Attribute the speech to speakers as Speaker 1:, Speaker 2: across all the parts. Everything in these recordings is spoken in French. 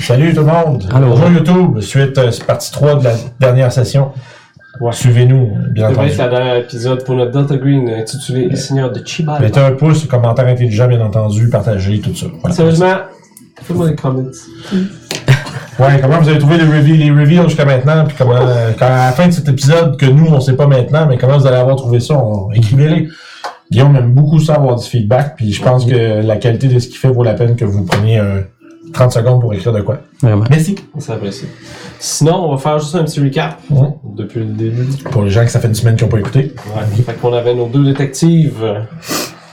Speaker 1: Salut tout le monde.
Speaker 2: Allô.
Speaker 1: Bonjour YouTube. Suite, euh, c'est partie 3 de la dernière session.
Speaker 3: Ouais.
Speaker 1: Suivez-nous, bien
Speaker 3: C'est vrai
Speaker 1: entendu.
Speaker 3: que c'est la dernière épisode pour notre Delta Green euh, intitulé Le Seigneur de Chibala.
Speaker 1: Mettez un pouce, commentaire intelligent, bien entendu, partagez tout ça. Voilà.
Speaker 3: Sérieusement, fais-moi des comments.
Speaker 1: Ouais, comment vous avez trouvé les, reveals, les reveals jusqu'à maintenant, puis comment, euh, quand- à la fin de cet épisode, que nous, on sait pas maintenant, mais comment vous allez avoir trouvé ça, on- écrivez-les. Guillaume aime beaucoup ça, avoir du feedback, puis je pense que la qualité de ce qu'il fait vaut la peine que vous preniez euh, 30 secondes pour écrire de quoi.
Speaker 2: Vraiment.
Speaker 1: Merci.
Speaker 3: Ça apprécie. Sinon, on va faire juste un petit recap
Speaker 1: Ouais.
Speaker 3: depuis le début.
Speaker 1: Pour les gens que ça fait une semaine qu'ils n'ont pas écouté.
Speaker 3: Ouais. Fait qu'on avait nos deux détectives euh,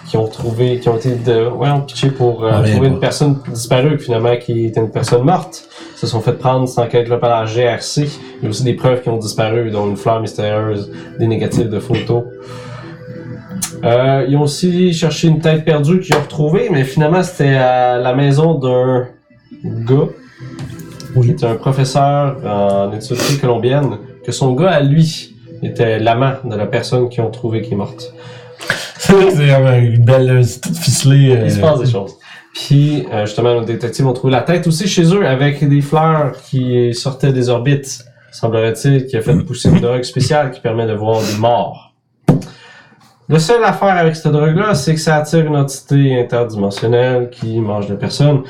Speaker 3: qui ont trouvé, qui ont été de, ouais, ont pitché pour euh,
Speaker 1: Ah, mais
Speaker 3: trouver
Speaker 1: bon.
Speaker 3: une personne disparue, finalement, qui était une personne morte. Ils se sont fait prendre sans enquête là par la GRC. Il y a aussi des preuves qui ont disparu, dont une fleur mystérieuse, des négatifs de photos. Euh, ils ont aussi cherché une tête perdue qu'ils ont retrouvée, mais finalement, c'était à la maison d'un gars qui était un professeur en études colombiennes, que son gars à lui était l'amant de la personne qu'ils ont trouvé qui est morte.
Speaker 1: C'est vrai que c'est euh, une belle euh, c'est tout ficelé. euh,
Speaker 3: Il se passe des choses. Puis, euh, justement, nos détectives ont trouvé la tête aussi chez eux avec des fleurs qui sortaient des orbites, semblerait-il, qui a fait pousser une drogue spéciale qui permet de voir des morts. La seule affaire avec cette drogue-là, c'est que ça attire une entité interdimensionnelle qui mange des personnes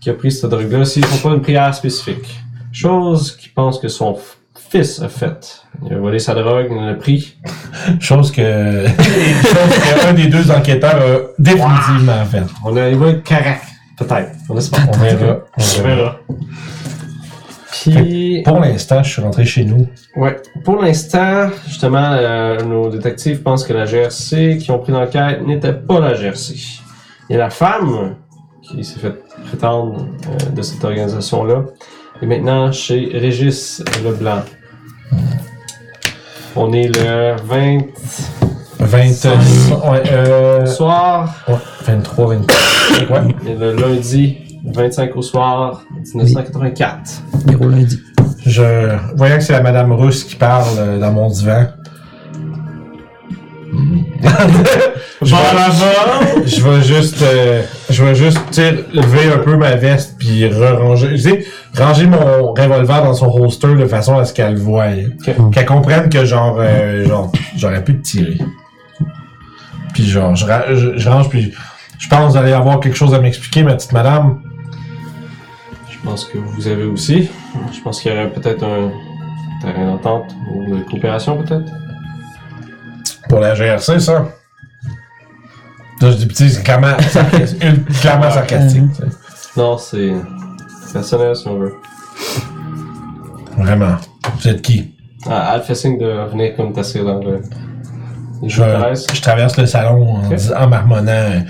Speaker 3: qui a pris cette drogue-là s'ils font pas une prière spécifique. Chose qu'ils pensent que son f- fils a faite. Il a volé sa drogue, il l'a pris.
Speaker 1: euh, Chose que. chose qu'un des deux enquêteurs a définitivement fait.
Speaker 3: On a évoqué carac, peut-être. On espère.
Speaker 1: On verra. On
Speaker 3: On
Speaker 1: verra.
Speaker 3: verra. Puis,
Speaker 1: Pour l'instant, je suis rentré chez nous.
Speaker 3: ouais, pour l'instant, justement, euh, nos détectives pensent que la GRC qui ont pris l'enquête n'était pas la GRC. Et la femme qui s'est fait prétendre euh, de cette organisation-là est maintenant chez Régis Leblanc. On est le 20
Speaker 1: 20.
Speaker 3: Cinq.
Speaker 1: ouais, euh,
Speaker 3: soir,
Speaker 1: ouais, 23, 24. Ouais.
Speaker 3: et le lundi 25 au soir 1984.
Speaker 2: Gros lundi.
Speaker 1: Je. Voyant que c'est la madame russe qui parle euh, dans mon divan. je, vais, je vais juste. euh, je vais juste, tu sais, lever un peu ma veste puis ranger Tu sais, ranger mon revolver dans son holster de façon à ce qu'elle le voie. hein. Qu'elle comprenne que genre, euh, genre j'aurais pu te tirer. Puis genre, je, ra- je, je range, puis je pense d'aller avoir quelque chose à m'expliquer, ma petite madame.
Speaker 3: Je pense que vous avez aussi. Je pense qu'il y aurait peut-être un terrain d'entente ou de coopération peut-être.
Speaker 1: Pour la GRC, ça. Là, je dis petit, c'est clairement sarcastique. clairement sarcastique. tu sais.
Speaker 3: Non, c'est personnel si on veut.
Speaker 1: Vraiment. Vous êtes qui?
Speaker 3: Ah, elle fait signe de venir comme tasser dans le. les
Speaker 1: Je,
Speaker 3: Bucarest.
Speaker 1: je traverse le salon en,
Speaker 3: Ok.
Speaker 1: dis- en marmonnant euh,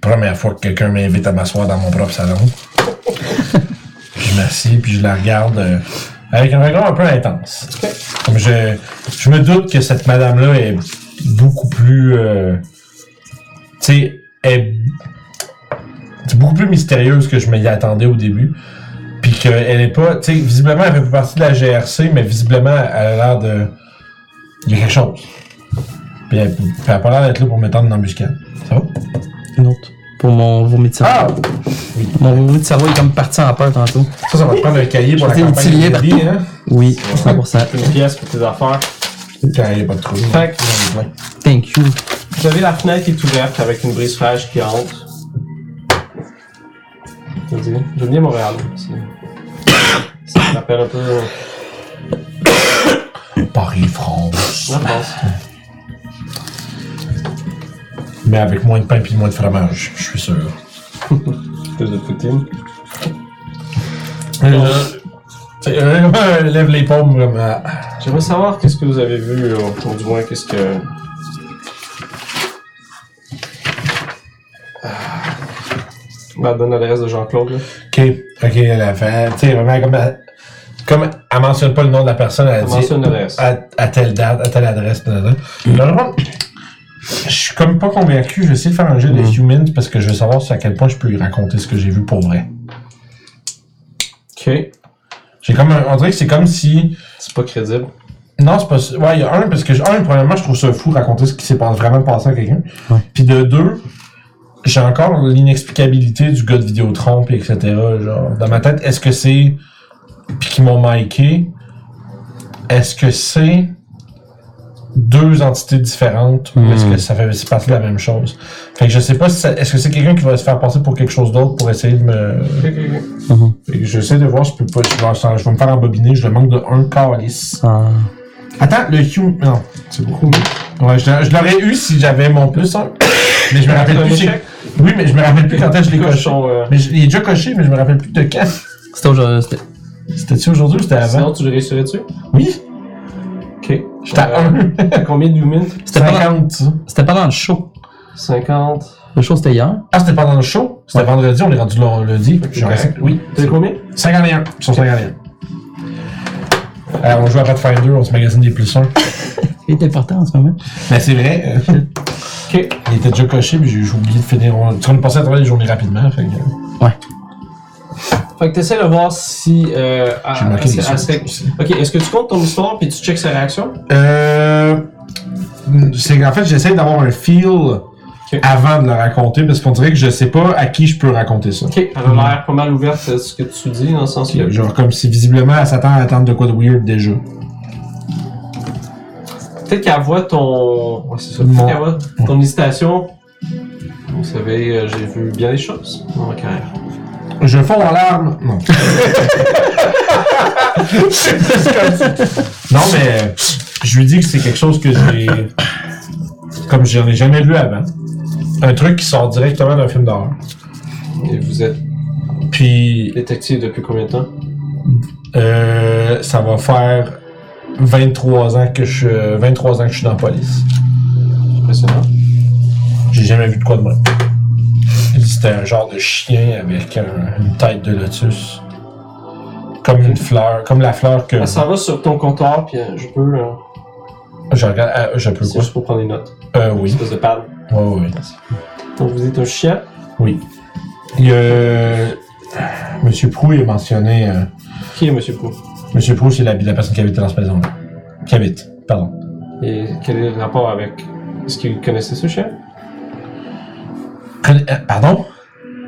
Speaker 1: première fois que quelqu'un m'invite à m'asseoir dans mon propre salon. je m'assieds, puis je la regarde euh, avec un regard un peu intense. Comme je, je me doute que cette madame-là est beaucoup plus. euh, tu sais, est, c'est beaucoup plus mystérieuse que je m'y attendais au début. Puis qu'elle est pas. Tu sais, visiblement, elle fait pas partie de la GRC, mais visiblement, elle a l'air de. Il y a quelque chose. Puis elle, puis elle a pas l'air d'être là pour m'étendre une embuscade. Ça va?
Speaker 2: Une autre. Pour mon vomi de cerveau.
Speaker 1: Ah!
Speaker 2: Mon vomi de cerveau est comme parti en peur tantôt.
Speaker 1: Ça, ça va te prendre un cahier pour la
Speaker 2: J'ai fait
Speaker 1: campagne
Speaker 2: une petite
Speaker 1: de
Speaker 2: ligne
Speaker 1: Libye, hein?
Speaker 2: Oui, 100%.
Speaker 3: Une pièce pour tes affaires.
Speaker 1: Quand il n'y a pas de trou.
Speaker 3: Fait que
Speaker 1: J'en ai plein.
Speaker 2: Thank you.
Speaker 3: vous avez la fenêtre qui est ouverte avec une brise fraîche qui entre. Je veux dire, J'aime bien Montréal. c'est- Ça me rappelle un peu
Speaker 1: Paris, France.
Speaker 3: la France.
Speaker 1: Mais avec moins de pain puis moins de fromage, je suis sûr.
Speaker 3: Plus de poutine.
Speaker 1: Euh, t'sais, euh, euh, lève les paumes comme à-
Speaker 3: J'aimerais savoir qu'est-ce que vous avez vu, euh, ou du moins qu'est-ce que. Ah. Bah, donne l'adresse de Jean-Claude, là.
Speaker 1: Ok, ok, elle a fait. Tu sais, vraiment comme elle, comme elle mentionne pas le nom de la personne, elle
Speaker 3: Elle
Speaker 1: dit Ah.
Speaker 3: mentionne l'adresse.
Speaker 1: à, à telle date, à telle adresse. nan, nan, nan. Dans le fond, je suis comme pas convaincu. Je vais essayer de faire un jeu de humans parce que je veux savoir à quel point je peux lui raconter ce que j'ai vu pour vrai.
Speaker 3: Ok.
Speaker 1: J'ai comme un- on dirait que c'est comme si
Speaker 3: C'est pas crédible.
Speaker 1: Non, c'est pas. Ouais, il y a un, parce que, un, premièrement, je trouve ça fou raconter ce qui s'est pas- vraiment passé à quelqu'un.
Speaker 2: Ouais.
Speaker 1: Puis de deux, j'ai encore l'inexplicabilité du gars de Vidéotron, pis etc. Genre, dans ma tête, est-ce que c'est. Puis qui m'ont miqué. Est-ce que c'est deux entités différentes ou est-ce que ça fait c'est partie de la même chose? Fait que je sais pas si ça- est-ce que c'est quelqu'un qui va se faire passer pour quelque chose d'autre pour essayer de me. Fait que j'essaie de voir, je peux pas. Je vais, je vais me faire embobiner, je le manque de un calice.
Speaker 2: Ah.
Speaker 1: Attends, le Hugh. Non, c'est beaucoup. Ouais, je, l'a- je l'aurais eu si j'avais mon plus un. Mais je me rappelle
Speaker 3: C'est un
Speaker 1: plus.
Speaker 3: échec?
Speaker 1: c'est- Oui, mais je me rappelle plus quand est-ce que je l'ai
Speaker 3: Coche
Speaker 1: coché.
Speaker 3: ton, euh,
Speaker 1: Mais je- il est déjà coché, mais je me rappelle plus de quand.
Speaker 2: C'était aujourd'hui. c'était-
Speaker 1: C'était-tu aujourd'hui ou c'était avant?
Speaker 3: Sinon, tu le réussirais-tu?
Speaker 1: Oui,
Speaker 3: Ok.
Speaker 1: j'étais à
Speaker 3: Euh,
Speaker 1: 1.
Speaker 3: T'as combien de humines?
Speaker 2: C'était pendant-
Speaker 1: 50. ça.
Speaker 2: c'était pendant le show.
Speaker 3: 50.
Speaker 2: Le show, c'était hier.
Speaker 1: Ah, c'était pendant le show? C'était
Speaker 2: Ouais.
Speaker 1: vendredi, on est rendu le lundi. J'ai resté- Oui.
Speaker 3: T'as combien?
Speaker 1: 51. Sur 51. Alors, Euh, on joue à Pathfinder, on se magasine des plus 1.
Speaker 2: Il est important en ce moment.
Speaker 1: Mais c'est vrai. euh,
Speaker 3: Ok.
Speaker 1: Il était déjà coché, mais j'ai j'ai oublié de finir. On, on est passé à travers les journées rapidement. Fait que, euh,
Speaker 3: Fait que t'essaies de voir si. Euh,
Speaker 1: j'ai
Speaker 3: à-
Speaker 1: manqué des
Speaker 3: à- à-
Speaker 1: choses aussi.
Speaker 3: Ok, est-ce que tu comptes ton histoire puis tu checks sa réaction?
Speaker 1: Euh, c'est en fait, j'essaie d'avoir un feel avant de le raconter parce qu'on dirait que je sais pas à qui je peux raconter ça.
Speaker 3: Ok, elle a l'air pas mal ouverte à ce que tu dis, dans le sens que.
Speaker 1: Genre comme si visiblement elle s'attend à attendre de quoi de weird déjà.
Speaker 3: Peut-être qu'elle voit ton. Ouais, c'est ça.
Speaker 1: Mon-
Speaker 3: Peut-être qu'elle voit ton hésitation. Vous savez, euh, j'ai vu bien des choses dans ma carrière.
Speaker 1: Je fonds en larmes. Non. C'est plus comme ça. non, mais je lui dis que c'est quelque chose que j'ai. Comme j'en ai jamais lu avant. Un truc qui sort directement d'un film d'horreur.
Speaker 3: Et vous êtes
Speaker 1: Puis
Speaker 3: détective depuis combien de temps?
Speaker 1: Euh, ça va faire 23 ans que je 23 ans que je suis dans la police.
Speaker 3: Impressionnant.
Speaker 1: Euh, J'ai jamais vu de quoi de même. C'était un genre de chien avec un- une tête de lotus. Comme une fleur, comme la fleur que
Speaker 3: Elle s'en va sur ton comptoir, puis euh, je peux. euh,
Speaker 1: je regarde. ah, je peux
Speaker 3: c'est
Speaker 1: quoi
Speaker 3: juste pour prendre des notes.
Speaker 1: Euh,
Speaker 3: Une
Speaker 1: oui.
Speaker 3: espèce de pad.
Speaker 1: Ouais, oui.
Speaker 3: Donc vous êtes un chien.
Speaker 1: Oui. Il y a- euh, Monsieur Prou il a mentionné. euh,
Speaker 3: Qui est Monsieur Prou?
Speaker 1: Monsieur Prou, c'est la, la personne qui habite dans cette maison-là. Qui habite, pardon.
Speaker 3: Et quel est le rapport avec. Est-ce que vous connaissez ce chien?
Speaker 1: Conna- euh, pardon?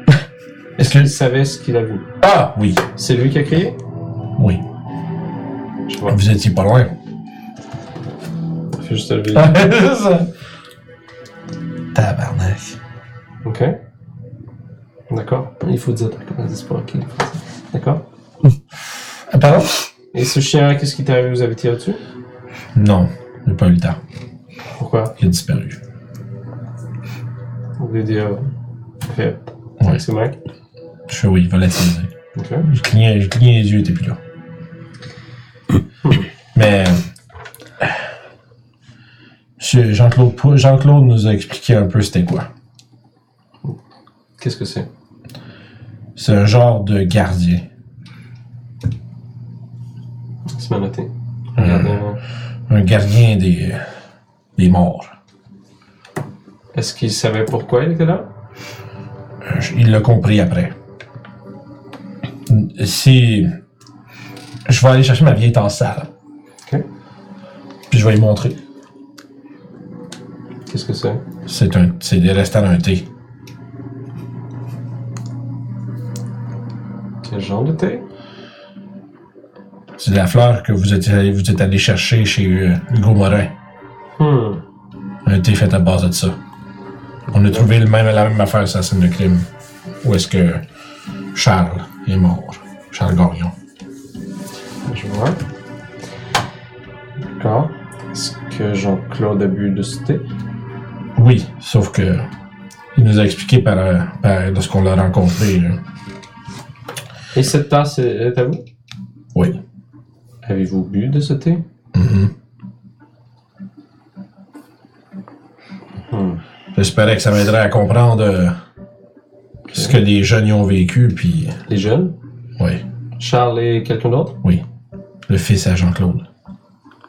Speaker 1: Est-ce que.
Speaker 3: Il savait ce qu'il a vu.
Speaker 1: Ah oui.
Speaker 3: C'est lui qui a crié?
Speaker 1: Oui.
Speaker 3: Je vois.
Speaker 1: Vous étiez pas loin. Mm.
Speaker 3: Il fait juste le
Speaker 1: Ah.
Speaker 3: lever.
Speaker 1: Tabarnak.
Speaker 3: Ok. D'accord. Il faut dire d'accord. on dit pas ok. D'accord.
Speaker 1: Ah, Pardon?
Speaker 3: Et ce chien, qu'est-ce qui t'est arrivé Vous avez tiré dessus
Speaker 1: Non, j'ai pas eu le temps.
Speaker 3: Pourquoi
Speaker 1: Il a disparu.
Speaker 3: Vous voulez dire. euh, Fait.
Speaker 1: Ouais.
Speaker 3: C'est Mike.
Speaker 1: Je suis oui, volatilisé.
Speaker 3: Ok.
Speaker 1: Je clignais, je clignais les yeux, il était plus là. Mais. euh, Monsieur Jean-Claude Pou- Jean-Claude nous a expliqué un peu c'était quoi.
Speaker 3: Qu'est-ce que c'est
Speaker 1: C'est un genre de gardien.
Speaker 3: C'est mal noté. Regardez.
Speaker 1: Un,
Speaker 3: euh,
Speaker 1: un gardien des, des morts.
Speaker 3: Est-ce qu'il savait pourquoi il était là
Speaker 1: Euh, je- Il l'a compris après. Si. Je vais aller chercher ma vieille en salle.
Speaker 3: Ok.
Speaker 1: Puis je vais lui montrer.
Speaker 3: Qu'est-ce que c'est
Speaker 1: C'est un, c'est des restants d'un thé.
Speaker 3: Quel genre de thé
Speaker 1: C'est de la fleur que vous êtes allé, vous êtes allé chercher chez euh, Hugo Morin.
Speaker 3: Hmm.
Speaker 1: Un thé fait à base de ça. On a trouvé le même, la même affaire sur la scène de crime. Où est-ce que Charles est mort? Charles Gorion.
Speaker 3: Je vois. D'accord. Est-ce que Jean-Claude a bu de ce thé
Speaker 1: Oui, sauf que il nous a expliqué par, euh, par- lorsqu'on l'a rencontré. là.
Speaker 3: Et cette tasse est à vous
Speaker 1: Oui.
Speaker 3: Avez-vous bu de ce thé
Speaker 1: Mhm.
Speaker 3: Hmm.
Speaker 1: J'espérais que ça m'aiderait à comprendre euh, ce que les jeunes y ont vécu, puis
Speaker 3: Les jeunes
Speaker 1: oui,
Speaker 3: Charles et quelqu'un d'autre
Speaker 1: oui, le fils à Jean-Claude,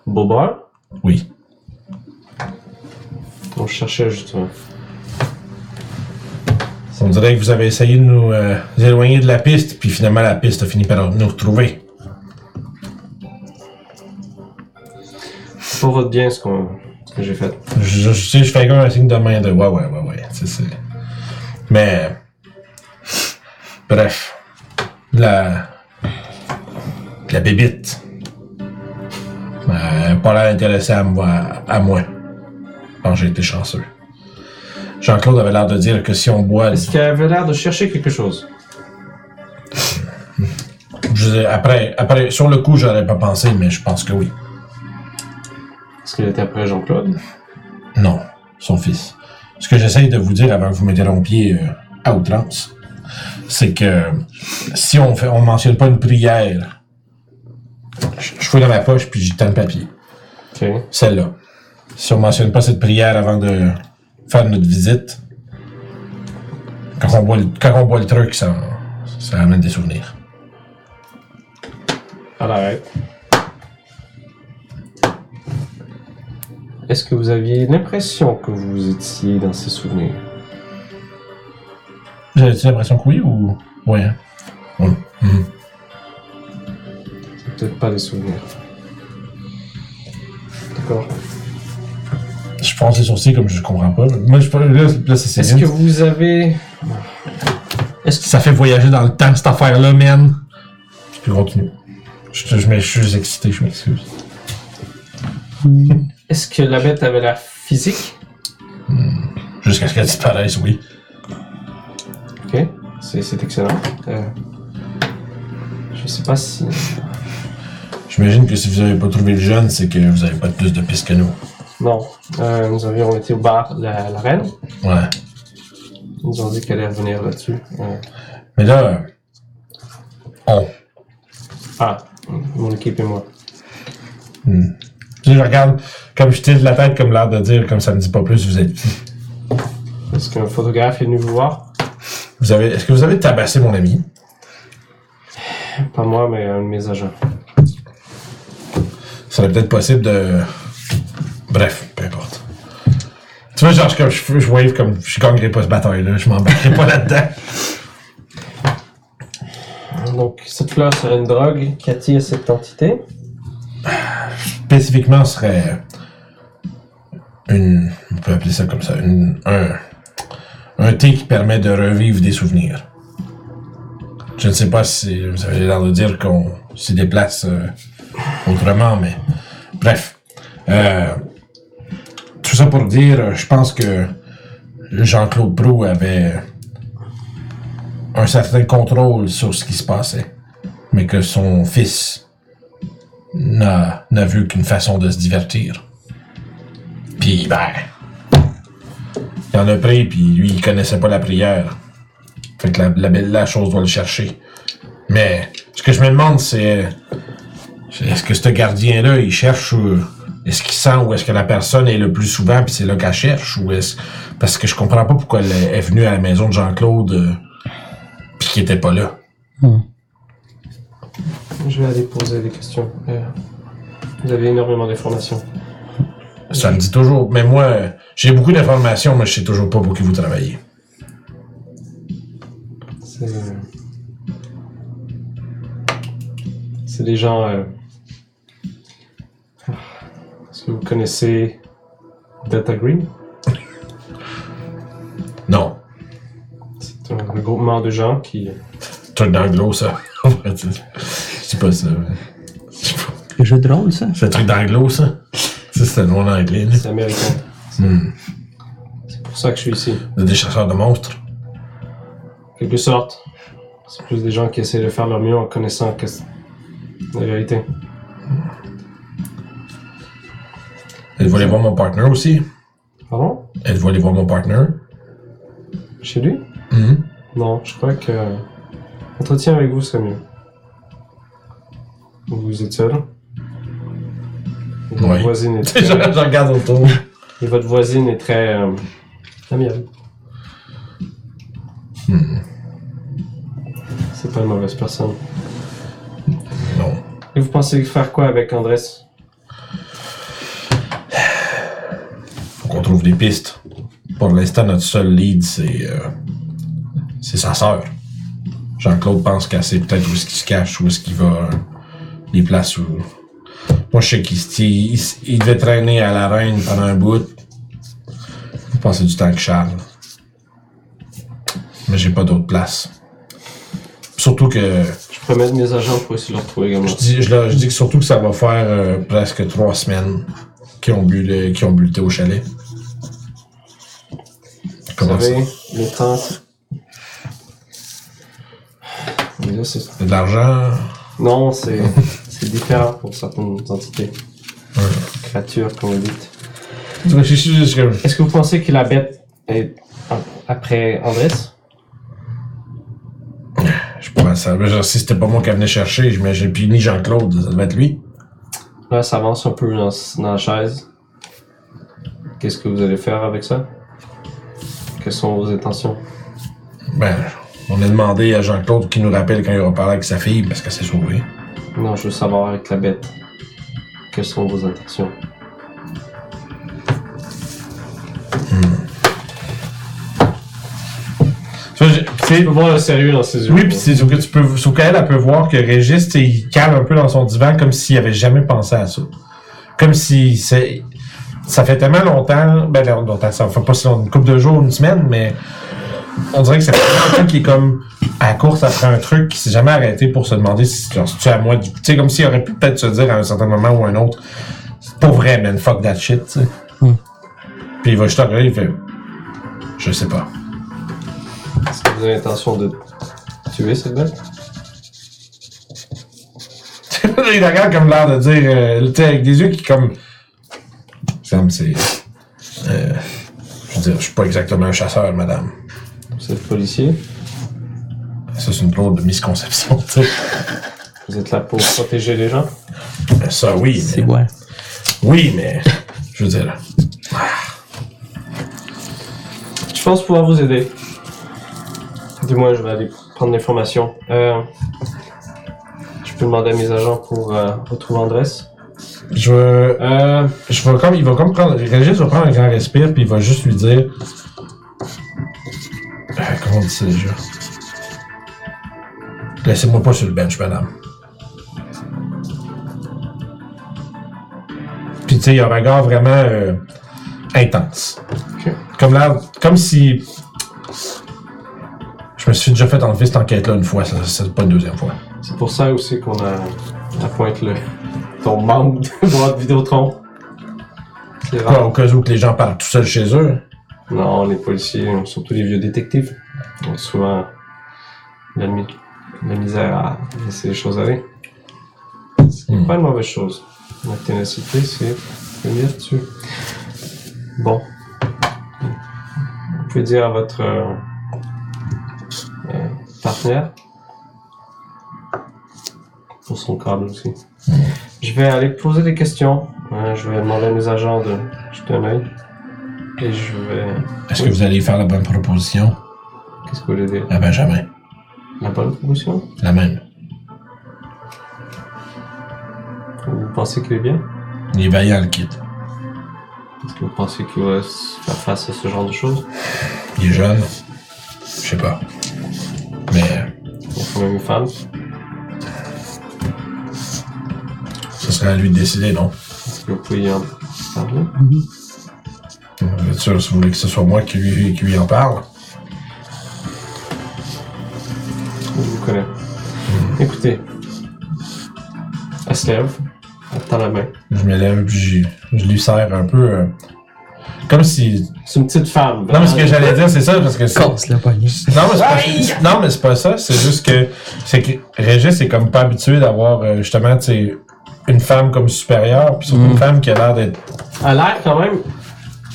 Speaker 3: Bobard
Speaker 1: oui.
Speaker 3: On cherchait justement.
Speaker 1: On dirait que vous avez essayé de nous euh, éloigner de la piste, puis finalement la piste a fini par nous retrouver.
Speaker 3: C'est pour votre bien ce, qu'on- ce que j'ai fait.
Speaker 1: Je, je, tu sais, je fais comme un signe de main de ouais, ouais, ouais, ouais. tu sais, c'est- Mais. Bref. La. La bébite. Euh, elle a pas l'air intéressée à moi. À moi. Bon, j'ai été chanceux. Jean-Claude avait l'air de dire que si on boit.
Speaker 3: Est-ce qu'elle avait l'air de chercher quelque chose?
Speaker 1: Je veux dire, après, après, sur le coup, j'aurais pas pensé, mais je pense que oui.
Speaker 3: Est-ce qu'elle était après Jean-Claude?
Speaker 1: Non, son fils. Ce que j'essaye de vous dire avant que vous m'interrompiez euh, à outrance, c'est que si on fait, on mentionne pas une prière, je, je fouille dans ma poche puis j'y tends le papier.
Speaker 3: Ok.
Speaker 1: Celle-là. Si on mentionne pas cette prière avant de faire notre visite, quand on boit le, quand on boit le truc, ça, ça amène des souvenirs.
Speaker 3: À l'arrêt. Est-ce que vous aviez l'impression que vous étiez dans ces souvenirs?
Speaker 1: Vous avez-tu l'impression que oui ou. Ouais. hein? Hum, hum.
Speaker 3: C'est peut-être pas des souvenirs. D'accord.
Speaker 1: Je pense les sourcils comme je comprends pas. Moi, je parle- là, là, c'est
Speaker 3: Est-ce
Speaker 1: Céline.
Speaker 3: que vous avez.
Speaker 1: Ça fait voyager dans le temps, cette affaire-là, man. Je peux continuer. Je, te- je, m'ex- je suis excité, je m'excuse.
Speaker 3: Est-ce que la bête avait l'air physique?
Speaker 1: Jusqu'à ce qu'elle disparaisse, oui.
Speaker 3: Ok, c'est c'est excellent. Euh, Je sais pas si.
Speaker 1: J'imagine que si vous avez pas trouvé le jeune, c'est que vous avez pas plus de pistes que nous.
Speaker 3: Non, Euh, nous avions été au bar la, la reine.
Speaker 1: Ouais.
Speaker 3: Ils nous ont dit qu'elle allait revenir là-dessus. Euh,
Speaker 1: Mais là, euh, on.
Speaker 3: Ah, mon équipe et moi.
Speaker 1: Tu sais, je regarde, comme je tire de la tête, comme l'air de dire, comme ça me dit pas plus, vous êtes qui.
Speaker 3: Est-ce qu'un photographe est venu vous voir?
Speaker 1: Vous avez, est-ce que vous avez tabassé mon ami?
Speaker 3: Pas moi, mais un de mes agents.
Speaker 1: Ça serait peut-être possible de. Bref, peu importe. Tu vois, genre, je, comme, je, je wave comme je gagnerai pas ce bataille-là, je m'embarquerai pas là-dedans.
Speaker 3: Donc, cette fleur serait une drogue qui attire cette entité.
Speaker 1: spécifiquement ce serait une, on peut appeler ça comme ça, une- un, un thé qui permet de revivre des souvenirs. Je ne sais pas si vous avez l'air de dire qu'on s'y déplace euh, autrement, mais bref. Euh, tout ça pour dire, je pense que Jean-Claude Prou avait un certain contrôle sur ce qui se passait, mais que son fils n'a, n'a vu qu'une façon de se divertir. Puis, ben, il en a pris, puis lui, il connaissait pas la prière. Fait que la, la, belle- la chose doit le chercher. Mais, ce que je me demande, c'est c'est est-ce que ce gardien-là, il cherche, euh, est-ce qu'il sent où est-ce que la personne est le plus souvent, puis c'est là qu'elle cherche, ou est-ce. Parce que je comprends pas pourquoi elle est venue à la maison de Jean-Claude, euh, puis qu'il était pas là.
Speaker 3: Je vais aller poser des questions. Euh, vous avez énormément d'informations.
Speaker 1: Ça me dit toujours. Mais moi, euh, j'ai beaucoup d'informations, mais je sais toujours pas pour qui vous travaillez.
Speaker 3: C'est. euh, C'est des gens. euh, Est-ce que vous connaissez Delta Green
Speaker 1: Non.
Speaker 3: C'est un regroupement de gens qui.
Speaker 1: Truc d'anglo, ça. C'est pas ça. mais-
Speaker 2: Le jeu de rôle, ça?
Speaker 1: C'est un truc d'anglo, ça. Ça, c'est un nom en anglais, là.
Speaker 3: C'est américain.
Speaker 1: Hmm.
Speaker 3: C'est pour ça que je suis ici.
Speaker 1: Des chasseurs de monstres.
Speaker 3: En quelque sorte. C'est plus des gens qui essaient de faire leur mieux en connaissant que- la vérité.
Speaker 1: Êtes-vous allé voir mon partner aussi?
Speaker 3: Pardon
Speaker 1: Êtes-vous allé voir mon partner?
Speaker 3: Chez lui
Speaker 1: Mhm.
Speaker 3: Non, je crois que. euh, Entretien avec vous serait mieux. Vous êtes seul Et votre
Speaker 1: Oui.
Speaker 3: voisine est
Speaker 1: je,
Speaker 3: très,
Speaker 1: je regarde autour.
Speaker 3: et votre voisine est très euh, amiable. Hmm. C'est pas une mauvaise personne.
Speaker 1: Non.
Speaker 3: Et vous pensez faire quoi avec Andrés
Speaker 1: Faut qu'on trouve des pistes. Pour l'instant, notre seul lead, c'est. euh, c'est sa sœur. Jean-Claude pense qu'elle sait peut-être où est-ce qu'il se cache, où est-ce qu'il va, euh, les places où. Moi, je sais qu'il se tient- il, s- il devait traîner à la reine pendant un bout. Il passait du temps avec Charles. Mais j'ai pas d'autre place. Surtout que.
Speaker 3: Je pourrais mettre mes agents pour essayer de le retrouver également.
Speaker 1: Je dis, je, leur- je dis que surtout que ça va faire euh, presque trois semaines qu'ils ont bu le, qu'ils ont bu le thé au chalet.
Speaker 3: Vous
Speaker 1: Comment ça?
Speaker 3: savez, le temps. Mais là, c'est-
Speaker 1: De l'argent.
Speaker 3: Non, c'est c'est différent pour certaines entités. Créatures, comme vous dites.
Speaker 1: Je réfléchis juste comme-
Speaker 3: Est-ce que vous pensez que la bête est en- après Andrés
Speaker 1: Je pourrais savoir. Genre, si c'était pas moi qui venait chercher, j'imagine. Puis ni Jean-Claude, ça devait être lui.
Speaker 3: Là, ça avance un peu dans, dans la chaise. Qu'est-ce que vous allez faire avec ça Quelles sont vos intentions
Speaker 1: Ben, on a demandé à Jean-Claude qu'il nous rappelle quand il aura parlé avec sa fille parce qu'elle s'est sauvée.
Speaker 3: Non, je veux savoir avec la bête. Quelles sont vos intentions
Speaker 1: Tu vois, j'ai-
Speaker 3: Tu peux voir le sérieux dans ses yeux.
Speaker 1: Oui, puis c'est sauf que tu peux, sauf qu'elle, elle peut voir que Régis, tu sais, il cale un peu dans son divan comme s'il avait jamais pensé à ça. Comme si c'est, ça fait tellement longtemps, ben, non, longtemps, ça fait pas si longtemps, une couple de jours, une semaine, mais on dirait que ça fait longtemps qu'il est comme à la course après un truc qui s'est jamais arrêté pour se demander si tu à moi. Du coup, Tu sais, comme s'il aurait pu peut-être se dire à un certain moment ou à un autre, pour vrai, man, fuck that shit, tu sais.
Speaker 2: Hmm.
Speaker 1: Puis il va juste regarder, il fait, je sais pas.
Speaker 3: Est-ce que vous avez l'intention de tuer cette bête
Speaker 1: il la regarde comme l'air de dire, euh, tu sais, avec des yeux qui comme. Ça me c'est. euh, je veux dire, je suis pas exactement un chasseur, madame.
Speaker 3: Vous êtes policier
Speaker 1: Ça, c'est une drôle de misconception, tu sais.
Speaker 3: Vous êtes là pour protéger les gens
Speaker 1: Mais Ça, oui,
Speaker 2: C'est
Speaker 1: mais.
Speaker 2: quoi?
Speaker 1: Oui, mais. Je veux dire.
Speaker 3: Je pense pouvoir vous aider. Du moins, je vais aller prendre l'information. Euh, je peux demander à mes agents pour euh, retrouver Andrés.
Speaker 1: Je veux.
Speaker 3: Euh,
Speaker 1: Je vais comme. Il va comme prendre. Régis va prendre un grand respire, puis il va juste lui dire. Euh, comment on dit ça déjà? Laissez-moi pas sur le bench, madame. Puis tu sais, il a un regard vraiment euh, intense.
Speaker 3: Ok.
Speaker 1: Comme là, comme si. Je me suis déjà fait enlever cette enquête-là une fois, ça- c'est pas une deuxième fois.
Speaker 3: c'est pour ça aussi qu'on a appointe le ton membre de votre Vidéotron. C'est
Speaker 1: Quoi,
Speaker 3: rare.
Speaker 1: au cas où que les gens parlent tout seuls chez eux,
Speaker 3: Non, les policiers, surtout les vieux détectives, ont souvent la, mi- la misère à laisser les choses aller. Ce qui n'est
Speaker 1: Hmm.
Speaker 3: pas une mauvaise chose. La ténacité, c'est une vertu. Bon. Vous pouvez dire à votre euh, euh, partenaire pour son câble aussi. Je vais aller poser des questions. Euh, je vais demander à mes agents de jeter un œil. Et je vais
Speaker 1: est-ce que vous allez faire la bonne proposition
Speaker 3: Qu'est-ce que vous voulez dire
Speaker 1: à Benjamin?
Speaker 3: La bonne promotion
Speaker 1: La même.
Speaker 3: Vous pensez qu'il est bien
Speaker 1: Il est vaillant, le kid.
Speaker 3: Est-ce que vous pensez qu'il va se faire face à ce genre de choses
Speaker 1: Il est jeune. Je sais pas. Mais
Speaker 3: Il y a quand même une femme.
Speaker 1: ce serait à lui de décider, non?
Speaker 3: Est-ce que vous pouvez y en parler
Speaker 1: Mm-hmm. Vous êtes sûr, si vous voulez que ce soit moi qui lui, qui lui en parle?
Speaker 3: Je vous connais. Écoutez, elle se lève, elle tend la main.
Speaker 1: Je me lève puis j'y- je lui serre un peu. euh, comme si.
Speaker 3: C'est une petite femme.
Speaker 1: Non, mais ce que j'allais dire, c'est ça, parce que. c'est-
Speaker 2: Casse la poignée.
Speaker 1: Non, mais c'est pas, non, mais c'est pas ça. C'est juste que. C'est que Régis est comme pas habitué d'avoir euh, justement, tu sais, une femme comme supérieure, puis surtout une femme qui a l'air d'être.
Speaker 3: Elle a l'air quand même,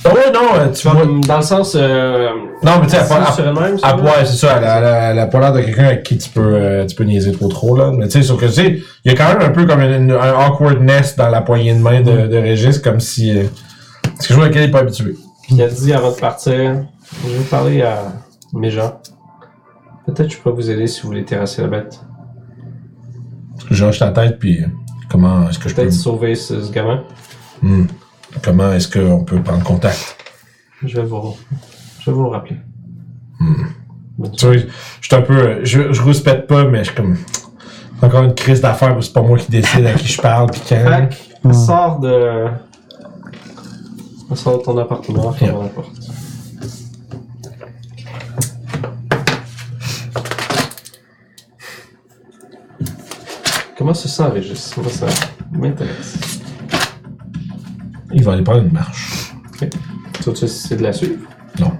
Speaker 1: Oh, ouais, non, euh, tu vois.
Speaker 3: comme dans le sens. Euh,
Speaker 1: Non, mais tu sais, elle
Speaker 3: assise
Speaker 1: parle-
Speaker 3: sur elle-même,
Speaker 1: Ah
Speaker 3: ça,
Speaker 1: ouais, c'est ça, elle a, elle a- elle a pas l'air de quelqu'un avec qui tu peux, euh, tu peux niaiser trop trop, là. Mais tu sais, sauf que tu sais, il y a quand même un peu comme une- une- un awkwardness dans la poignée de main de, de Régis, comme si... euh, c'est quelque chose auquel il n'est pas habitué.
Speaker 3: Puis elle dit avant de partir Je vais parler à mes gens. Peut-être je peux vous aider si vous voulez terrasser la bête.
Speaker 1: Je hoche la tête, puis euh, comment est-ce que je peux...
Speaker 3: Peut-être sauver ce- ce gamin.
Speaker 1: Hmm. Comment est-ce qu'on peut prendre contact?
Speaker 3: Je vais vous, je vais vous le rappeler. Bonne
Speaker 1: Tu vois, je suis un peu... euh, Je, je rouspète pas, mais je suis comme... c'est Encore une crise d'affaires où c'est pas moi qui décide à qui je parle, puis quand...
Speaker 3: soirée. Fait que, sors de. Sors de ton appartement, ferme la porte. Comment se sent Régis? Moi, ça m'intéresse.
Speaker 1: Il va aller prendre une marche.
Speaker 3: Tu sais si c'est de la suivre?
Speaker 1: Non.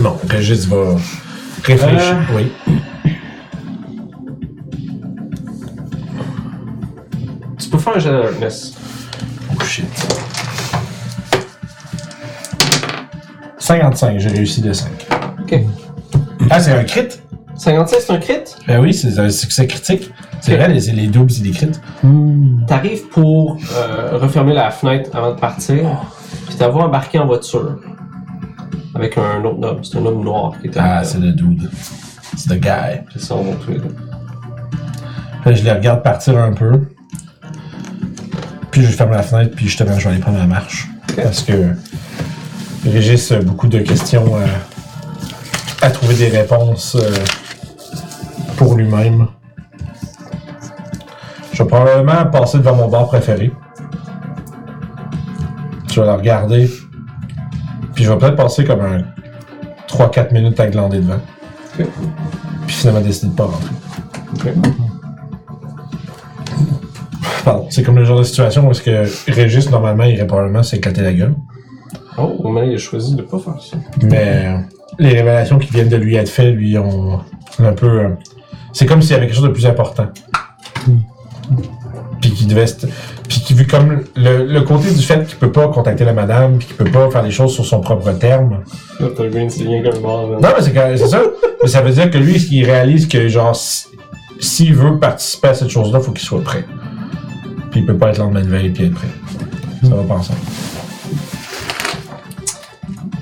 Speaker 1: Non, Régis va réfléchir. Oui.
Speaker 3: Tu peux faire un jet d'alertness.
Speaker 1: Oh shit. 55, j'ai réussi de 5.
Speaker 3: Ok.
Speaker 1: Ah, c'est un crit?
Speaker 3: 56, c'est un crit?
Speaker 1: Ben oui, c'est un succès critique. C'est
Speaker 3: Ok.
Speaker 1: vrai, les, les doubles et les crits. Mm.
Speaker 3: T'arrives pour euh, refermer la fenêtre avant de partir, puis t'avoir embarqué en voiture avec un autre homme. C'est un homme noir qui était
Speaker 1: Ah, c'est le dude. C'est le guy.
Speaker 3: C'est ça, on va tous les deux.
Speaker 1: Là, je les regarde partir un peu. Puis je ferme la fenêtre, puis justement, je vais aller prendre la marche. Parce que Régis a beaucoup de questions euh, à trouver des réponses euh, pour lui-même. Je vais probablement passer devant mon bar préféré. Je vais la regarder. Puis je vais peut-être passer comme un 3-4 minutes à glander devant.
Speaker 3: Ok.
Speaker 1: Puis finalement décider de pas rentrer.
Speaker 3: Ok.
Speaker 1: Pardon, c'est comme le genre de situation où est-ce que Régis, normalement, irait probablement s'éclater la gueule.
Speaker 3: Oh, mais il a choisi de pas faire ça.
Speaker 1: Mais euh, les révélations qui viennent de lui être faites, lui, ont un peu... euh, c'est comme s'il y avait quelque chose de plus important. Puis qu'il devait... se- Puis qu'il, vu comme le, le côté du fait qu'il peut pas contacter la madame, puis qu'il peut pas faire les choses sur son propre terme...
Speaker 3: Là, t'as le green signé comme mort. là.
Speaker 1: Non, mais c'est, quand- c'est ça. mais ça veut dire que lui, il réalise que, genre, si- s'il veut participer à cette chose-là, faut qu'il soit prêt. Puis il peut pas être lendemain de veille puis être prêt. Ça va pas ensemble.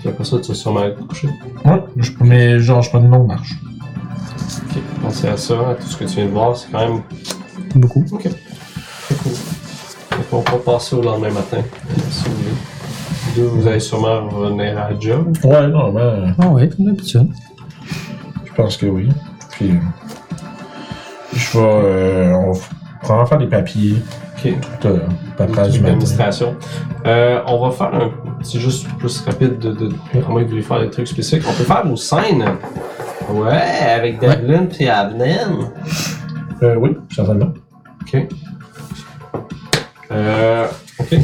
Speaker 3: Puis après ça, tu vas sûrement aller te coucher.
Speaker 1: Ouais, je, mais genre, je prends une longue marche.
Speaker 3: Ok. Pensez à ça, à tout ce que tu viens de voir, c'est quand même.
Speaker 2: Beaucoup.
Speaker 3: Ok. Très cool. Fait qu'on va passer au lendemain matin. Si vous voulez. Deux, vous allez sûrement revenir à la job.
Speaker 1: Ouais, non, ben,
Speaker 2: Ah ouais, comme d'habitude.
Speaker 1: je pense que oui. Puis, euh, je vais. euh, on va f- probablement faire des papiers,
Speaker 3: Ok.
Speaker 1: toute euh, paperasse du matin.
Speaker 3: d'administration. Euh, on va faire un petit juste plus rapide de, de, à moins que vous voulez faire des trucs spécifiques. On peut faire vos scènes. Ouais, avec Devlin puis Abnen.
Speaker 1: Euh, oui, certainement.
Speaker 3: Ok. Euh, ok.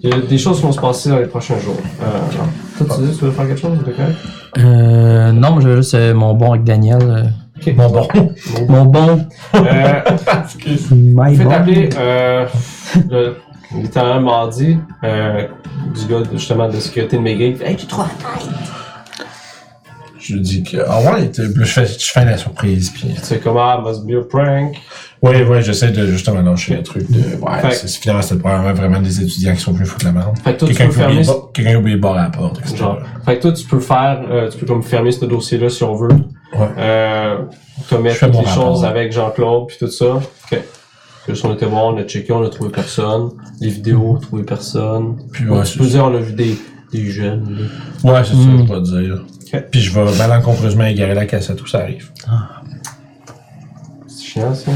Speaker 3: Il y a des choses qui vont se passer dans les prochains jours. Euh, genre, toi, tu dis que tu veux faire quelque chose, de correct?
Speaker 2: Euh, non, mais j'avais juste euh, mon bon avec Daniel. euh,
Speaker 3: Ok.
Speaker 1: Mon bon.
Speaker 2: mon bon.
Speaker 3: Euh,
Speaker 2: My
Speaker 3: Faites
Speaker 2: bon.
Speaker 3: appeler euh, le, littéralement mardi euh, du gars de- justement de sécurité de Megay. Hey, tu trouves
Speaker 1: Je dis que. Ah ouais, t'es- je fais, je fais la surprise, puis. euh,
Speaker 3: Tu sais comment, ah, must be a prank.
Speaker 1: Ouais, ouais, j'essaie de justement lâcher le truc de. Ouais,
Speaker 3: Fait-
Speaker 1: c'est, c'est- finalement, c'était probablement vraiment des étudiants qui sont venus foutre la merde.
Speaker 3: Fait que toi, tu
Speaker 1: Quelqu'un
Speaker 3: peux
Speaker 1: qui, oublie
Speaker 3: fermer.
Speaker 1: le bar- quelqu'un qui oublie le bar à la porte, etc.
Speaker 3: Genre. Fait que toi, tu peux faire, euh, tu peux comme fermer ce dossier-là si on veut.
Speaker 1: Ouais.
Speaker 3: Euh, comme
Speaker 1: Je
Speaker 3: mettre
Speaker 1: fais
Speaker 3: toutes
Speaker 1: mon
Speaker 3: les
Speaker 1: rapport.
Speaker 3: choses avec Jean-Claude puis tout ça. Ok. Juste, on était voir, on a checké, on a trouvé personne. Les vidéos, on a trouvé personne.
Speaker 1: Puis, ouais,
Speaker 3: tu peux
Speaker 1: c'est,
Speaker 3: dire, on a vu des, des jeunes. là.
Speaker 1: ouais, c'est ça,
Speaker 2: Mm.
Speaker 1: je dois dire.
Speaker 3: Mmh. Ok.
Speaker 1: Puis je vais malencontreusement égarer la cassette où ça arrive.
Speaker 3: C'est chiant, ça.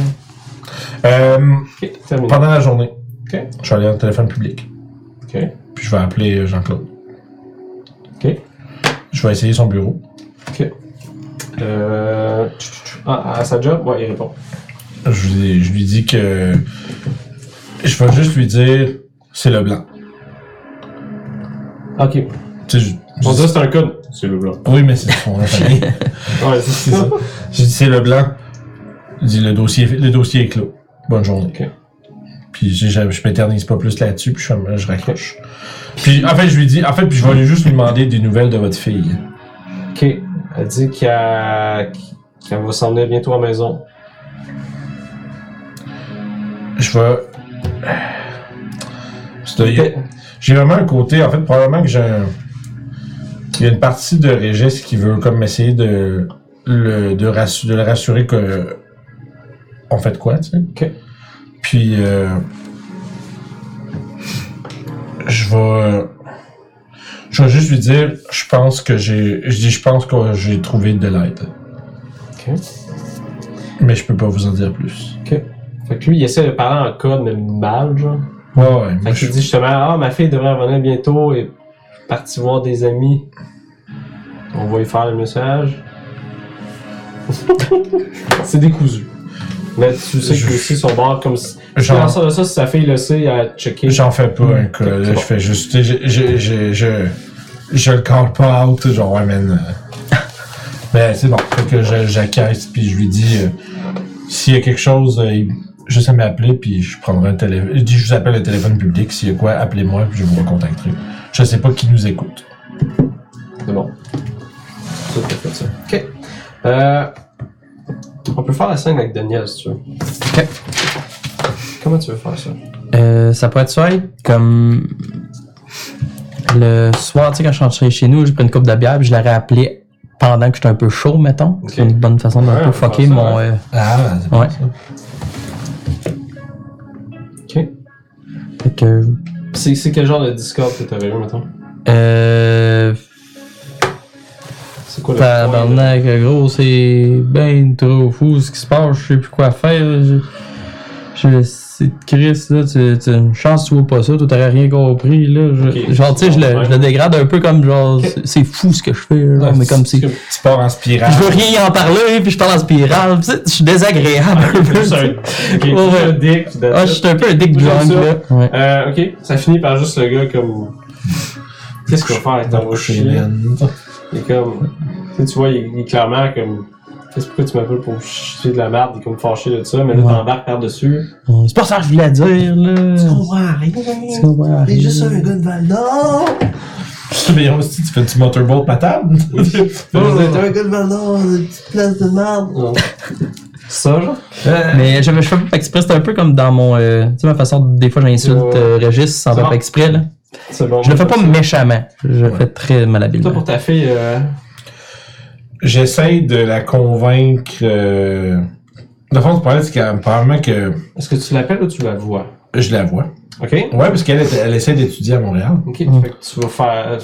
Speaker 1: Euh.
Speaker 3: Ok, terminé.
Speaker 1: Pendant la journée,
Speaker 3: Ok.
Speaker 1: je vais aller au téléphone public.
Speaker 3: Ok.
Speaker 1: Puis je vais appeler euh, Jean-Claude.
Speaker 3: Ok.
Speaker 1: Je vais essayer son bureau.
Speaker 3: Euh, tch, tch, tch. ah, à sa job? Ouais, il répond.
Speaker 1: Je lui, je lui dis que. Je vais juste lui dire c'est le blanc.
Speaker 3: Ok.
Speaker 1: Tu sais, je- je
Speaker 3: On
Speaker 1: dis-
Speaker 3: dirait que c'est un code. C'est le blanc.
Speaker 1: oui, mais c'est son nom de famille.
Speaker 3: Ouais, c'est
Speaker 1: C'est ça. J'ai dit c'est le blanc. Je dis le dossier, le dossier est clos. Bonne journée.
Speaker 3: Ok.
Speaker 1: Puis je, je, je m'éternise pas plus là-dessus, puis je, fais- je raccroche. Puis en fait, je lui dis, en fait, puis je vais lui juste lui demander des nouvelles de votre fille.
Speaker 3: Ok. Elle dit qu'elle qu'elle va s'en venir bientôt à la maison.
Speaker 1: Je vais. C'est- il y a- J'ai vraiment un côté, en fait, probablement que j'ai un- Il y a une partie de Régis qui veut comme essayer de le, de rassu- de le rassurer que euh, on fait de quoi, tu sais.
Speaker 3: Ok.
Speaker 1: Puis euh, je vais je vais juste lui dire je pense que j'ai je dis je pense que j'ai trouvé de l'aide,
Speaker 3: Ok.
Speaker 1: mais je peux pas vous en dire plus.
Speaker 3: Fait que lui, il essaie de parler en code, mais mal, genre.
Speaker 1: Ouais ouais,
Speaker 3: Fait
Speaker 1: moi,
Speaker 3: qu'il
Speaker 1: je,
Speaker 3: dit justement, ah, ma fille devrait revenir bientôt et partir voir des amis. On va lui faire le message. c'est décousu. Mais tu sais que aussi son bord, comme si.
Speaker 1: Genre-
Speaker 3: Genre... Ça, ça, si sa fille le sait, à checker.
Speaker 1: J'en fais pas un cas,
Speaker 3: c'est
Speaker 1: là,
Speaker 3: bon.
Speaker 1: je fais juste, tu sais, je, je, je, je, je le call pas out, genre, ouais, man. euh. Mais c'est bon, fait que je- j'acquiesce, puis je lui dis, euh, s'il y a quelque chose, euh, il- juste à m'appeler, puis je prendrai un téléphone, je dis, je vous appelle le téléphone public, s'il y a quoi, appelez-moi, puis je vous recontacterai. Je sais pas qui nous écoute.
Speaker 3: C'est bon. Ça, t'as fait ça. Ok. Euh, on peut faire la scène avec Daniel si tu veux.
Speaker 2: Ok.
Speaker 3: Comment tu veux faire ça?
Speaker 2: Euh, ça pourrait être soit comme le soir, tu sais, quand je suis rentré chez nous, j'ai pris une coupe de bière, puis je l'aurais appelé pendant que j'étais un peu chaud, mettons. C'est
Speaker 3: Ok.
Speaker 2: une bonne façon d'un
Speaker 3: Ouais, on
Speaker 2: peu
Speaker 3: peut faire
Speaker 2: fucker
Speaker 3: ça,
Speaker 2: mon.
Speaker 3: ouais.
Speaker 2: euh,
Speaker 1: Ah, c'est
Speaker 2: bon, Ouais.
Speaker 1: ça.
Speaker 3: Ok.
Speaker 2: fait que.
Speaker 3: C'est, c'est quel genre de Discord que t'avais eu, mettons?
Speaker 2: Euh.
Speaker 3: C'est quoi le
Speaker 1: Ben,
Speaker 3: point de-
Speaker 2: Tabarnak, gros, c'est ben trop fou ce qui se passe, je sais plus quoi faire. Je, je, c'est Chris, là, tu, tu une chance que tu vois pas ça, tu t'aurais rien compris, là. Je-
Speaker 3: Ok.
Speaker 2: genre, tu sais, je le, je le dégrade un peu comme genre,
Speaker 3: Ok.
Speaker 2: c'est- c'est fou ce que je fais, là, mais comme si.
Speaker 3: C'est
Speaker 2: Je
Speaker 1: Tu pars en spirale.
Speaker 2: veux rien en parler, puis je parle en spirale, puis c'est- je suis désagréable un peu.
Speaker 3: Ah, Juste un.
Speaker 2: tu
Speaker 3: Ok,
Speaker 2: Ouais,
Speaker 3: juste
Speaker 2: Oh, ouais.
Speaker 3: un dick, puis
Speaker 2: sais.
Speaker 3: that's
Speaker 2: Ah, je
Speaker 3: it.
Speaker 2: suis un peu un dick
Speaker 3: Toujours
Speaker 2: drunk,
Speaker 3: ça.
Speaker 2: là. Ouais.
Speaker 3: Euh, ok. Ça finit par juste le gars comme. Qu'est-ce qu'il va faire avec ton gros
Speaker 1: Coucher,
Speaker 3: chien?
Speaker 1: man.
Speaker 3: Il est comme. Tu sais, tu vois, il, il est clairement comme. Qu'est-ce pourquoi tu m'appelles pour chier de la merde? Il est comme fâché de ça, mais là,
Speaker 2: Ouais.
Speaker 3: t'embarques par-dessus.
Speaker 2: Ouais, C'est pas ça que je voulais dire, là. Tu comprends rien.
Speaker 1: de Val d'Or! Mais aussi, tu fais du motorboat ma table?
Speaker 3: un
Speaker 1: gars de Val d'Or, une petite place de merde!
Speaker 3: Non. ça, genre?
Speaker 1: Euh,
Speaker 2: Mais j'avais- je fais pas exprès, c'est un peu comme dans mon. euh, tu sais, ma façon, de- des fois, j'insulte
Speaker 3: Ouais.
Speaker 2: euh, Régis sans
Speaker 3: C'est
Speaker 2: faire
Speaker 3: bon.
Speaker 2: pas exprès, là.
Speaker 3: C'est bon.
Speaker 2: Je le fais pas méchamment. Je le
Speaker 1: Ouais.
Speaker 2: fais très
Speaker 3: Toi,
Speaker 2: malhabilement.
Speaker 3: pour ta fille, euh,
Speaker 1: J'essaie de la convaincre. Euh... Dans le fond, le problème, c'est qu'apparemment que
Speaker 3: est-ce que tu l'appelles ou tu la vois?
Speaker 1: je la vois.
Speaker 3: OK?
Speaker 1: Ouais, parce qu'elle est- elle essaie d'étudier à Montréal.
Speaker 3: OK,
Speaker 2: Mm.
Speaker 3: fait que tu vas faire... euh,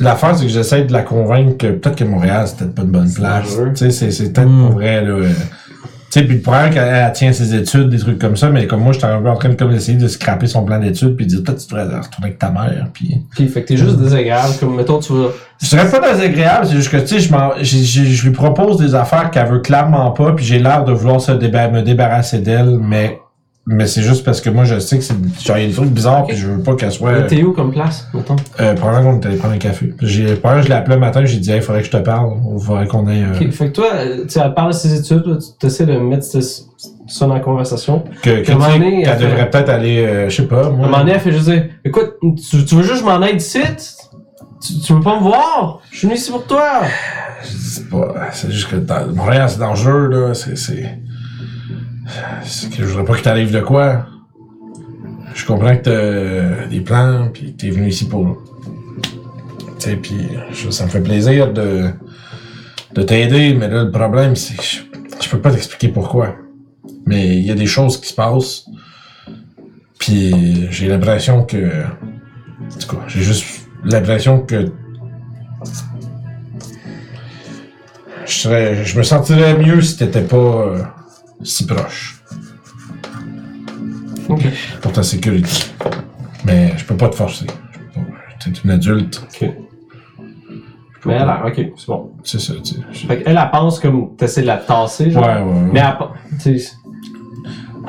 Speaker 1: L'affaire, c'est que j'essaie de la convaincre que peut-être que Montréal, c'est peut-être pas une bonne place.
Speaker 3: dangereux.
Speaker 1: Tu sais, c'est- c'est peut-être
Speaker 2: Mm.
Speaker 1: pas vrai, là. euh. Tu sais, puis le problème, qu'elle elle tient ses études, des trucs comme ça, mais comme moi, j'étais un peu en train de comme essayer de scraper son plan d'études, puis de dire peut-être que tu devrais retourner avec ta mère, puis.
Speaker 3: OK, fait que t'es juste désagréable, comme, mettons, tu vas...
Speaker 1: Je serais pas désagréable, c'est juste que, tu sais, je, m'en- j'ai- j'ai- je lui propose des affaires qu'elle veut clairement pas, puis j'ai l'air de vouloir se déba- me débarrasser d'elle, mais, mais c'est juste parce que moi, je sais que c'est genre, il y a des trucs bizarres, puis je veux pas qu'elle soit.
Speaker 3: T'es où comme place, mettons?
Speaker 1: Euh, pendant qu'on était allé prendre un café. Puis J'ai, pendant que je l'ai appelé le matin, j'ai dit, hey, faudrait que je te parle, il faudrait qu'on aille. euh,
Speaker 3: OK, fait que toi, euh, tu sais, elle parle de ses études, là, tu essaies de mettre ce- ce- ça dans la conversation.
Speaker 1: que, que
Speaker 3: À un moment
Speaker 1: tu sais,
Speaker 3: donné,
Speaker 1: qu'elle
Speaker 3: elle fait-
Speaker 1: devrait peut-être aller, euh, je sais pas,
Speaker 3: À
Speaker 1: moi.
Speaker 3: un moment donné, elle fait juste dire, « Écoute, tu, tu veux juste que je m'en aille d'ici? Tu, tu veux pas me voir? Je suis venu ici pour toi!
Speaker 1: C'est, pas- c'est juste que dans, Montréal, c'est dangereux, là. C'est, c'est, c'est que je voudrais pas que t'arrives de quoi. Je comprends que t'as euh, des plans, puis que t'es venu ici pour. Tu sais, puis je- ça me fait plaisir de, de t'aider, mais là, le problème, c'est que je, je peux pas t'expliquer pourquoi. Mais il y a des choses qui se passent, puis j'ai l'impression que. En tout cas, j'ai juste l'impression que. Je, serais, je me sentirais mieux si t'étais pas euh, si proche
Speaker 3: OK.
Speaker 1: pour ta sécurité. Mais je peux pas te forcer. Je peux pas- T'es une adulte.
Speaker 3: OK. Mais elle, elle- OK, c'est bon.
Speaker 1: C'est ça, tu sais. je-
Speaker 3: Fait qu'elle, elle pense comme t'essaies de la tasser,
Speaker 1: Ouais,
Speaker 3: genre.
Speaker 1: ouais, ouais.
Speaker 3: Mais elle, pa- tu sais,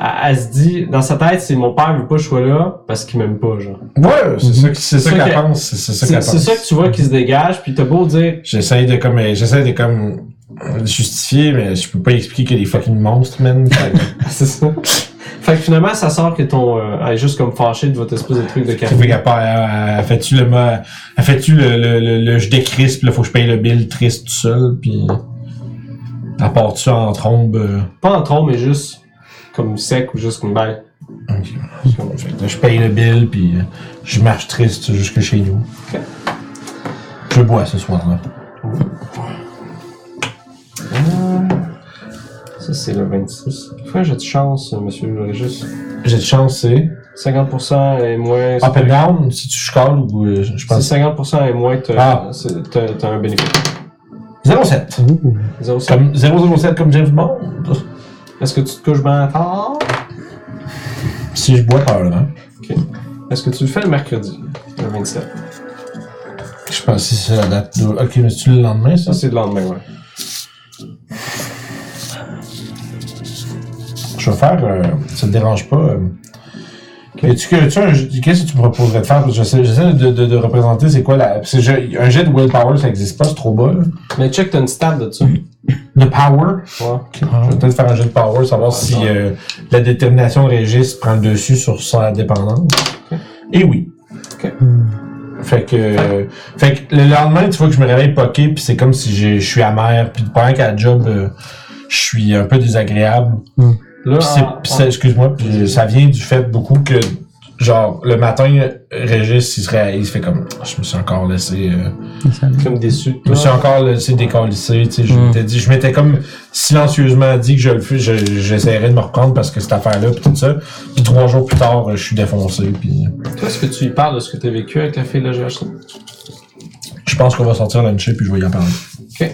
Speaker 3: elle, elle se dit, dans sa tête, c'est mon père veut pas que je sois là parce qu'il m'aime pas, genre.
Speaker 1: Ouais, c'est ça, qui- c'est ça
Speaker 3: C'est ça
Speaker 1: qu'elle
Speaker 3: que-
Speaker 1: pense. C'est c'est ça
Speaker 3: C'est
Speaker 1: qu'elle
Speaker 3: c'est
Speaker 1: pense.
Speaker 3: ça que tu vois qui se dégage, puis t'as beau dire,
Speaker 1: J'essaie de comme, euh, j'essaie de comme euh, justifier, mais je peux pas expliquer qu'il y a des fucking monstres, man. Fait que-
Speaker 3: Ah, c'est ça. Fait que finalement, ça sort que ton, euh, elle est juste comme fâchée de votre espèce de truc de
Speaker 1: fait
Speaker 3: café.
Speaker 1: qu'elle part, elle- elle fait-tu le, ma- elle fait-tu le, le, le, le- je décrispe, là, faut que je paye le bill triste tout seul, puis elle part-tu en trombe. euh,
Speaker 3: Pas en trompe, mais juste comme sec ou juste comme ben, bail.
Speaker 1: ok. Fait que là, je paye le bill, puis euh, je marche triste jusque chez nous.
Speaker 3: Ok.
Speaker 1: Je bois ce soir-là.
Speaker 3: Ça, c'est le 26. Pourquoi j'ai de chance, euh, monsieur Régis?
Speaker 1: J'ai de chance, c'est
Speaker 3: 50% et moins.
Speaker 1: up and down, si tu colles ou euh, je je
Speaker 3: Si
Speaker 1: pense.
Speaker 3: 50% et moins, t'as
Speaker 1: Ah.
Speaker 3: c'est- t'as- t'as un bénéfice.
Speaker 1: 0,7.
Speaker 2: Ouh.
Speaker 3: Zéro cinq.
Speaker 1: Comme 007 comme James Bond.
Speaker 3: Est-ce que tu te couches bien tard?
Speaker 1: Si je bois hein. par là.
Speaker 3: Est-ce que tu le fais le mercredi, le 27?
Speaker 1: Je pense que c'est la date. De... Ok, mais c'est le lendemain, ça?
Speaker 3: Ça, c'est le lendemain, ouais.
Speaker 1: Je je vais faire. euh, ça te dérange pas. euh, es-tu que- tu as un jet- Qu'est-ce que tu me proposerais de faire? Parce que j'essaie j'essaie de, de- de représenter c'est quoi la. parce que j'ai- un jet de willpower, ça n'existe pas, c'est trop bas. là.
Speaker 3: Mais check, t'as une stat de ça. Ouais.
Speaker 1: De power? Je vais peut-être faire un jet de power, savoir si euh, la détermination de Régis prend le dessus sur sa dépendance. Et oui. Hmm.
Speaker 3: Ok.
Speaker 1: Fait que, euh, fait que le lendemain, tu vois que je me réveille poqué, puis c'est comme si j'ai- je suis amer, puis pendant qu'à la job, euh, je suis un peu désagréable.
Speaker 3: Là,
Speaker 1: Puis c'est- puis c'est-
Speaker 3: en-
Speaker 1: excuse-moi, puis ça vient du fait beaucoup que, genre, le matin, Régis, il, serait, il se fait comme, Ah, je me suis encore laissé... euh,
Speaker 2: Ah,
Speaker 3: en- comme déçu. de
Speaker 1: je me suis
Speaker 3: toi.
Speaker 1: encore laissé décalisser, tu sais, je
Speaker 2: Mm.
Speaker 1: m'étais dit, je m'étais comme silencieusement dit que je le fais, je- j'essaierais de me reprendre parce que cette affaire-là, pis tout ça. Puis trois jours plus tard, euh, je suis défoncé, puis
Speaker 3: Toi, est-ce que tu y parles de ce que t'as vécu avec la fille de la GHC?
Speaker 1: je pense qu'on va sortir luncher puis je vais y en parler.
Speaker 3: Ok.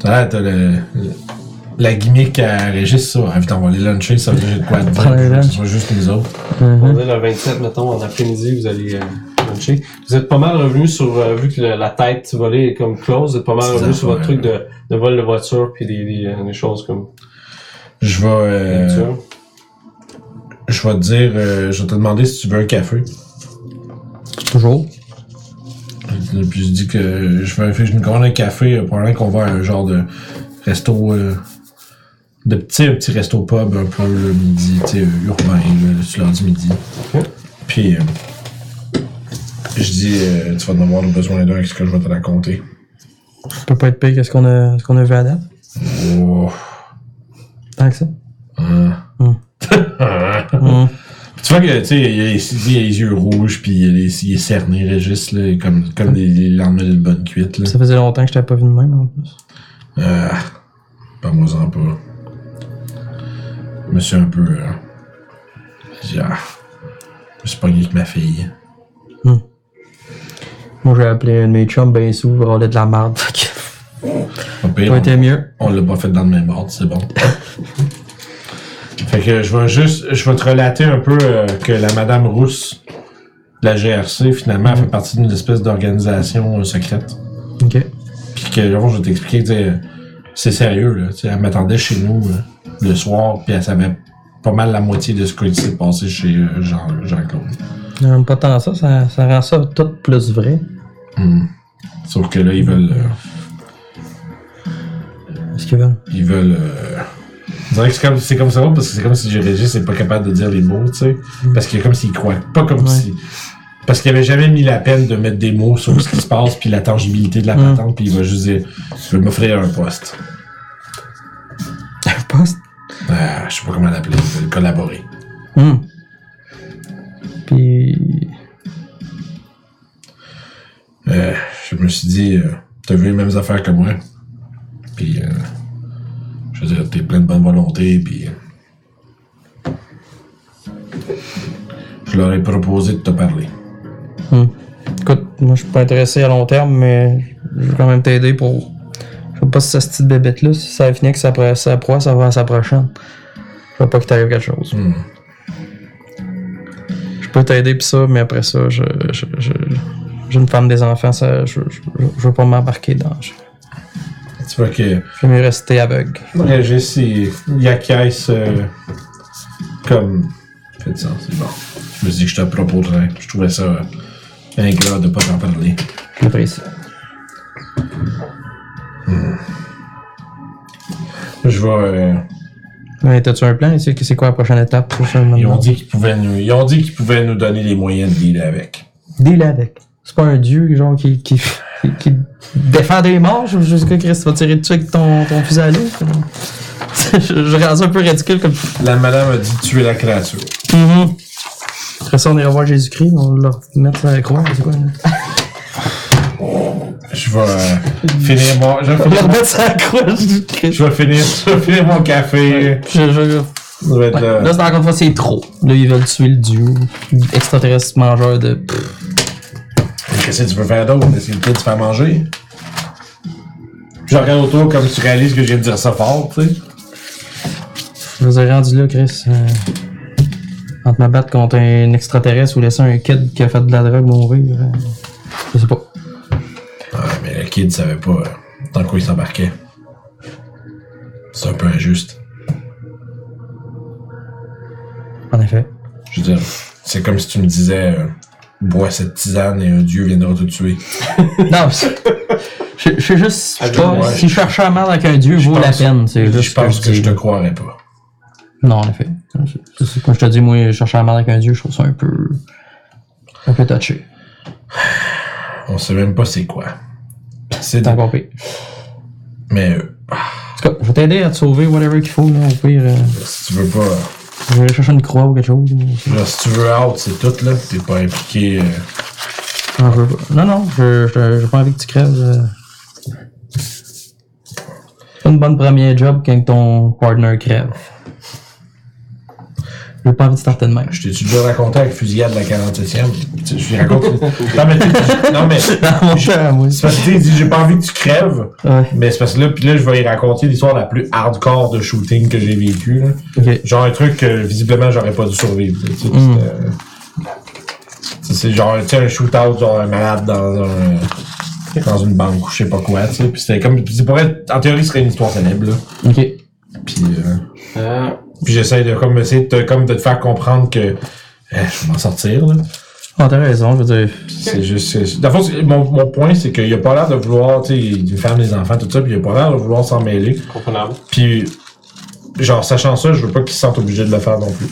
Speaker 1: T'as l'air, t'as le, le- la gimmick à Régis, ça. Ah, vite, on va aller luncher, ça veut dire quoi de
Speaker 2: Prends les
Speaker 1: dire,
Speaker 2: lunch.
Speaker 1: que ce soit juste les autres.
Speaker 3: On va dire le 27, mettons, en après-midi, vous allez euh, luncher. Vous êtes pas mal revenu sur, euh, vu que le- la tête volée est comme close, vous êtes pas mal
Speaker 1: C'est
Speaker 3: revenu
Speaker 1: ça,
Speaker 3: sur votre
Speaker 1: ouais.
Speaker 3: truc de, de vol de voiture puis des, des, euh, des choses comme
Speaker 1: Je vais, euh,
Speaker 3: voiture.
Speaker 1: je vais te dire, euh, je vais te demander si tu veux un café.
Speaker 2: Toujours.
Speaker 1: Puis je dis que je vais je me commande un café euh, pendant qu'on va à un genre de resto euh, de petit un petit resto pub un peu le midi, tu sais, euh, urbain, là, sur l'heure du midi.
Speaker 3: Ok.
Speaker 1: Puis euh, je dis euh, tu vas en avoir besoin d'un, qu'est-ce que je vais te raconter?
Speaker 2: Ça peut pas être pire que ce qu'on a, ce qu'on a vu à date.
Speaker 1: Oh,
Speaker 2: Tant que ça.
Speaker 1: hein.
Speaker 2: Mm. Hum.
Speaker 1: Tu vois que tu sais, il a, les- il a les yeux rouges puis il, a les- il est cerné Régis là, comme, comme des des larmes de bonne cuite là.
Speaker 2: Hum. Ça faisait longtemps que je t'avais pas vu de même en plus.
Speaker 1: Ah, pas moi en pas. Je me suis un peu. euh, j'ai dit, ah, je me suis pogné avec ma fille.
Speaker 2: Moi j'ai appelé un de mes chums ben sous pour aller de la merde. Fait que
Speaker 1: Pas pire,
Speaker 2: Ça aurait été mieux.
Speaker 1: on, on l'a pas fait dans le même ordre, c'est bon. fait que je vais juste. Je vais te relater un peu euh, que la Madame Rousse de la GRC, finalement, fait partie d'une espèce d'organisation euh, secrète.
Speaker 2: Ok.
Speaker 1: Puis que, avant, je vais t'expliquer, tu sais, c'est sérieux, là. Tu sais, elle m'attendait chez nous là, le soir, puis elle savait pas mal la moitié de ce qui s'est passé chez euh, Jean, Jean-Claude.
Speaker 2: Non, pas tant ça, ça, ça rend ça tout plus vrai.
Speaker 1: Hmm. Sauf que là, ils veulent. euh,
Speaker 2: Ce qu'ils veulent.
Speaker 1: ils veulent. euh, on dirait que c'est comme, c'est comme ça, parce que c'est comme si Régis n'est pas capable de dire les mots, tu sais. Parce que comme s'il croit. Pas comme
Speaker 2: Hmm. Ouais.
Speaker 1: si. Parce qu'il avait jamais mis la peine de mettre des mots sur ce qui se passe, puis la tangibilité de la
Speaker 2: Hmm.
Speaker 1: patente, puis il va juste dire Je vais m'offrir un poste.
Speaker 2: Un poste.
Speaker 1: Ah, je sais pas comment l'appeler, je vais le collaborer.
Speaker 2: Hum. Puis.
Speaker 1: Euh, je me suis dit, euh, t'as vu les mêmes affaires que moi. Puis, euh, je veux dire, t'es plein de bonne volonté. Puis, euh, je leur ai proposé de te parler.
Speaker 2: Hum. Écoute, moi je suis pas intéressé à long terme, mais je vais quand même t'aider pour. Je sais pas si ça se petite bébête là, si ça finit que ça pro- sa proie, ça va à sa prochaine. Je veux pas qu'il t'arrive quelque chose.
Speaker 1: Hmm.
Speaker 2: Je peux t'aider pis ça, mais après ça, je. je, je, j'ai une femme des enfants, ça, je, je, je veux pas m'embarquer dans. Je,
Speaker 1: Tu vois que
Speaker 2: je vais mieux rester aveugle.
Speaker 1: Régis, il, il acquiesce euh, comme. Faites ça, c'est bon. Je me suis dit que je te proposerais. Je trouvais ça euh, ingrat de pas t'en parler.
Speaker 2: J'apprécie.
Speaker 1: Je vais. euh,
Speaker 2: Mais t'as-tu un plan? C'est c'est quoi la prochaine étape pour ça
Speaker 1: ils ont
Speaker 2: maintenant?
Speaker 1: dit qu'ils pouvaient nous. Ils ont dit qu'ils pouvaient nous donner les moyens de dealer avec.
Speaker 2: Deal avec. C'est pas un dieu, genre, qui, qui, qui, qui défend des morts jusqu'à Christ. Tu vas tirer dessus avec ton, ton fusil à l'eau. je, je rends ça un peu ridicule comme. Mhm.
Speaker 1: La madame a dit de tuer la créature.
Speaker 2: Après ça, on ira voir Jésus-Christ, on va leur mettre sur la croix, c'est quoi? là?
Speaker 1: Je vais euh, finir mon. Je vais
Speaker 2: On va leur
Speaker 1: finir,
Speaker 2: mettre sur la croix, Jésus-Christ.
Speaker 1: je vais finir, je vais finir mon café.
Speaker 2: Je- je-
Speaker 1: Je vais être euh,
Speaker 2: Ouais.
Speaker 1: là.
Speaker 2: Là, c'est encore une fois, c'est trop. Là, ils veulent tuer le dieu. Extraterrestre mangeur de.
Speaker 1: Qu'est-ce que tu veux faire d'autre? Est-ce que tu faire manger? Je regarde autour comme tu réalises que je viens de dire ça fort, tu sais.
Speaker 2: Je vous ai rendu là, Chris. euh, entre me battre contre un extraterrestre ou laisser un kid qui a fait de la drogue mourir. euh, je sais pas.
Speaker 1: Ah, mais le kid savait pas euh, dans quoi il s'embarquait. C'est un peu injuste.
Speaker 2: En effet.
Speaker 1: Je veux dire, c'est comme si tu me disais euh, bois cette tisane et un dieu viendra te tuer.
Speaker 2: Non, c'est- je je suis juste.
Speaker 3: Ah,
Speaker 2: je sais pas,
Speaker 1: ouais.
Speaker 2: si chercher à merde avec un dieu vaut la
Speaker 1: pense-
Speaker 2: peine, c'est juste.
Speaker 1: Je pense que je te
Speaker 2: dis.
Speaker 1: croirais pas.
Speaker 2: Non, en effet. C'est- c'est- Comme je te dis, moi, chercher à merde avec un dieu, je trouve ça un peu. un peu touché.
Speaker 1: On sait même pas c'est quoi. C'est
Speaker 2: T'as compris.
Speaker 1: Mais euh,
Speaker 2: En tout cas, je vais t'aider à te sauver, whatever qu'il faut, là. Au pire, euh,
Speaker 1: si tu veux pas.
Speaker 2: je vais aller chercher une croix ou quelque chose. là.
Speaker 1: Genre, si tu veux out, c'est tout là. T'es pas impliqué. euh,
Speaker 2: Non, Ah, je veux pas. Non, non, je, je, j'ai pas envie que tu crèves. euh. C'est pas une bonne première job quand ton partner crève. J'ai pas envie de starter de même.
Speaker 1: Je t'ai-tu déjà raconté avec fusillade de la 47e? Tu sais, Je lui raconte. non, mais tu sais, non, mais. C'est
Speaker 2: Dans mon chat, moi.
Speaker 1: parce que tu sais, il dit, j'ai pas envie que tu crèves.
Speaker 2: Ouais,
Speaker 1: Mais c'est parce que là, puis là, je vais y raconter l'histoire la plus hardcore de shooting que j'ai vécu. là.
Speaker 2: ok.
Speaker 1: Genre un truc que visiblement j'aurais pas dû survivre. là, tu sais,
Speaker 2: Mm.
Speaker 1: c'était, euh, tu sais, C'est genre tu sais, un shootout, genre un malade dans un. Dans une banque ou je sais pas quoi, tu sais. Puis c'était comme. c'est pour être- en théorie, ce serait une histoire célèbre, là.
Speaker 2: Ok.
Speaker 1: Puis, euh,
Speaker 3: Euh,
Speaker 1: puis j'essaie de comme essayer de te, comme de te faire comprendre que. eh, je vais m'en sortir, là.
Speaker 2: Ah, t'as raison, je veux dire.
Speaker 1: C'est juste. c'est- Dans le fond, c'est- mon, mon point, c'est qu'il a pas l'air de vouloir, tu sais, il- une femme, des enfants, tout ça, puis il a pas l'air de vouloir s'en mêler.
Speaker 3: comprenable.
Speaker 1: Puis, genre, sachant ça, je veux pas qu'il se sente obligé de le faire non plus.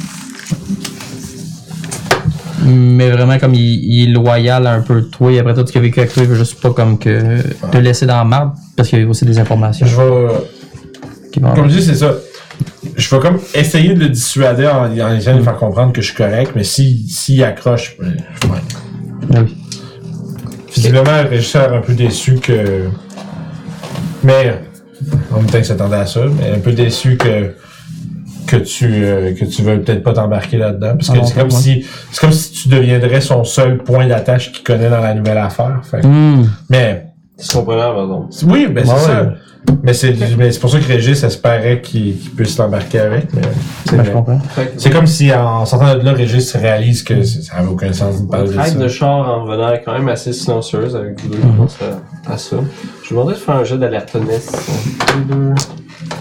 Speaker 2: Mais vraiment, comme il, il est loyal un peu de toi, et après tout ce qu'il a vécu avec toi, il veut juste pas comme que te laisser dans la marbre, parce qu'il y a aussi des informations
Speaker 1: Je vais.
Speaker 2: qui vont.
Speaker 1: Comme je dis, c'est ça. Je vais comme essayer de le dissuader en, en essayant de lui faire comprendre que je suis correct, mais s'il si, s'il accroche, ben, ouais.
Speaker 2: Ah oui.
Speaker 1: Visiblement, le régisseur un peu déçu que. Mais. En même temps, il s'attendait à ça, mais un peu déçu que. Que tu, euh, que tu veux peut-être pas t'embarquer là-dedans. Parce que
Speaker 2: Ah,
Speaker 1: c'est comme
Speaker 2: ouais.
Speaker 1: si. C'est comme si tu deviendrais son seul point d'attache qu'il connaît dans la nouvelle affaire. Fait. que-
Speaker 2: Hmm.
Speaker 1: Mais.
Speaker 3: C'est comprenable, par contre.
Speaker 1: Oui, ben c'est
Speaker 2: Ouais,
Speaker 1: ça.
Speaker 2: ouais.
Speaker 1: Mais c'est mais c'est pour ça que Régis espérait qu'il qu'il puisse l'embarquer avec. mais c'est
Speaker 2: Ben,
Speaker 1: vrai.
Speaker 2: je comprends.
Speaker 3: Fait que
Speaker 1: C'est comme si en sortant de là, Régis réalise que c- ça n'avait aucun sens de parler
Speaker 3: Votre
Speaker 1: de ça.
Speaker 3: aide de char en venant est quand même assez silencieuse avec vous deux, je
Speaker 2: Mhm.
Speaker 3: pense à, à ça. Je vous demanderais de faire un jet d'alertness. tous les deux,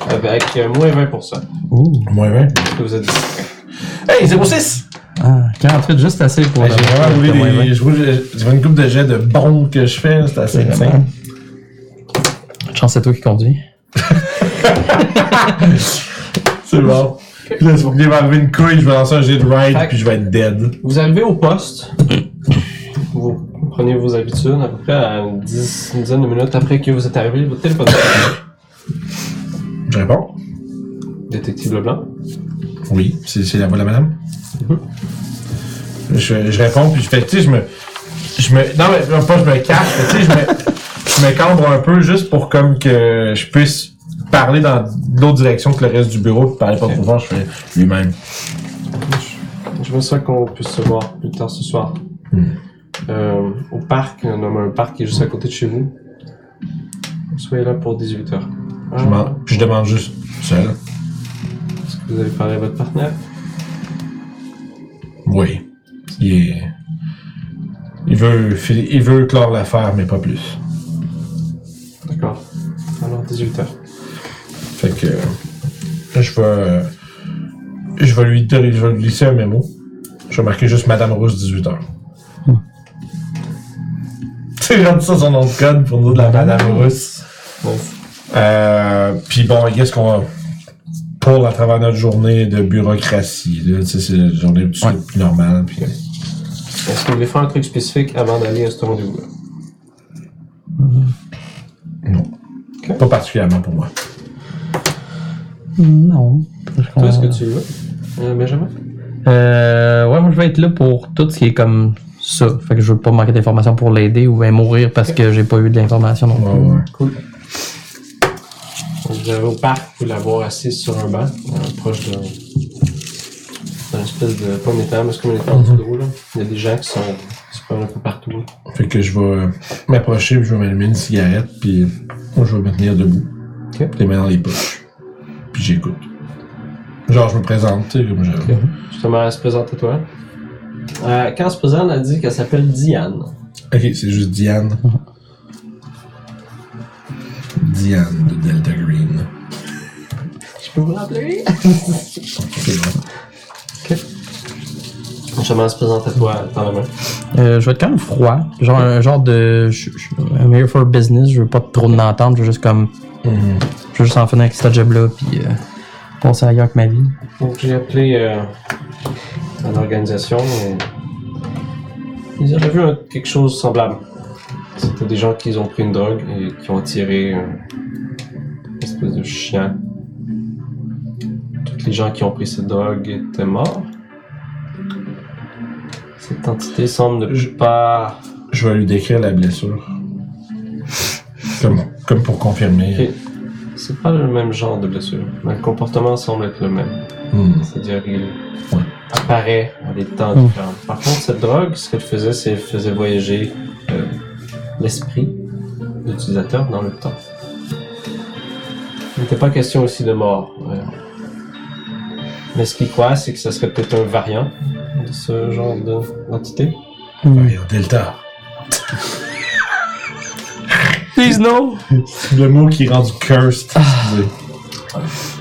Speaker 3: Avec euh, moins 20%.
Speaker 2: Ouh.
Speaker 1: Moins 20.
Speaker 3: Est-ce que vous êtes distrait?
Speaker 1: Hey, 06!
Speaker 2: Ah, 48, juste assez pour.
Speaker 1: Ouais, Ben, j'ai
Speaker 2: avoir-
Speaker 1: vraiment roulé
Speaker 2: Ouais, ouais.
Speaker 1: des. Je roule- je- j'ai une coupe de jets de bombes que je fais, c'est assez simple.
Speaker 2: Je pense que c'est toi qui conduis.
Speaker 1: C'est bon. Puis Là, c'est pour qu'il va arriver une couille, je vais lancer un jet de ride,
Speaker 3: Fait-
Speaker 1: puis je vais être dead.
Speaker 3: Vous arrivez au poste. Vous prenez vos habitudes à peu près à une, dix- une dizaine de minutes après que vous êtes arrivé. Votre téléphone sonne.
Speaker 1: Je réponds.
Speaker 3: Détective Leblanc.
Speaker 1: Oui, c'est c'est la voix de la madame.
Speaker 3: Mhm.
Speaker 1: Je, je réponds, puis je fais, tu sais, je me. Je me. Non, mais non, pas je me cache, mais tu sais, je me. Je me cambre un peu juste pour comme que je puisse parler dans l'autre direction que le reste du bureau, puis parler pas trop fort, je fais lui-même.
Speaker 3: Je me sens qu'on puisse se voir plus tard ce soir.
Speaker 1: Hmm.
Speaker 3: Euh, au parc, on a un parc qui est juste à côté de chez vous. Soyez là pour Ah, 18h.
Speaker 1: Je, m'en- puis je demande juste seul.
Speaker 3: Est-ce que vous avez parlé à votre partenaire
Speaker 1: Oui. Il est- Il veut, fi- il veut clore l'affaire, mais pas plus.
Speaker 3: D'accord. Alors 18h.
Speaker 1: Fait que. Je vais. Je vais lui, donner- je vais lui laisser un mémo. Je vais marquer juste Madame Rousse 18h.
Speaker 2: Hmm.
Speaker 1: Tu rentres ça son nom de code pour nous de la Madame Rousse. Euh, Puis bon, qu'est-ce qu'on va. Pour à travers notre journée de bureaucratie. Là, tu sais, c'est la journée un petit peu plus normale. Puis,
Speaker 3: Est-ce que vous voulez faire un truc spécifique avant d'aller à ce rendez-vous
Speaker 1: Pas particulièrement pour moi.
Speaker 2: Non.
Speaker 3: Toi, est-ce que tu y vas Euh, Benjamin
Speaker 2: Euh, ouais, moi je vais être là pour tout ce qui est comme ça. Fait que je veux pas manquer d'informations pour l'aider ou bien mourir parce que j'ai pas eu de l'information non
Speaker 1: Ouais,
Speaker 2: plus.
Speaker 1: ouais.
Speaker 3: Cool. Donc, vous avez au parc, vous pouvez l'avoir assise sur un banc, euh, proche d'un. d'un espèce de. pas métal, mais c'est comme un étang du dos, là. Il y a des gens qui sont. qui se promènent un peu partout.
Speaker 1: Fait que je vais euh, m'approcher, puis je vais m'allumer une cigarette, puis moi, je vais me tenir debout.
Speaker 3: Ok.
Speaker 1: Les mains dans les poches. Puis j'écoute. Genre, je me présente, tu sais, comme je.
Speaker 3: Justement, elle se présente à toi. Euh, quand elle se présente, elle dit qu'elle s'appelle Diane.
Speaker 1: Ok, c'est juste Diane. Diane de Delta Green.
Speaker 3: Je peux vous rappeler?
Speaker 1: C'est bon.
Speaker 3: Ok. Justement, elle se présente à toi, elle tend la main.
Speaker 2: Euh, je vais être quand même froid. Genre un genre de. Je, je, I'm here for business, je veux pas trop de m'entendre, je veux juste comme.
Speaker 1: Mhm.
Speaker 2: Je veux juste en finir avec cette job-là, puis euh, passer ailleurs que ma vie.
Speaker 3: Donc j'ai appelé euh, à l'organisation et ils avaient vu un- quelque chose de semblable. C'était des gens qui ont pris une drogue et qui ont tiré euh, une espèce de chien. Tous les gens qui ont pris cette drogue étaient morts. Cette entité semble ne
Speaker 1: Je-
Speaker 3: pas...
Speaker 1: Je vais lui décrire la blessure. Comme, comme pour confirmer.
Speaker 3: Ok. C'est pas le même genre de blessure, mais le comportement semble être le même.
Speaker 1: Hmm.
Speaker 3: C'est-à-dire qu'il
Speaker 1: Ouais.
Speaker 3: apparaît à des temps
Speaker 2: Mm.
Speaker 3: différents. Par contre, cette drogue, ce qu'elle faisait, c'est qu'elle faisait voyager euh, l'esprit de l'utilisateur dans le temps. Il n'était pas question aussi de mort. euh. Mais ce qu'il croit, c'est que ça serait peut-être un variant de ce genre de- d'entité.
Speaker 1: Variant Delta.
Speaker 2: Please no!
Speaker 1: Le mot qui rend du cursed. excusez.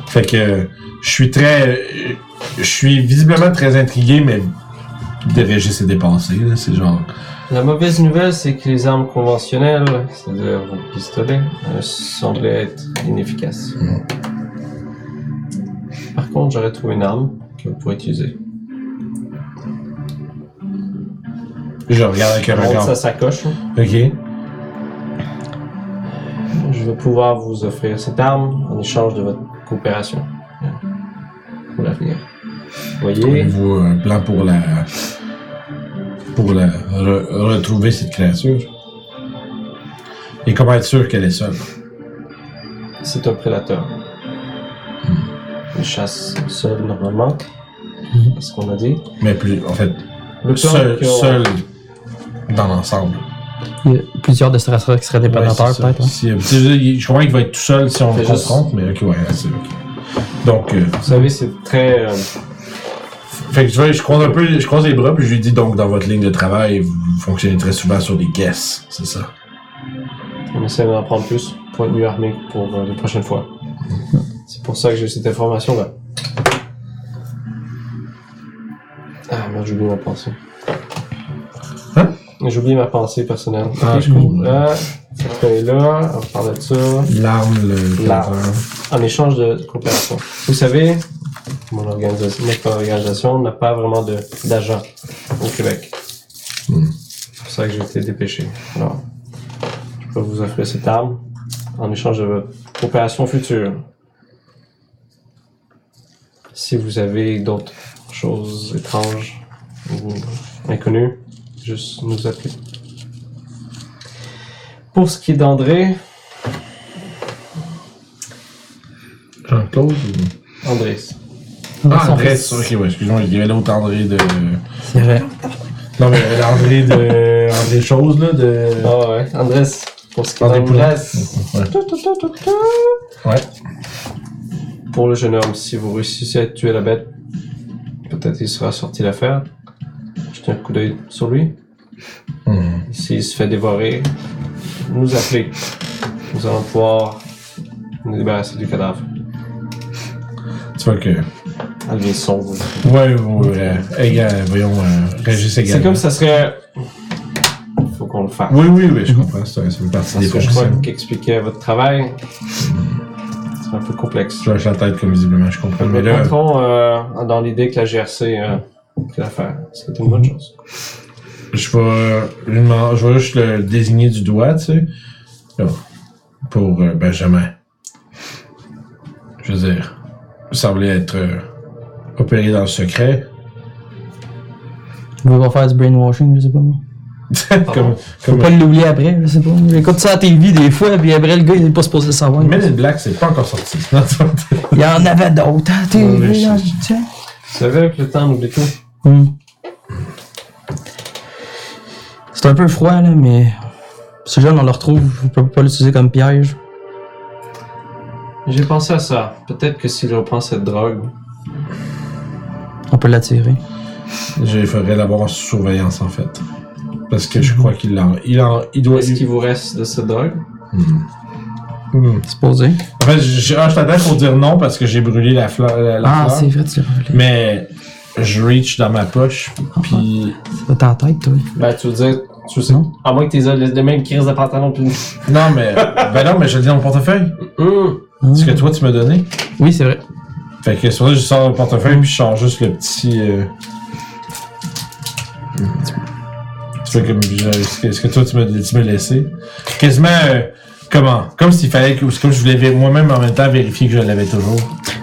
Speaker 1: Fait que je suis très. Je suis visiblement très intrigué, mais de Régis est dépassé. là. C'est genre.
Speaker 3: La mauvaise nouvelle, c'est que les armes conventionnelles, c'est-à-dire vos pistolets, euh, semblaient être inefficaces.
Speaker 1: Mm.
Speaker 3: Par contre, j'aurais trouvé une arme que vous pourrez utiliser.
Speaker 1: Je regarde avec un
Speaker 3: Elle monte
Speaker 1: regard.
Speaker 3: sa sacoche.
Speaker 1: Ok.
Speaker 3: Je vais pouvoir vous offrir cette arme en échange de votre coopération euh, pour l'avenir. Vous voyez,
Speaker 1: Avez-vous un plan pour la. pour la. re- retrouver cette créature? Et comment être sûr qu'elle est seule?
Speaker 3: c'est un prédateur. Il chasse seul normalement,
Speaker 2: Mhm.
Speaker 3: c'est ce qu'on a dit.
Speaker 1: Mais plus. en fait,
Speaker 3: Le plan
Speaker 1: Mm. seul,
Speaker 3: qu'on-
Speaker 1: seul dans l'ensemble.
Speaker 2: Il y a plusieurs de stress qui seraient des
Speaker 1: Ouais,
Speaker 2: prédateurs,
Speaker 1: c'est ça.
Speaker 2: peut-être. hein.
Speaker 1: Si, euh, c'est juste, il- je comprends qu'il va être tout seul si on le
Speaker 3: C'est juste-
Speaker 1: confronte, mais ok, ouais, c'est ok. Donc, euh,
Speaker 3: Vous savez, c'est très... euh,
Speaker 1: fait que tu vois, je croise un peu, je croise les bras, puis je lui dis donc dans votre ligne de travail, vous fonctionnez très souvent sur des guesses, c'est ça.
Speaker 3: On essaie d'en prendre plus pour être mieux armé pour euh, les prochaines fois. C'est pour ça que j'ai cette information là. Ah merde, j'ai oublié ma pensée.
Speaker 1: Hein?
Speaker 3: J'ai oublié ma pensée personnelle.
Speaker 1: Ah,
Speaker 3: ok, je
Speaker 1: oui.
Speaker 3: comprends. Là, cette feuille là, on parle de ça.
Speaker 1: L'arme, le.
Speaker 3: L'arme. En échange de coopération. Vous savez, mon organisation, notre organisation n'a pas vraiment de- d'agent au Québec.
Speaker 1: Hmm.
Speaker 3: C'est pour ça que j'ai été dépêché. Alors, je peux vous offrir cette arme en échange de votre coopération future. Si vous avez d'autres choses étranges ou inconnues, juste nous appeler. Pour ce qui est d'André,
Speaker 1: Jean-Claude
Speaker 3: Andrés.
Speaker 1: ou...
Speaker 2: Ouais,
Speaker 1: Ah,
Speaker 2: ça
Speaker 1: André,
Speaker 2: fait-
Speaker 1: c'est ok, ouais, excuse-moi, il y avait l'autre André de.
Speaker 2: C'est vrai.
Speaker 1: Non, mais euh, André de. André Chose, là, de.
Speaker 3: Ah ouais, Andrés. Pour ce qui est
Speaker 1: André
Speaker 3: d'Andrés.
Speaker 1: Ouais.
Speaker 3: Tout, tout, tout, tout, tout.
Speaker 1: Ouais.
Speaker 3: Pour le jeune homme, si vous réussissez à tuer la bête, peut-être il sera sorti l'affaire. Jetez un coup d'œil sur lui.
Speaker 1: Mhm.
Speaker 3: S'il se fait dévorer, nous appelez. Nous allons pouvoir nous débarrasser du cadavre.
Speaker 1: Tu vois que.
Speaker 3: Alvin sombre.
Speaker 1: Ouais, ouais, euh, égal, voyons, euh, Régis également.
Speaker 3: C'est comme ça serait. Faut qu'on le fasse.
Speaker 1: Oui, oui, oui, je comprends, c'est c'est une partie
Speaker 3: Parce
Speaker 1: des
Speaker 3: que je crois
Speaker 1: fonctions.
Speaker 3: qu'expliquer votre travail, c'est un peu complexe.
Speaker 1: Je lâche la tête, comme visiblement, je comprends. Mais là.
Speaker 3: Entrons euh, dans l'idée que la GRC euh, fait l'affaire. C'était une bonne chose.
Speaker 1: Je vais, lui demander- je vais juste le désigner du doigt, tu sais. Là, Pour euh, Benjamin. Je veux dire, il semblait être euh, opéré dans le secret.
Speaker 2: Ils vont faire du brainwashing, je sais pas. moi.
Speaker 1: comme,
Speaker 2: Faut
Speaker 1: comme
Speaker 2: pas l'oublier après, je sais pas. J'écoute ça à TV des fois, puis après, le gars, il est pas supposé le savoir.
Speaker 1: Men in Black, c'est pas encore sorti. Non, tu vois,
Speaker 2: Il y en avait d'autres hein, à TV,
Speaker 1: Ouais, je sais,
Speaker 2: là,
Speaker 1: je sais.
Speaker 2: tu sais.
Speaker 3: Vous savez, avec le temps, on oublie tout.
Speaker 2: Hum. C'est un peu froid, là, mais. Ce jeune, on le retrouve, on peut pas l'utiliser comme piège.
Speaker 3: J'ai pensé à ça. Peut-être que s'il reprend cette drogue,
Speaker 2: On peut l'attirer.
Speaker 1: je ferais l'avoir en surveillance, en fait. Parce que je crois qu'il en, il en, il doit.
Speaker 3: est-ce qu'il vous reste de cette drogue
Speaker 1: Hmm. Hmm.
Speaker 2: Supposé.
Speaker 1: En fait, je, je- ah, je t'attends pour dire non parce que j'ai brûlé la fleur. La, la
Speaker 2: Ah,
Speaker 1: fleur.
Speaker 2: c'est vrai, tu l'as brûlé.
Speaker 1: Mais je reach dans ma poche, puis
Speaker 2: C'est ta tête, toi.
Speaker 3: Ben, tu veux dire, tu sais,
Speaker 2: Non.
Speaker 3: à moins que t'aies les les mêmes crises de pantalon pis
Speaker 1: Non, mais. ben non, mais je le dis dans mon portefeuille.
Speaker 3: Hum!
Speaker 2: Ah.
Speaker 1: Ce que toi, tu m'as donné.
Speaker 2: Oui, c'est vrai.
Speaker 1: Fait que sur ça, je sors le portefeuille, puis je sors juste le petit. euh, Tu veux que je- ce que- ce que toi, tu m'as tu m'as laissé. Quasiment. euh, Comment? Comme s'il fallait que. Comme je voulais vé- moi-même en même temps vérifier que je l'avais toujours.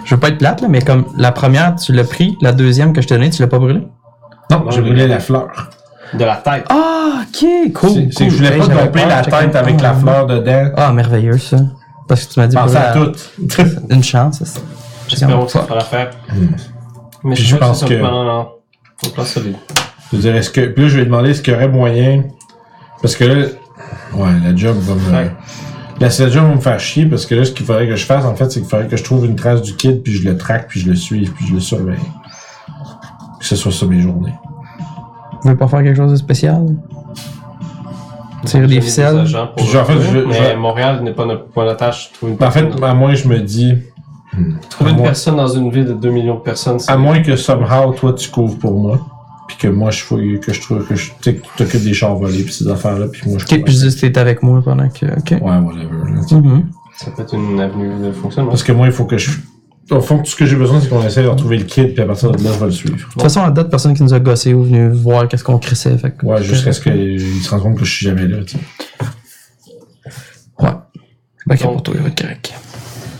Speaker 2: Je veux pas être plate, là, mais comme la première, tu l'as pris, la deuxième que je te donnais, tu l'as pas brûlée.
Speaker 1: Non,
Speaker 3: Non,
Speaker 1: je
Speaker 3: mais-
Speaker 1: voulais la fleur.
Speaker 3: De la tête.
Speaker 2: Ah, ok, cool.
Speaker 1: C'est- c'est que je
Speaker 2: cool.
Speaker 1: voulais pas
Speaker 2: Hey, j'avais
Speaker 1: tromper
Speaker 2: peur,
Speaker 1: la
Speaker 2: j'étais comme,
Speaker 1: tête avec
Speaker 2: ah,
Speaker 1: la fleur dedans.
Speaker 2: Ah, merveilleux, ça. Parce que tu m'as dit
Speaker 1: Pensez
Speaker 2: brûler
Speaker 1: à
Speaker 2: la-
Speaker 1: toutes.
Speaker 2: Une chance, ça.
Speaker 3: J'espère que ça fera l'affaire. Mais
Speaker 1: Puis
Speaker 3: je
Speaker 1: je pense
Speaker 3: pense que. c'est
Speaker 1: que-
Speaker 3: sur- Non, non, non. Faut pas solide.
Speaker 1: Je veux dire, est-ce que. Puis là, je vais demander est-ce qu'il y aurait moyen. Parce que là. Ouais, la job va me.
Speaker 3: Ouais.
Speaker 1: La, la job va me faire chier parce que là, ce qu'il faudrait que je fasse, en fait, c'est qu'il faudrait que je trouve une trace du kid, puis je le traque, puis je le suis, puis je le surveille. Que ce soit sur mes journées.
Speaker 2: Vous voulez pas faire quelque chose de spécial? Tirer des ficelles?
Speaker 3: agents pour-
Speaker 1: Je- en fait, je-
Speaker 3: Mais
Speaker 1: je-
Speaker 3: Montréal n'est pas notre point d'attache. Trouver une
Speaker 1: En fait,
Speaker 3: personne-
Speaker 1: à moins que je me dis.
Speaker 3: trouver
Speaker 1: à
Speaker 3: une
Speaker 1: moins-
Speaker 3: personne dans une ville de 2 millions de personnes, c'est
Speaker 1: À moins que somehow, toi, tu couvres pour moi, puis que moi, je fouille, que je trouve, que je tu sais, que tu t'occupes des chars volés, puis ces affaires-là, puis moi, je
Speaker 2: Ok,
Speaker 1: couvre.
Speaker 2: je dis que t'es avec moi pendant que. Ok.
Speaker 1: Ouais, whatever. là, tu sais.
Speaker 2: Mhm.
Speaker 3: ça peut être une avenue de fonctionnement.
Speaker 1: Parce que moi, il faut que je. Au fond, tout ce que j'ai besoin, c'est qu'on essaie de retrouver le kid, puis à partir de là, je vais le suivre.
Speaker 2: De toute façon, à date, personne qui nous a gossé est venu voir qu'est-ce qu'on crissait. Fait que-
Speaker 1: Ouais, jusqu'à ce qu'il se rende compte que je suis jamais là, tu sais.
Speaker 2: Ouais. Ben, qu'à pour toi, il va être correct.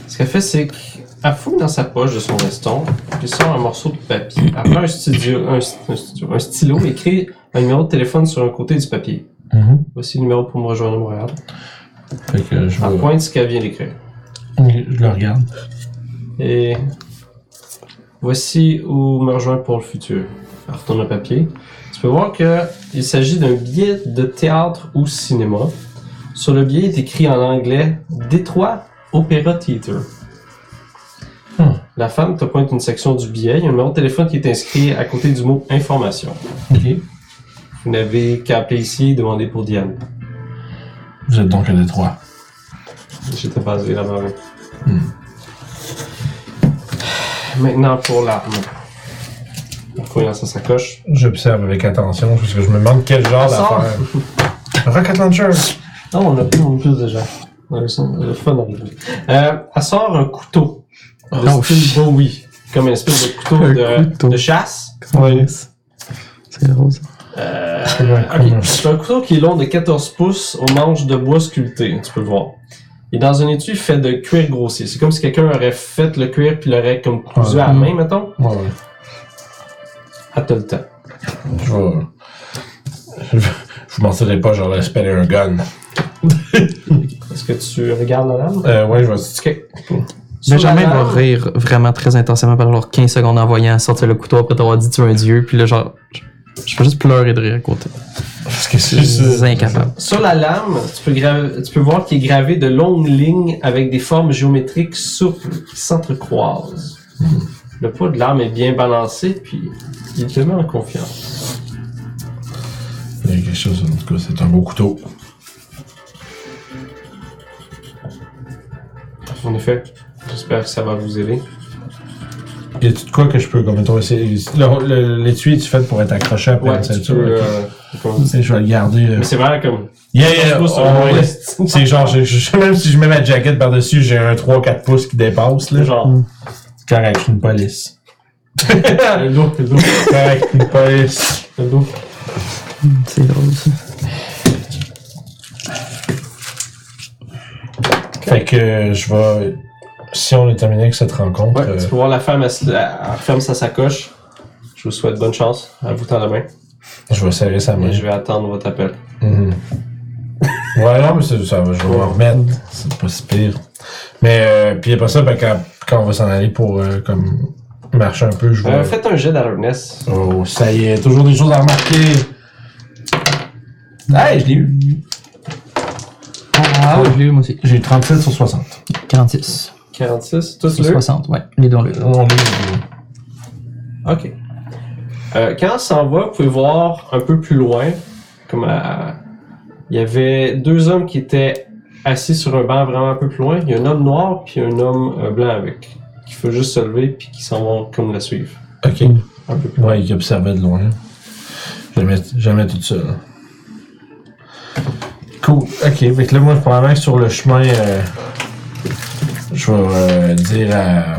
Speaker 3: Ce qu'elle fait, c'est qu'elle fouille dans sa poche de son veston, puis sort un morceau de papier. Elle prend un, studio, un, st- un studio- un stylo, écrit un numéro de téléphone sur un côté du papier. Voici le numéro pour me rejoindre à Montréal.
Speaker 1: Fait que je,
Speaker 3: Elle
Speaker 1: vais-
Speaker 3: pointe ce qu'elle vient d'écrire.
Speaker 1: Ah, je le regarde.
Speaker 3: Et voici où me rejoindre pour le futur. Elle retourne le papier. Tu peux voir que il s'agit d'un billet de théâtre ou cinéma. Sur le billet est écrit en anglais Détroit Opera Theatre.
Speaker 1: Hmm.
Speaker 3: La femme te pointe une section du billet. Il y a un numéro de téléphone qui est inscrit à côté du mot information.
Speaker 1: Ok.
Speaker 3: Vous n'avez qu'à appeler ici et demander pour Diane.
Speaker 1: Vous êtes donc à Détroit.
Speaker 3: J'étais basé là-bas. oui. Hmm. Maintenant pour l'arme. Elle fouille dans sa sacoche.
Speaker 1: J'observe avec attention parce que je me demande quel genre
Speaker 3: Sors.
Speaker 1: d'affaire. Rocket Launcher!
Speaker 3: Non, Ah, on a plus mon plus déjà. Ouais, ça, Le fun arrive. Euh, elle sort un couteau. De
Speaker 2: Oh, shit.
Speaker 3: style Bowie. Comme une espèce de couteau,
Speaker 2: Un
Speaker 3: de,
Speaker 2: couteau.
Speaker 3: de chasse.
Speaker 1: Oui.
Speaker 2: C'est rose.
Speaker 3: Euh,
Speaker 1: un
Speaker 3: ok. C'est un couteau qui est long de 14 pouces aux manches de bois sculpté, tu peux le voir. Et dans un étui fait de cuir grossier. C'est comme si quelqu'un aurait fait le cuir puis l'aurait comme
Speaker 2: Ah,
Speaker 3: cousu
Speaker 2: hmm.
Speaker 3: à la main, mettons.
Speaker 1: Ouais, ouais.
Speaker 3: À tout le temps.
Speaker 1: Je vais. Je vais- je vous mentirai pas, j'aurais espéré un gun.
Speaker 3: Est-ce que tu regardes la lame?
Speaker 1: Euh, ouais, je vais.
Speaker 3: Ok. Sur la
Speaker 2: Benjamin va
Speaker 3: lame-
Speaker 2: rire vraiment très intensément pendant leurs 15 secondes en voyant sortir le couteau après t'avoir dit tu es un dieu, puis là, genre, je peux juste pleurer de rire à côté.
Speaker 1: Parce que
Speaker 2: Je suis incapable.
Speaker 3: Sur la lame, tu peux, gra- tu peux voir qu'il est gravé de longues lignes avec des formes géométriques souples qui s'entrecroisent. Le poids de l'arme est bien balancé, puis il te met en confiance.
Speaker 1: Il y a quelque chose, en tout cas, c'est un beau couteau.
Speaker 3: En effet, j'espère que ça va vous aider.
Speaker 1: Y a-tu de quoi que je peux, comme mettons, essayer- le- le- L'étui, tu fait pour être accroché après
Speaker 3: Ouais,
Speaker 1: une
Speaker 3: tu
Speaker 1: ceinture?
Speaker 3: peux,
Speaker 1: ok.
Speaker 3: euh, comment on
Speaker 1: Tu
Speaker 3: dit?
Speaker 1: sais, Je vais le garder. euh,
Speaker 3: Mais c'est vraiment comme.
Speaker 1: Yeah, yeah,
Speaker 3: Pouce,
Speaker 1: on-
Speaker 3: euh,
Speaker 1: C'est genre, je- je- même si je mets ma jacket par-dessus, j'ai un 3-4 pouces qui dépasse, là.
Speaker 3: Genre.
Speaker 1: C'est Correct, je suis une police.
Speaker 3: Le dos, le dos,
Speaker 1: C'est Correct, je suis une police.
Speaker 3: le dos.
Speaker 2: C'est drôle, ça.
Speaker 1: Fait que euh, je vais. Si on est terminé avec cette rencontre,
Speaker 3: Ouais, tu
Speaker 1: euh,
Speaker 3: peux voir la femme, elle, se- elle ferme sa sacoche. Je vous souhaite bonne chance. À vous tend la main.
Speaker 1: je vais serrer sa main.
Speaker 3: Et je vais attendre votre appel.
Speaker 1: Mhm. ouais, non, mais c'est- ça, va, je vais m'en remettre. C'est pas si pire. Mais, euh, puis après ça, ben, quand, quand on va s'en aller pour euh, comme marcher un peu, je vais.
Speaker 3: Euh, faites un jet d'alertness.
Speaker 1: Oh, ça y est, toujours des choses à remarquer. Hey, je l'ai eu.
Speaker 2: Ah oui, je l'ai eu, moi aussi.
Speaker 1: J'ai 37 sur 60.
Speaker 2: 46.
Speaker 3: 46, tous
Speaker 2: Sur
Speaker 3: le
Speaker 2: 60, ouais. Les dons le.
Speaker 1: On est-
Speaker 3: Ok. Euh, quand on s'en va, vous pouvez voir un peu plus loin, comme à- il y avait deux hommes qui étaient assis sur un banc vraiment un peu plus loin. Il y a un homme noir puis un homme euh, blanc avec, qui fait juste se lever puis qui s'en vont comme la suivre.
Speaker 1: Ok.
Speaker 2: Mm.
Speaker 3: un peu plus loin.
Speaker 1: Ouais, qui observait de loin. Jamais, jamais tout seul. Cool. Ok, fait que là, moi, probablement que sur le chemin, euh, je vais euh, dire à,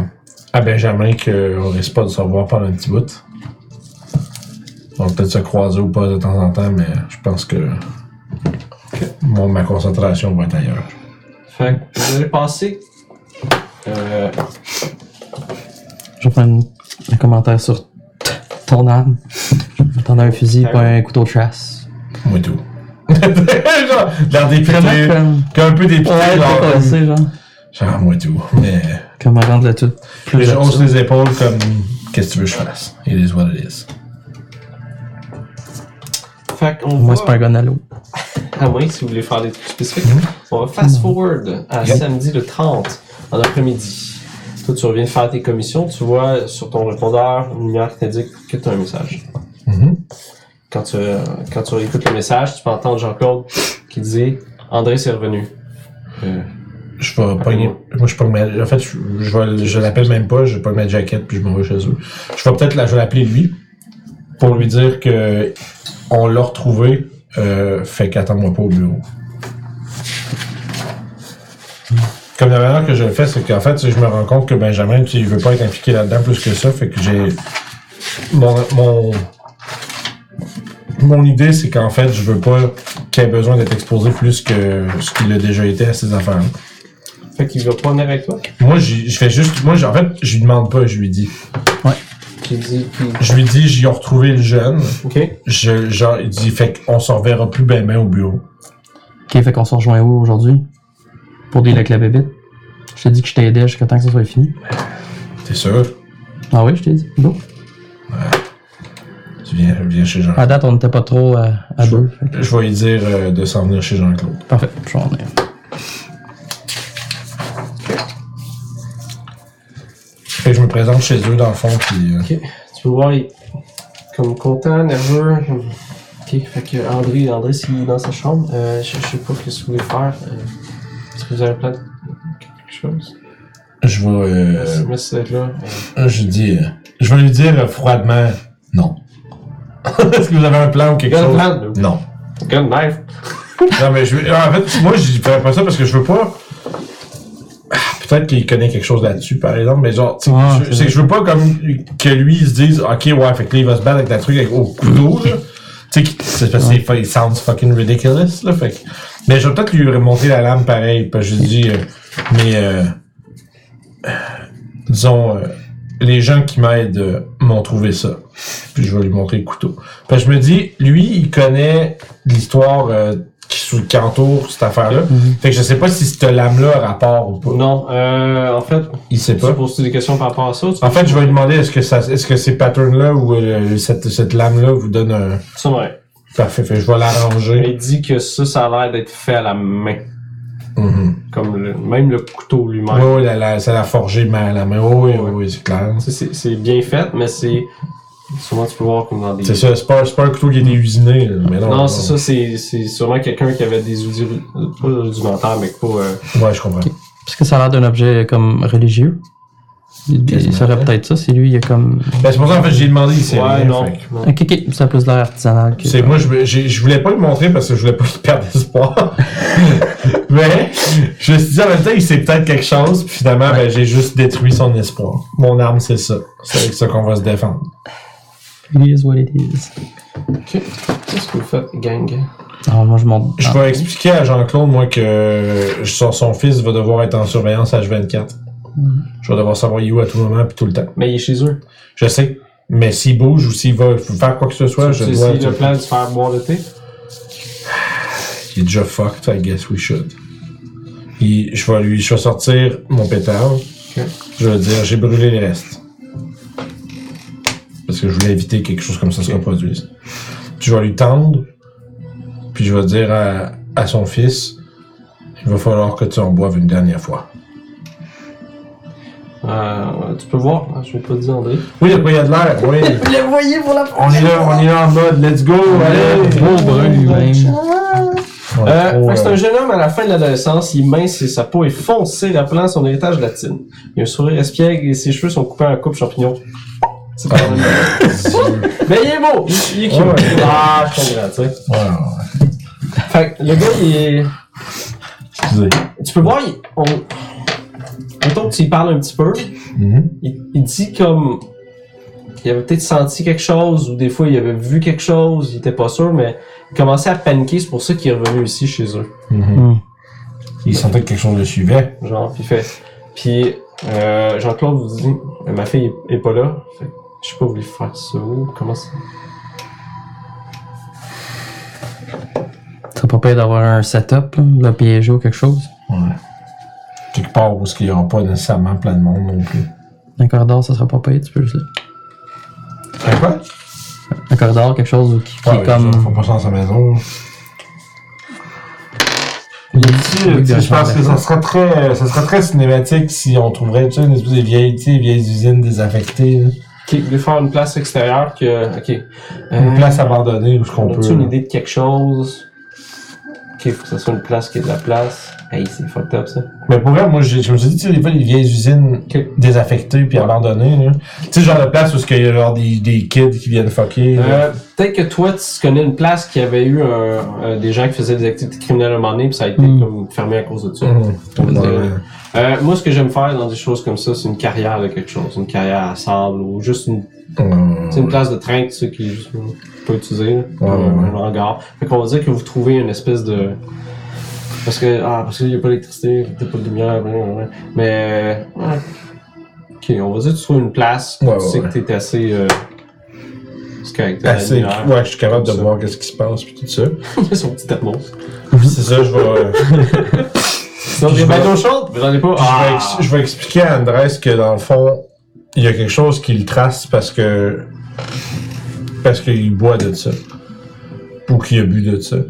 Speaker 1: à Benjamin qu'on risque pas de se revoir pendant un petit bout. On va peut-être se croiser ou pas de temps en temps, mais je pense que moi, ma concentration va être ailleurs.
Speaker 3: Fait que vous allez passer. Euh,
Speaker 2: Je vais prendre un commentaire sur t- ton arme. T'en as un fusil, pas un couteau de chasse.
Speaker 1: Moi tout. genre, l'air
Speaker 2: Vraiment
Speaker 1: dépité.
Speaker 2: comme.
Speaker 1: Comme un peu dépité,
Speaker 2: Ouais,
Speaker 1: genre,
Speaker 2: pas cassé, genre.
Speaker 1: genre, moi tout. Mais.
Speaker 2: Comment rendre le tout plus
Speaker 1: Les gens haussent
Speaker 2: absurde.
Speaker 1: les épaules comme qu'est-ce que tu veux que je fasse? It is what it is.
Speaker 3: fait qu'on va.
Speaker 2: Moi, c'est pas un gun à l'eau.
Speaker 3: À moins que Ah si vous voulez faire des trucs spécifiques. On va fast forward à
Speaker 1: Yep.
Speaker 3: samedi le 30 en après-midi. Toi, tu reviens de faire tes commissions, tu vois sur ton répondeur une lumière qui t'indique que tu as un message.
Speaker 1: Mhm.
Speaker 3: Quand tu, quand tu écoutes le message, tu peux entendre Jean-Claude qui dit André, c'est revenu. Euh,
Speaker 1: Je vais pogner. Moi, je pogne ma. En fait, je, je, vais- je l'appelle même pas, je pogne ma jaquette puis je m'en vais chez eux. Je vais peut-être la- je vais l'appeler lui pour lui dire que on l'a retrouvé. Euh, fait qu'attends-moi pas au bureau. Comme la manière que je le fais, c'est qu'en fait, je me rends compte que Benjamin, tu, il veut pas être impliqué là-dedans plus que ça. Fait que j'ai. Mon, mon, mon idée, c'est qu'en fait, je veux pas qu'il ait besoin d'être exposé plus que ce qu'il a déjà été à ces affaires
Speaker 3: fait qu'il veut pas venir avec toi.
Speaker 1: Moi, j'y- je fais juste. Moi, j'ai- en fait, je lui demande pas, je lui dis.
Speaker 3: Qui dit puis-
Speaker 1: Je lui dis, j'y ai retrouvé le jeune.
Speaker 3: Ok.
Speaker 1: Je, genre, il dit, fait qu'on s'en reverra plus ben ben au bureau.
Speaker 2: Ok, fait qu'on se rejoint où aujourd'hui Pour deal avec la bébite. Je t'ai dit que je t'aidais jusqu'à temps que ça soit fini.
Speaker 1: T'es sûr?
Speaker 2: Ah oui, je t'ai dit. Go.
Speaker 1: Tu viens, viens chez Jean.
Speaker 2: À date, on n'était pas trop à, à deux. Fait que-
Speaker 1: Je vais lui dire euh, de s'en venir chez Jean-Claude.
Speaker 2: Parfait, je vais en venir.
Speaker 1: Fait que je me présente chez eux dans le fond, puis. euh,
Speaker 3: Ok, tu peux voir, il est comme content, nerveux. comme- Ok, fait que André, André s'il est dans sa chambre, euh, je, je sais pas ce que vous voulez faire. euh, Est-ce que vous avez un plan de quelque chose?
Speaker 1: je vais. euh,
Speaker 3: Merci d'être là. euh,
Speaker 1: je dis. euh, je vais lui dire euh, froidement, non. Est-ce que vous avez un plan ou quelque
Speaker 3: Gun
Speaker 1: chose?
Speaker 3: plan, dude.
Speaker 1: Non.
Speaker 3: gun knife.
Speaker 1: Non, mais je veux- En fait, moi, je ferais pas ça parce que je veux pas. Ah, Peut-être qu'il connaît quelque chose là-dessus, par exemple, mais genre, tu sais,
Speaker 2: Ah,
Speaker 1: je-
Speaker 2: c'est
Speaker 1: c'est que je veux pas comme que lui, il se dise, OK, ouais, fait que là, il va se battre avec la truc avec au couteau, là. Tu sais, qu'il- c'est parce que c'est- it sounds fucking ridiculous, là. Fait que. Mais je vais peut-être lui remonter la lame pareil, parce que je dis, euh, mais, euh, euh, disons, euh, les gens qui m'aident euh, m'ont trouvé ça. Puis je vais lui montrer le couteau. Parce que je me dis, lui, il connaît l'histoire euh, qui, sous- qui entoure cette affaire-là.
Speaker 2: Mhm.
Speaker 1: Fait que je sais pas si cette lame-là a rapport ou pas.
Speaker 3: Non, euh, en fait,
Speaker 1: Il sait
Speaker 3: tu
Speaker 1: pas.
Speaker 3: poses des questions par rapport à ça?
Speaker 1: En fait, je vais lui demander est-ce que ça, est-ce que ces patterns-là ou euh, cette, cette lame-là vous donne un.
Speaker 3: C'est vrai.
Speaker 1: Parfait, fait, que je vais l'arranger.
Speaker 3: Il dit que ça, ça a l'air d'être fait à la main.
Speaker 1: Mhm.
Speaker 3: Comme le, même le couteau lui-même.
Speaker 1: Ouais, ouais, la, la- ça l'a forgé ma, la main. Oui, oui,
Speaker 3: Ouais.
Speaker 1: oui, c'est clair.
Speaker 3: Tu sais, C'est c'est bien fait, mais c'est. Souvent, tu peux voir comme dans des.
Speaker 1: C'est ça, c'est pas, c'est pas un couteau qui a été usiné. là, Mais non,
Speaker 3: Non, c'est ça, c'est, c'est sûrement quelqu'un qui avait des outils, euh, pas rudimentaires, mais pas. euh,
Speaker 1: Ouais, je comprends. Ben,
Speaker 2: Parce que ça a l'air d'un objet comme religieux. Il, il
Speaker 1: Quasiment.
Speaker 2: serait peut-être ça, c'est lui, il est comme.
Speaker 1: Ben, c'est pour ça, en fait, j'ai demandé, il sait
Speaker 3: ouais,
Speaker 1: rien,
Speaker 3: non.
Speaker 1: fait que-
Speaker 3: non.
Speaker 2: Ok, ok, ça a plus l'air artisanal que.
Speaker 1: C'est moi, je, me- j'ai- je voulais pas le montrer parce que je voulais pas qu'il perde espoir. Mais je me suis dit en même temps, il sait peut-être quelque chose. Puis finalement, ben, j'ai juste détruit son espoir. Mon arme, c'est ça. C'est avec ça qu'on va se défendre.
Speaker 2: It is what it is.
Speaker 3: Ok. Qu'est-ce que vous faites, gang?
Speaker 2: Alors, moi, je monte.
Speaker 1: Je
Speaker 2: Ah.
Speaker 1: vais expliquer à Jean-Claude, moi, que son, son fils va devoir être en surveillance H24.
Speaker 2: Mhm.
Speaker 1: Je vais devoir savoir il est où à tout moment puis tout le temps.
Speaker 3: Mais il est chez eux.
Speaker 1: Je sais. Mais s'il bouge ou s'il va faire quoi que ce soit, je
Speaker 3: tu
Speaker 1: dois...
Speaker 3: essayes le plan de se faire boire le thé?
Speaker 1: Il est déjà fucked, I guess we should. Puis je vais lui, je vais sortir mon pétard. Je vais dire, j'ai brûlé les restes. Parce que je voulais éviter que quelque chose comme ça se
Speaker 3: Ok.
Speaker 1: reproduise. Puis je vais lui tendre. Puis je vais dire à, à son fils, il va falloir que tu en boives une dernière fois.
Speaker 3: Euh, tu peux voir, je vais pas te dire André.
Speaker 1: Oui, après il y a de l'air, oui. On est là, on est là en mode, let's go, allez.
Speaker 2: Gros brun lui-même.
Speaker 1: On est
Speaker 3: Euh,
Speaker 1: trop,
Speaker 3: fait que c'est
Speaker 1: euh,
Speaker 3: un jeune homme à la fin de l'adolescence, il est mince et sa peau est foncée, rappelant son héritage latine. Il a un sourire espiègle et ses cheveux sont coupés en coupe champignon. C'est pas le même. Mais il est beau! Il, il est cute!
Speaker 1: Ouais, Ah. ouais.
Speaker 3: Ah, je comprends, tu sais.
Speaker 1: Ouais, euh, ouais,
Speaker 3: Fait que le gars, il est.
Speaker 1: excusez.
Speaker 3: Tu peux voir, il... on. Mettons que tu y parles un petit peu,
Speaker 1: Mhm.
Speaker 3: il, il dit comme. Il avait peut-être senti quelque chose, ou des fois il avait vu quelque chose, il était pas sûr, mais il commençait à paniquer, c'est pour ça qu'il est revenu ici chez eux.
Speaker 1: Mhm. Il sentait que quelque chose le suivait.
Speaker 3: Genre, puis il fait. Puis euh, Jean-Claude vous dit Euh, Ma fille est pas là. Fait que je sais pas, vous voulez faire ça où Comment ça
Speaker 2: Ça pas pire d'avoir un setup, là, de la piéger ou quelque chose.
Speaker 1: Ouais. Quelque part où il n'y aura pas nécessairement plein de monde non plus.
Speaker 2: Un corridor, ça sera pas pire, tu peux juste.
Speaker 1: Fait Ben quoi?
Speaker 2: Un corridor, quelque chose où- qui, qui
Speaker 1: Ouais,
Speaker 2: est
Speaker 1: ouais,
Speaker 2: comme.
Speaker 1: ça, Faut pas ça dans sa maison.
Speaker 2: Il y a une
Speaker 1: Tu
Speaker 2: petite
Speaker 1: sais,
Speaker 2: brique
Speaker 1: tu sais,
Speaker 2: de
Speaker 1: je pense
Speaker 2: jardin.
Speaker 1: que ça serait très, euh, ça serait très cinématique si on trouverait tu sais, une espèce de vieille, tu sais, vieilles usines désaffectées, là.
Speaker 3: Ok, vous voulez faire une place extérieure que. Ok.
Speaker 1: une
Speaker 3: Euh,
Speaker 1: place abandonnée où ce qu'on
Speaker 3: On
Speaker 1: peut.
Speaker 3: a-tu une idée de quelque chose? Ok, faut que ça soit une place qui ait de la place. Hey, c'est fucked up ça.
Speaker 1: Mais Ben, pour vrai, moi, j'ai- je me suis dit, tu sais, des fois, les vieilles usines
Speaker 3: Ok.
Speaker 1: désaffectées puis abandonnées, là. Tu sais, genre de place où ce qu'il y a genre des, des kids qui viennent fucker. là.
Speaker 3: Euh, Peut-être que toi, tu connais une place qui avait eu un- euh, des gens qui faisaient des activités criminelles à un moment donné, puis ça a été
Speaker 1: Hmm.
Speaker 2: Mm.
Speaker 3: comme fermé à cause de ça.
Speaker 1: Mhm.
Speaker 3: on va dire.
Speaker 1: Ouais.
Speaker 3: Euh, moi, ce que j'aime faire dans des choses comme ça, c'est une carrière de quelque chose, une carrière à sable ou juste une,
Speaker 1: Ouais.
Speaker 3: c'est une place de train que tu sais, qui est juste pas utilisée, là,
Speaker 1: Ouais, ouais,
Speaker 3: un,
Speaker 1: ouais.
Speaker 3: un hangar. Fait qu'on va dire que vous trouvez une espèce de parce que ah parce qu'il y a pas d'électricité, peut-être pas de lumière, blablabla. mais euh, ouais. ok, on va dire que tu trouves une place, que
Speaker 1: Ouais,
Speaker 3: tu
Speaker 1: ouais,
Speaker 3: sais
Speaker 1: ouais.
Speaker 3: que t'es assez euh, c'est correct, t'as la
Speaker 1: Assez,
Speaker 3: lumière.
Speaker 1: ouais, je suis capable de
Speaker 3: Ça.
Speaker 1: voir qu'est-ce qui se passe puis tout ça.
Speaker 3: son petit atmos.
Speaker 1: Puis c'est ça, je vais.
Speaker 3: Sinon,
Speaker 1: Je
Speaker 3: des
Speaker 1: vais-
Speaker 3: ballons chaudes, vous en avez pas.
Speaker 1: Puis je, vais
Speaker 3: Ah!
Speaker 1: ex- je vais expliquer à Andrés que dans le fond, il y a quelque chose qui le trace parce que. Parce qu'il boit de ça. Ou qu'il a bu de ça. Puis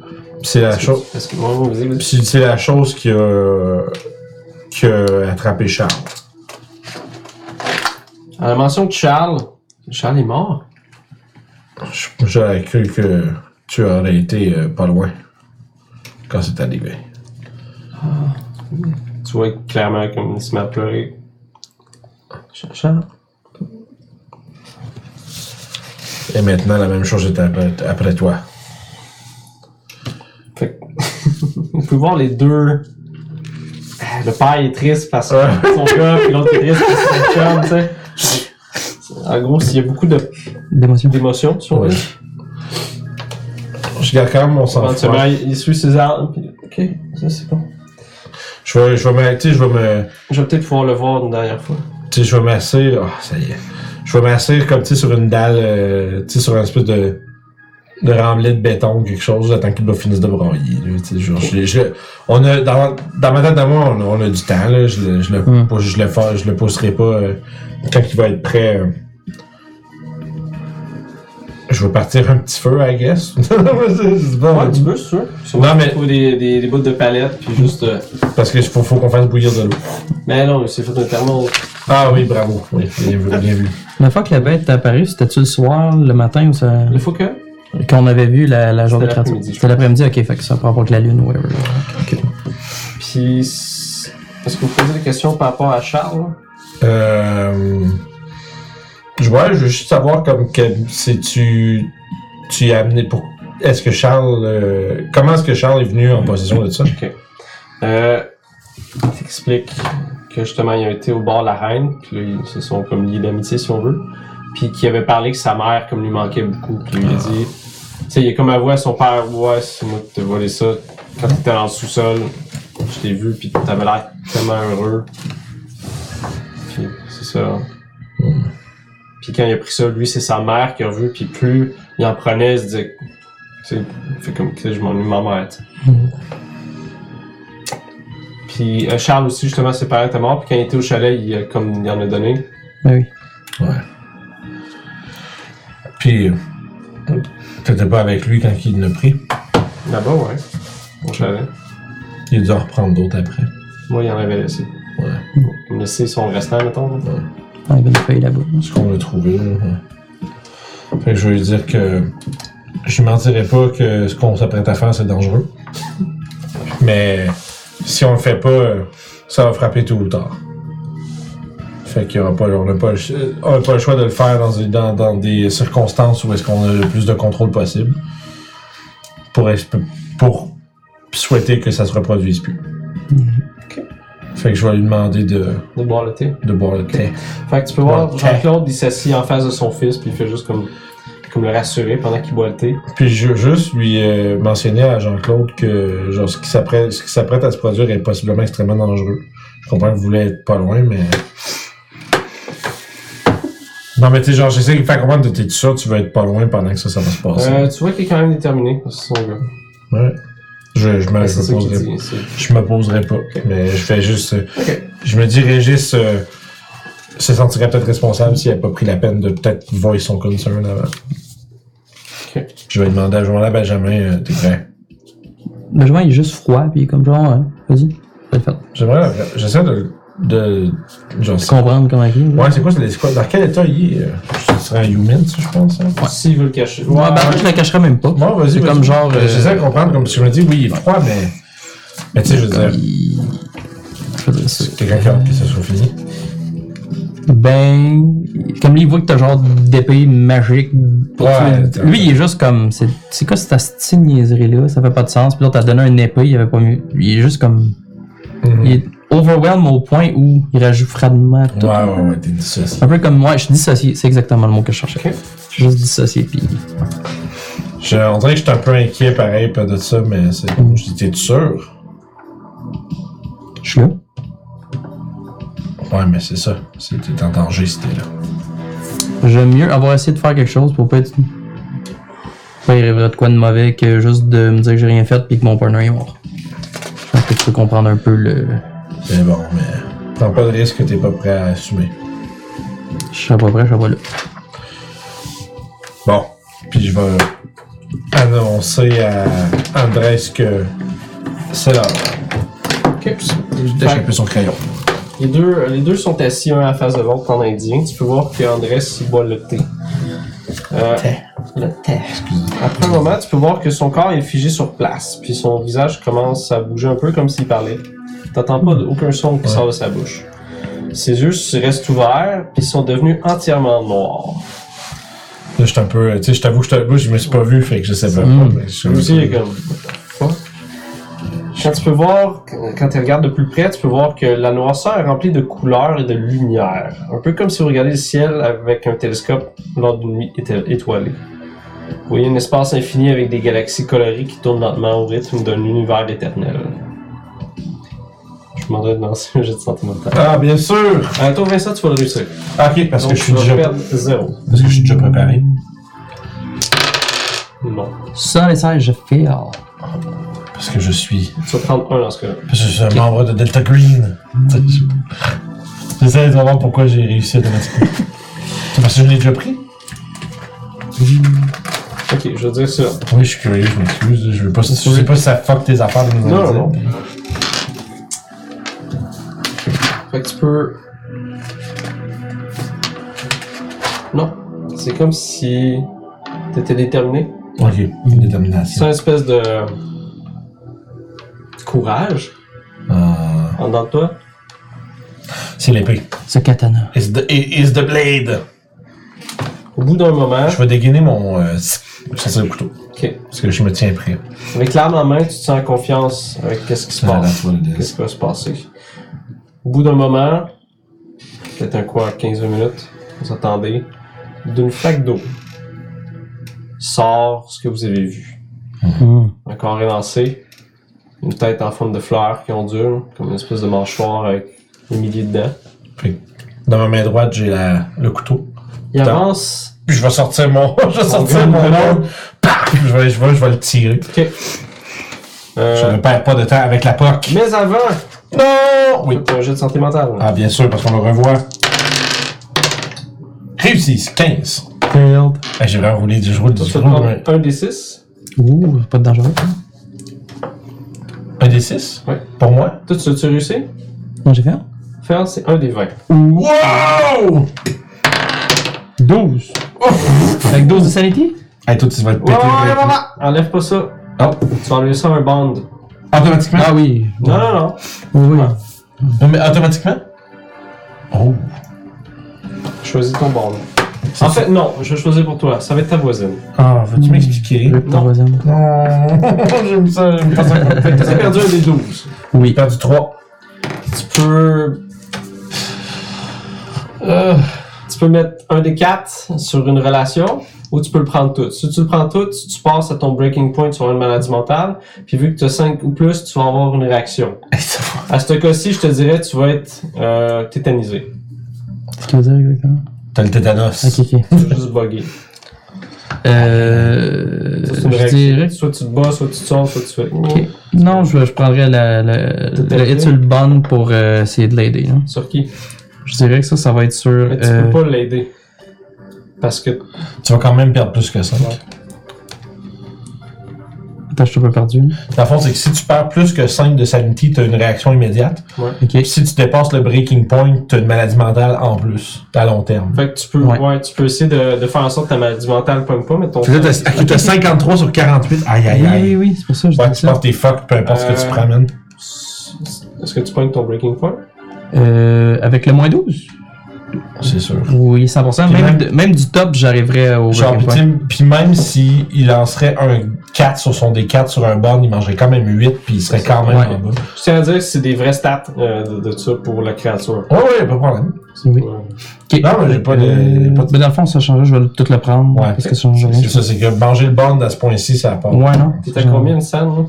Speaker 1: c'est la chose.
Speaker 3: Parce que moi, vous
Speaker 1: Puis c'est- c'est la chose qui a. qui a attrapé Charles.
Speaker 3: À la mention de Charles, Charles est mort.
Speaker 1: Je- J'aurais cru que tu aurais été euh, pas loin quand c'est arrivé.
Speaker 3: Tu vois clairement comme il se met à pleurer. Charles?
Speaker 1: Et maintenant, la même chose est après, après toi.
Speaker 3: Fait que... On peut voir les deux. Ah, Le père est triste parce que c'est son gars, puis l'autre est triste parce que c'est son chum, tu sais. En gros, s'il y a beaucoup de-
Speaker 2: D'émotion.
Speaker 3: d'émotions, si on veut.
Speaker 1: Ouais. Je garde quand même mon sang-froid.
Speaker 3: Éventuellement, il il suit ses armes, puis ok, ça c'est bon.
Speaker 1: Je vais, je vais me, tu sais, je vais me,
Speaker 3: Je vais peut-être pouvoir le voir une dernière fois.
Speaker 1: tu sais, je vais m'asseoir. Ah, ça y est. Je vais m'asseoir comme, tu sais, sur une dalle, euh, tu sais, sur un espèce de, de remblai de béton, quelque chose, j'attends qu'il me finisse de broyer, là, tu sais, genre, je- je- on a, dans, dans ma tête à moi, on a, on a du temps, là, je, le- je le,
Speaker 2: Mm.
Speaker 1: pousse- je le, fa- je le pousserai pas, euh, quand il va être prêt, euh, je vais partir un petit feu, I guess. Je sais pas,
Speaker 3: Ouais, tu peux, c'est sûr.
Speaker 1: Non,
Speaker 3: Non,
Speaker 1: mais-
Speaker 3: mais. Trouver des, des, des bouts de palette, puis juste. euh,
Speaker 1: parce qu'il faut, faut qu'on fasse bouillir de l'eau.
Speaker 3: Mais non, il s'est fait un thermo.
Speaker 1: Ah oui, bravo. Oui, bien vu, bien vu.
Speaker 2: La fois que la bête est apparue, c'était-tu le soir, le matin ou ça.
Speaker 3: Il faut que.
Speaker 2: Qu'on avait vu la, la journée
Speaker 3: C'était
Speaker 2: créature.
Speaker 3: l'après-midi, je
Speaker 2: C'était l'après-midi, ok, fait que ça prend pas que la lune ou whatever. Ok.
Speaker 3: Puis. Est-ce que vous posez des questions par rapport à Charles?
Speaker 1: Euh... je- Ouais, je veux juste savoir comme que si tu tu as amené pour est-ce que Charles euh, comment est-ce que Charles est venu en possession de ça
Speaker 3: Euh, il t'explique que justement, ils ont été au bord de la reine, puis là, ils se sont comme liés d'amitié, si on veut, puis qu'il avait parlé que sa mère, comme lui manquait beaucoup, puis il lui a dit... Tu sais, il est comme avoué à son père, « Ouais, c'est moi qui te volé ça. Quand t'étais dans le sous-sol, je t'ai vu, puis t'avais l'air tellement heureux. » Puis c'est ça. Puis quand il a pris ça, lui, c'est sa mère qui a vu, puis plus il en prenait, il se disait... Tu sais, il fait comme, « Chris, je m'ennuie de ma mère, tu sais. Puis euh, Charles aussi, justement, ses parents étaient morts. Puis quand il était au chalet, il, euh, comme il en a donné.
Speaker 2: Ben oui.
Speaker 1: Puis euh, t'étais pas avec lui quand il l'a pris.
Speaker 3: Là-bas, ouais. Au chalet.
Speaker 1: Il a dû en reprendre d'autres après.
Speaker 3: Moi, il en avait laissé.
Speaker 1: Ouais.
Speaker 3: Il me laissait son restant, mettons. là.
Speaker 2: Ah, il y avait une feuille là-bas.
Speaker 1: Ce qu'on a trouvé. là, ouais. Fait que je veux dire que je mentirais pas que ce qu'on s'apprête à faire c'est dangereux. Mais si on le fait pas, ça va frapper tôt ou tard. Fait qu'il y aura pas, on n'a pas, le ch- euh, on n'a pas le choix de le faire dans, une- dans, dans des circonstances où est-ce qu'on a le plus de contrôle possible pour, esp- pour souhaiter que ça se reproduise plus. Fait que je vais lui demander de,
Speaker 3: de boire le thé.
Speaker 1: de boire le thé.
Speaker 3: Fait que tu peux voir,
Speaker 1: Ok.
Speaker 3: Jean-Claude, il s'assied en face de son fils, puis il fait juste comme, comme le rassurer pendant qu'il boit le thé.
Speaker 1: Puis je, juste lui euh, mentionner à Jean-Claude que genre, ce qui s'apprête ce qui s'apprête à se produire est possiblement extrêmement dangereux. Je comprends que vous voulez être pas loin, mais. Non, mais tu sais, genre, j'essaie de lui faire comprendre que t'es sûr que tu vas être pas loin pendant que ça, ça va se passer.
Speaker 3: Euh, tu vois qu'il est quand même déterminé, c'est son gars.
Speaker 1: Ouais. Je, je, me,
Speaker 3: Ouais,
Speaker 1: je,
Speaker 3: c'est
Speaker 1: me
Speaker 3: ça qu'il
Speaker 1: poserai,
Speaker 3: dit. c'est-
Speaker 1: je me poserai pas. Mais je fais juste. euh,
Speaker 3: Ok.
Speaker 1: Je me dis, Régis euh, se sentirait peut-être responsable s'il n'a pas pris la peine de peut-être voice son concern avant.
Speaker 3: Ok.
Speaker 1: Je vais demander à Jean-La Benjamin, euh, t'es prêt?
Speaker 2: Benjamin, il est juste froid, puis il est comme genre, ouais, vas-y, je vais le faire.
Speaker 1: J'aimerais. J'essaie de. de genre,
Speaker 2: Tu comprendre comment il est. là.
Speaker 1: ouais, c'est quoi, c'est c'est quoi? Dans quel état il est? euh, Ce serait un human, ça, je pense. hein?
Speaker 3: S'il veut le cacher.
Speaker 2: Ouais, ben, je le cacherais même pas.
Speaker 1: Bon, vas-y.
Speaker 2: C'est
Speaker 1: vas-y.
Speaker 2: comme genre, euh,
Speaker 1: J'essaie de comprendre, comme si je me dis, oui, il est froid, mais. Mais tu sais, je veux dire,
Speaker 2: Il- je veux dire, c'est-
Speaker 1: quelqu'un qui a hâte que ça soit fini.
Speaker 2: Ben, comme lui, il voit que t'as genre d'épée magique. pour
Speaker 1: Ouais,
Speaker 2: tuer- lui, il est juste comme. C'est c'est quoi cette petite niaiserie-là? Ça fait pas de sens. Puis là, t'as donné une épée, il avait pas mieux. Il est juste comme.
Speaker 1: Mhm.
Speaker 2: Il est overwhelmed au point où il rajoute fragments. tout.
Speaker 1: Ouais, ouais, ouais, t'es dissocié.
Speaker 2: Un peu comme moi, je suis dissocié. C'est exactement le mot que je cherchais.
Speaker 3: Ok.
Speaker 2: Je suis juste dissocié, puis.
Speaker 1: Je, on dirait que je suis un peu inquiet pareil pas de ça, mais c'est
Speaker 2: Mm.
Speaker 1: comme je dis, t'es sûr?
Speaker 2: Je suis là.
Speaker 1: Ouais, mais c'est ça. C'est- T'es en danger si t'es là.
Speaker 2: J'aime mieux avoir essayé de faire quelque chose pour pas être. Pas il arriverait de quoi de mauvais que juste de me dire que j'ai rien fait puis que mon partner est mort. Je pense que tu peux comprendre un peu le.
Speaker 1: Mais bon, mais prends pas de risque que t'es pas prêt à assumer.
Speaker 2: Je suis à peu près, je suis pas là.
Speaker 1: Bon, puis je vais annoncer à Andrés que c'est là.
Speaker 3: Ok.
Speaker 1: Je
Speaker 3: Fait
Speaker 1: déchire un peu son crayon.
Speaker 3: Les deux, euh, les deux sont assis un à la face de l'autre en indien. Tu peux voir qu'Andrés il boit le thé. Euh, le thé. Après un moment, tu peux voir que son corps est figé sur place, puis son visage commence à bouger un peu comme s'il parlait. T'entends pas d- aucun son qui
Speaker 1: Ouais.
Speaker 3: sort de sa bouche. Ses yeux se restent ouverts, puis sont devenus entièrement noirs.
Speaker 1: Là, je suis un peu. Tu sais, je t'avoue que je, t'avoue, je me suis pas vu, fait que je sais pas.
Speaker 2: Mm.
Speaker 1: mais je-
Speaker 3: Lui aussi, il est comme. What the fuck? Quand tu peux voir, quand tu regardes de plus près, tu peux voir que la noirceur est remplie de couleurs et de lumière. Un peu comme si vous regardiez le ciel avec un télescope lors d'une nuit éta- étoilée. Vous voyez un espace infini avec des galaxies colorées qui tournent lentement au rythme d'un univers éternel. Je m'en de lancer un jet de santé mentale.
Speaker 1: Ah, bien sûr!
Speaker 3: Euh, toi, Vincent, tu vas le réussir.
Speaker 1: Ok, parce
Speaker 3: Donc,
Speaker 1: que, je suis
Speaker 3: tu vas
Speaker 1: déjà,
Speaker 3: perdre zéro.
Speaker 1: parce que je suis déjà préparé.
Speaker 3: Non.
Speaker 2: Ça, les ça, je fais.
Speaker 1: Parce que je suis.
Speaker 3: Tu vas prendre un dans ce cas-là.
Speaker 1: Parce que je suis un membre de Delta Green. Tu sais, je- J'essaie de voir pourquoi j'ai réussi automatiquement. C'est parce que je l'ai déjà pris?
Speaker 3: Ok, je vais dire ça.
Speaker 1: Oui, je suis curieux, je m'excuse. Je, veux pas, je sais pas si ça fuck tes affaires de nous
Speaker 3: Non,
Speaker 1: le dire.
Speaker 3: non. Fait que tu peux. Non. C'est comme si t'étais déterminé.
Speaker 1: Ok, une
Speaker 3: C'est
Speaker 1: détermination.
Speaker 3: une espèce de courage
Speaker 1: Ah,
Speaker 3: en dedans de toi.
Speaker 1: c'est l'épée.
Speaker 2: Ce katana.
Speaker 1: It's the, it's the blade.
Speaker 3: Au bout d'un moment,
Speaker 1: Je vais dégainer mon. Euh, ça, c'est le couteau.
Speaker 3: ok,
Speaker 1: Parce que je me tiens prêt.
Speaker 3: avec l'arme en main, tu te sens en confiance avec qu'est-ce qui se
Speaker 1: Ah,
Speaker 3: passe.
Speaker 1: that's what it is.
Speaker 3: Qu'est-ce qui va se passer. Au bout d'un moment, peut-être un quoi, 15 minutes, vous attendez, d'une flaque d'eau sort ce que vous avez vu.
Speaker 2: Hmm.
Speaker 3: un corps élancé, une tête en forme de fleur qui ondule, comme une espèce de mâchoire avec des milliers de dents.
Speaker 1: Fait que dans ma main droite, j'ai la- le couteau.
Speaker 3: Il
Speaker 1: Attends.
Speaker 3: avance.
Speaker 1: Puis je vais sortir mon. je vais sortir
Speaker 3: gun
Speaker 1: mon
Speaker 3: de
Speaker 1: arme. Paf! Je vais, je, vais, je vais le tirer.
Speaker 3: Ok.
Speaker 1: Je
Speaker 3: Euh,
Speaker 1: ne perds pas de temps avec la POC.
Speaker 3: mais avant,
Speaker 1: Non! Oui.
Speaker 3: faites un jeu de santé mentale.
Speaker 1: Ah, bien sûr, parce qu'on le revoit. Réussissent. 15.
Speaker 2: Failed.
Speaker 1: Ah, j'ai vraiment roulé du roule
Speaker 3: Toi,
Speaker 1: du
Speaker 3: tu vas te
Speaker 1: roule.
Speaker 3: prendre
Speaker 1: ouais.
Speaker 3: un des six.
Speaker 2: Ouh, pas de dangereux. ça.
Speaker 1: Un des 6
Speaker 3: Ouais.
Speaker 1: Pour moi?
Speaker 3: Toi, tu as-tu réussi?
Speaker 2: Non, j'ai fait. un.
Speaker 3: Faire, c'est un des vingt.
Speaker 2: Ouh.
Speaker 1: Wow!
Speaker 2: 12. Avec 12 de sanity?
Speaker 1: Hey, toi, tu vas te péter.
Speaker 3: Ouais, ouais,
Speaker 1: le-
Speaker 3: ouais, ouais, ouais. Enlève pas ça.
Speaker 1: Oh,
Speaker 3: Tu vas enlever ça à un band.
Speaker 1: automatiquement?
Speaker 2: Ah oui. Ah.
Speaker 3: Non, non, non.
Speaker 2: Oui.
Speaker 1: Non, mais automatiquement? Oh.
Speaker 3: Choisis ton bord. En fait, non, je vais choisir pour toi. Ça va être ta voisine.
Speaker 1: Ah, veux-tu m'expliquer?
Speaker 2: Luc, ton
Speaker 3: Non.
Speaker 2: voisin.
Speaker 1: Non, j'aime ça, j'aime pas ça.
Speaker 3: Fait que t'as perdu un des 12.
Speaker 1: J'ai perdu 3.
Speaker 3: Tu peux. Euh, tu peux mettre un des 4 sur une relation ou tu peux le prendre tout. Si tu le prends tout, tu passes à ton breaking point sur une maladie mentale. Puis vu que tu as 5 ou plus, tu vas avoir une réaction. À ce cas-ci, je te dirais, tu vas être euh, tétanisé.
Speaker 2: Qu'est-ce qu'il veut dire exactement?
Speaker 1: T'as le tétanos.
Speaker 2: Ok, ok.
Speaker 3: Tu vas juste bugger.
Speaker 2: Euh,
Speaker 3: Ça, c'est une
Speaker 2: je
Speaker 3: réaction.
Speaker 2: dirais
Speaker 3: Soit tu te bats, soit tu te sors, soit tu fais.
Speaker 2: que... Non, je, je prendrais la, la,
Speaker 3: Tout à
Speaker 2: le
Speaker 3: fait.
Speaker 2: hit sur le bond pour euh, essayer de l'aider. là.
Speaker 3: Sur qui
Speaker 2: Je dirais que ça, ça va être sur...
Speaker 3: Mais tu
Speaker 2: euh,
Speaker 3: peux pas l'aider. Parce que.
Speaker 1: Tu vas quand même perdre plus que ça.
Speaker 2: Attends, je t'ai pas perdu. là.
Speaker 1: La fond, c'est que si tu perds plus que 5 de sanity, t'as une réaction immédiate.
Speaker 2: Ok.
Speaker 1: Puis si tu dépasses le breaking point, t'as une maladie mentale en plus, à long terme.
Speaker 3: Fait que tu peux,
Speaker 2: Ouais.
Speaker 3: ouais. tu peux essayer de, de faire en sorte que ta maladie mentale pogne pas, mais ton.
Speaker 1: Fait que là, t'as ok, t'as 53 sur 48. Aïe, aïe,
Speaker 2: Oui, oui,
Speaker 1: aïe.
Speaker 2: oui, c'est pour ça que je
Speaker 1: Ouais,
Speaker 2: dis
Speaker 1: tu
Speaker 2: ça.
Speaker 1: penses que t'es fuck, peu importe ce que tu
Speaker 3: Euh,
Speaker 1: prends, man.
Speaker 3: Est-ce que tu pognes ton breaking point?
Speaker 2: Euh, avec le moins 12?
Speaker 1: C'est sûr.
Speaker 2: Oui, 100%.
Speaker 1: Puis
Speaker 2: Même,
Speaker 1: même-
Speaker 2: de- même du top, j'arriverais au
Speaker 1: Genre,
Speaker 2: breaking
Speaker 1: pis,
Speaker 2: point.
Speaker 1: t'im- pis même si il lancerait un 4 sur son D4 sur un bond, il mangerait quand même 8 puis il serait quand même
Speaker 2: Ouais.
Speaker 1: en bas.
Speaker 3: Je tiens à dire que c'est des vrais stats euh, de, de ça pour la créature.
Speaker 1: Ouais, ouais, pas de problème.
Speaker 2: Oui.
Speaker 3: Ouais.
Speaker 2: Ok.
Speaker 1: Non, mais j'ai pas de-
Speaker 2: Euh,
Speaker 1: pas de-
Speaker 2: mais dans le fond, ça change, je vais tout le prendre.
Speaker 1: Ouais.
Speaker 2: Parce que ça change rien.
Speaker 1: C'est ça, c'est que manger le bond à ce point-ci, ça apporte.
Speaker 2: Ouais, non.
Speaker 3: T'es à combien de scènes, là?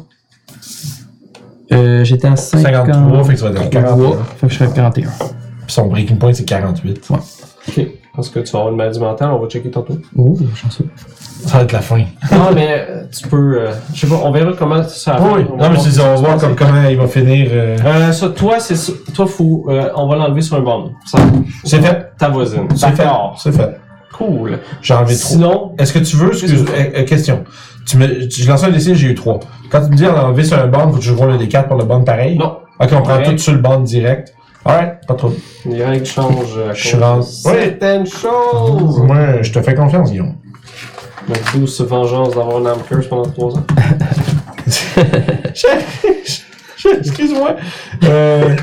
Speaker 2: Euh, J'étais à 50...
Speaker 1: 53, fait que ça va être 41.
Speaker 2: Fait que je serais à 41.
Speaker 1: Pis son breaking point, c'est 48.
Speaker 3: Ok. Parce que tu vas avoir une maladie mentale, on va checker tantôt.
Speaker 2: Oh, chanceux.
Speaker 1: Ça va être la fin.
Speaker 3: non, mais euh, tu peux. euh, je sais pas, on verra comment ça va.
Speaker 1: Ah oui,
Speaker 3: On va
Speaker 1: non, mais
Speaker 3: voir
Speaker 1: c'est ça, on va voir
Speaker 3: ce
Speaker 1: comme,
Speaker 3: qui
Speaker 1: comment il va finir. euh,
Speaker 3: se passe. Euh, ça, toi, c'est ça. Toi, faut. euh, on va l'enlever sur un bond. Ça,
Speaker 1: C'est fait.
Speaker 3: Ta voisine.
Speaker 1: C'est fait.
Speaker 3: D'accord.
Speaker 1: C'est fait.
Speaker 3: Cool.
Speaker 1: J'en ai trop.
Speaker 3: Sinon,
Speaker 1: Est-ce que tu veux, excuse, euh, euh, question. Tu me, tu- je lance un D6, j'ai eu 3. Quand tu me dis enlever sur un bond, faut que je roule un D4 pour le bond pareil?
Speaker 3: non.
Speaker 1: Ok, on prend
Speaker 3: Direct.
Speaker 1: tout sur le bond direct. Alright, pas trop.
Speaker 3: Les règles changent. à
Speaker 1: Je
Speaker 3: cause de
Speaker 1: rends-
Speaker 3: Certaines choses.
Speaker 1: Moi, je te fais confiance, Guillaume.
Speaker 3: Mathieu se vengeance d'avoir une âme curse pendant 3 ans.
Speaker 1: Excuse-moi. Euh,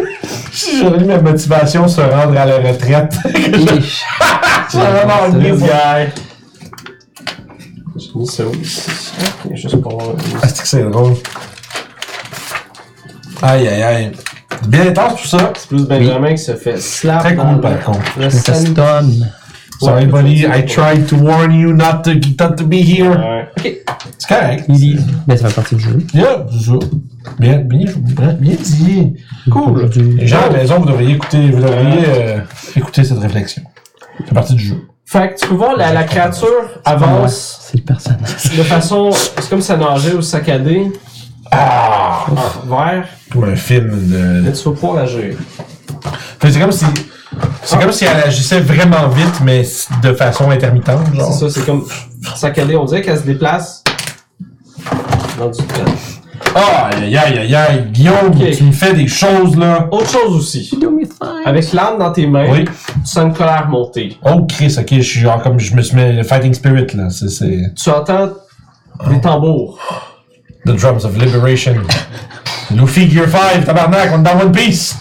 Speaker 1: J'aurais mis ma motivation se rendre à la retraite. J'aurais manqué hier.
Speaker 3: J'ai mis ça où ici? Ok, Juste pour avoir une-
Speaker 1: Ah, c'est que c'est drôle. Aïe, aïe, aïe. Bien intense tout ça.
Speaker 3: C'est plus Benjamin qui se fait slap.
Speaker 1: Très
Speaker 3: dans
Speaker 1: cool, par
Speaker 3: le-
Speaker 1: contre.
Speaker 3: le
Speaker 2: Ça
Speaker 3: sandwich.
Speaker 2: stun.
Speaker 1: Sorry, buddy. I tried to warn you not to, not to be here.
Speaker 3: Ouais.
Speaker 1: C'est correct.
Speaker 2: Ben, ça fait partie du jeu.
Speaker 1: Yeah, c'est ça. Bien, bien, bien, bien dit. Cool. Les gens à la maison, vous devriez écouter, vous devriez euh, écouter cette réflexion. C'est partie du jeu.
Speaker 3: Fait que tu peux voir, la, la créature avance
Speaker 2: C'est le personnage.
Speaker 3: de façon. C'est comme ça nageait ou saccadé
Speaker 1: Ah!
Speaker 3: en vert,
Speaker 1: Comme un film de.
Speaker 3: mais tu vas pouvoir agir.
Speaker 1: Fait que C'est comme si. C'est comme si elle agissait vraiment vite, mais de façon intermittente,
Speaker 3: C'est
Speaker 1: genre.
Speaker 3: ça, c'est comme saccadé. On dirait qu'elle se déplace dans du temps.
Speaker 1: Ah, aïe, aïe, aïe, aïe, Guillaume,
Speaker 3: Ok.
Speaker 1: tu me fais des choses, là.
Speaker 3: Autre chose aussi. Avec l'âme dans tes mains,
Speaker 1: Oui.
Speaker 3: tu sens une colère monter.
Speaker 1: Oh, Chris, ok, je suis genre comme je me suis mis le fighting spirit, là. C'est- C'est.
Speaker 3: Tu entends des tambours.
Speaker 1: The drums of liberation. Luffy Gear 5, tabarnak, on est dans One Piece!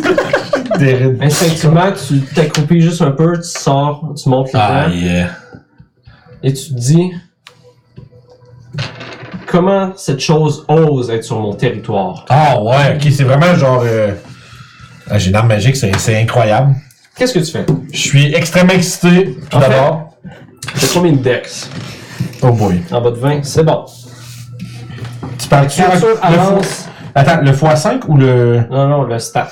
Speaker 1: Des rides.
Speaker 3: Instinctivement, tu t'accroupis juste un peu, tu sors, tu montes le
Speaker 1: Ah,
Speaker 3: temps.
Speaker 1: yeah.
Speaker 3: et tu te dis comment cette chose ose être sur mon territoire.
Speaker 1: Ah, ouais, ok, c'est vraiment genre. euh, ah, J'ai une arme magique, c'est c'est incroyable.
Speaker 3: Qu'est-ce que tu fais?
Speaker 1: Je suis extrêmement excité, tout
Speaker 3: En fait-
Speaker 1: d'abord.
Speaker 3: T'as combien de dex?
Speaker 1: Oh boy.
Speaker 3: En bas de 20, c'est bon.
Speaker 1: Tu parles tu
Speaker 3: Créature
Speaker 1: le
Speaker 3: avance.
Speaker 1: x... Attends, le x5 ou le.
Speaker 3: Non, non, le stat.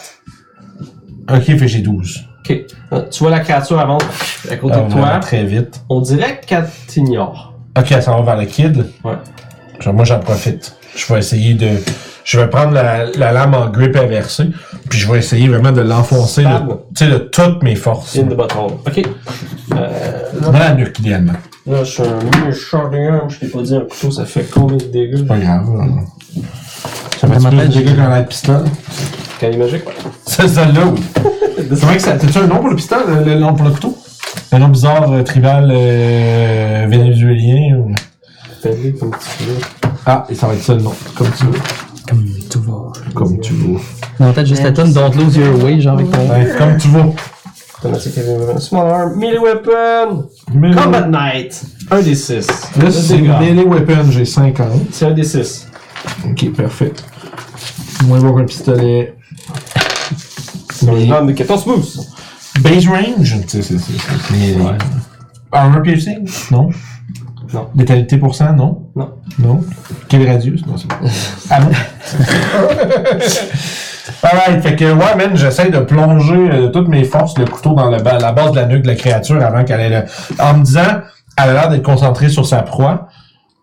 Speaker 1: Ok, fait que j'ai 12.
Speaker 3: Ok. Ah, Tu vois la créature avance à côté
Speaker 1: Ah,
Speaker 3: de
Speaker 1: vraiment
Speaker 3: toi.
Speaker 1: Très vite.
Speaker 3: On dirait qu'elle t'ignore.
Speaker 1: Ok, elle s'en va vers le kid.
Speaker 3: Ouais.
Speaker 1: Genre, moi, j'en profite. Je vais essayer de. Je vais prendre la, la lame en grip inversée, puis je vais essayer vraiment de l'enfoncer de,
Speaker 3: Stab.
Speaker 1: tu sais, de toutes mes forces.
Speaker 3: In the butthole. Ok. Euh,
Speaker 1: Dans la nuque, idéalement.
Speaker 3: là, je suis un méchant de homme. Je t'ai pas dit un couteau, ça fait combien de dégâts?
Speaker 1: Pas grave. hein. Ça
Speaker 2: Je
Speaker 1: fait
Speaker 2: m'appelle
Speaker 1: plus de
Speaker 2: Jake.
Speaker 1: dégâts qu'un pistolet.
Speaker 3: Quand il est magique?
Speaker 1: C'est ça là, oui. C'est vrai que ça. T'as-tu un nom pour le pistolet, le, le nom pour le couteau? Un nom bizarre, euh, tribal, euh, vénézuélien ou.
Speaker 3: Fais-le comme tu veux.
Speaker 1: Ah, et ça va être ça le nom. Comme tu veux.
Speaker 2: Comme tout va.
Speaker 1: Comme tu veux.
Speaker 2: Dans la tête, juste la tonne Don't Lose Your Way, genre avec ton.
Speaker 1: Ouais, comme tu veux.
Speaker 3: Automatic heavy weapon. Small arm. Melee weapon.
Speaker 1: Mais
Speaker 3: Combat knight. Un des six.
Speaker 1: Là, c'est melee weapon, j'ai 50.
Speaker 3: C'est un des six.
Speaker 1: Ok, parfait. Moins bon qu'un pistolet.
Speaker 3: C'est un arme de 14 pouces.
Speaker 1: Base range? Tu sais, c'est- c'est- c'est melee.
Speaker 3: Ouais.
Speaker 1: Armor piercing? Non.
Speaker 3: Non.
Speaker 1: Létalité pour cent? Non.
Speaker 3: Non.
Speaker 1: Non. Quel radius? Non, c'est bon. Ah non? Alright, fait que ouais, man, j'essaie de plonger euh, de toutes mes forces le couteau dans le ba- la base de la nuque de la créature avant qu'elle ait le. En me disant, elle a l'air d'être concentrée sur sa proie.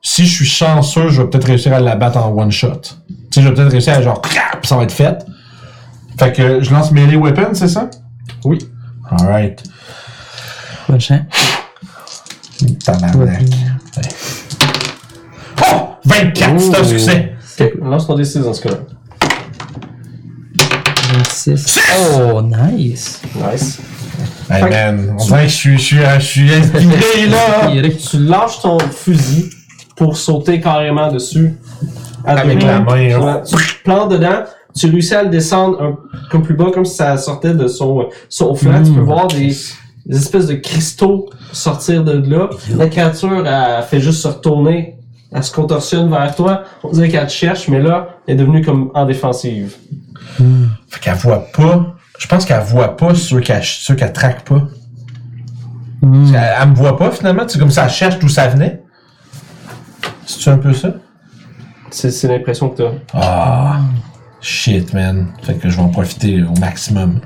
Speaker 1: Si je suis chanceux, je vais peut-être réussir à la battre en one shot. Tu sais, je vais peut-être réussir à genre, crap, ça va être fait. Fait que je lance melee weapon, c'est ça?
Speaker 3: Oui.
Speaker 1: Alright.
Speaker 2: Bonne chance.
Speaker 1: Tabarnak. Ouais. Oh! 24, c'est un succès!
Speaker 3: Ok, lance ton D6 dans ce cas-là.
Speaker 2: 26. Oh, nice.
Speaker 3: Nice.
Speaker 1: Hey man, on dirait que je suis, je suis, je suis inspiré là!
Speaker 2: Il y a des-
Speaker 3: Tu lâches ton fusil pour sauter carrément dessus. À
Speaker 1: Avec
Speaker 3: deux
Speaker 1: la
Speaker 3: mains.
Speaker 1: main, hein.
Speaker 3: Tu tu plantes dedans. Tu réussis à le descendre un, comme plus bas, comme si ça sortait de son, son flanc. Tu peux
Speaker 1: Mm.
Speaker 3: voir des, des espèces de cristaux sortir de là. La créature elle fait juste se retourner. Elle se contorsionne vers toi. On dirait qu'elle te cherche, mais là, elle est devenue comme en défensive.
Speaker 1: Fait qu'elle voit pas. Je pense qu'elle voit pas ceux qu'elle ceux qu'elle traque pas. Parce qu'elle- Elle, me voit pas finalement, c'est comme ça, elle cherche d'où ça venait. C'est-tu un peu ça?
Speaker 3: C'est c'est l'impression que t'as.
Speaker 1: Ah! shit man. Fait que je vais en profiter au maximum.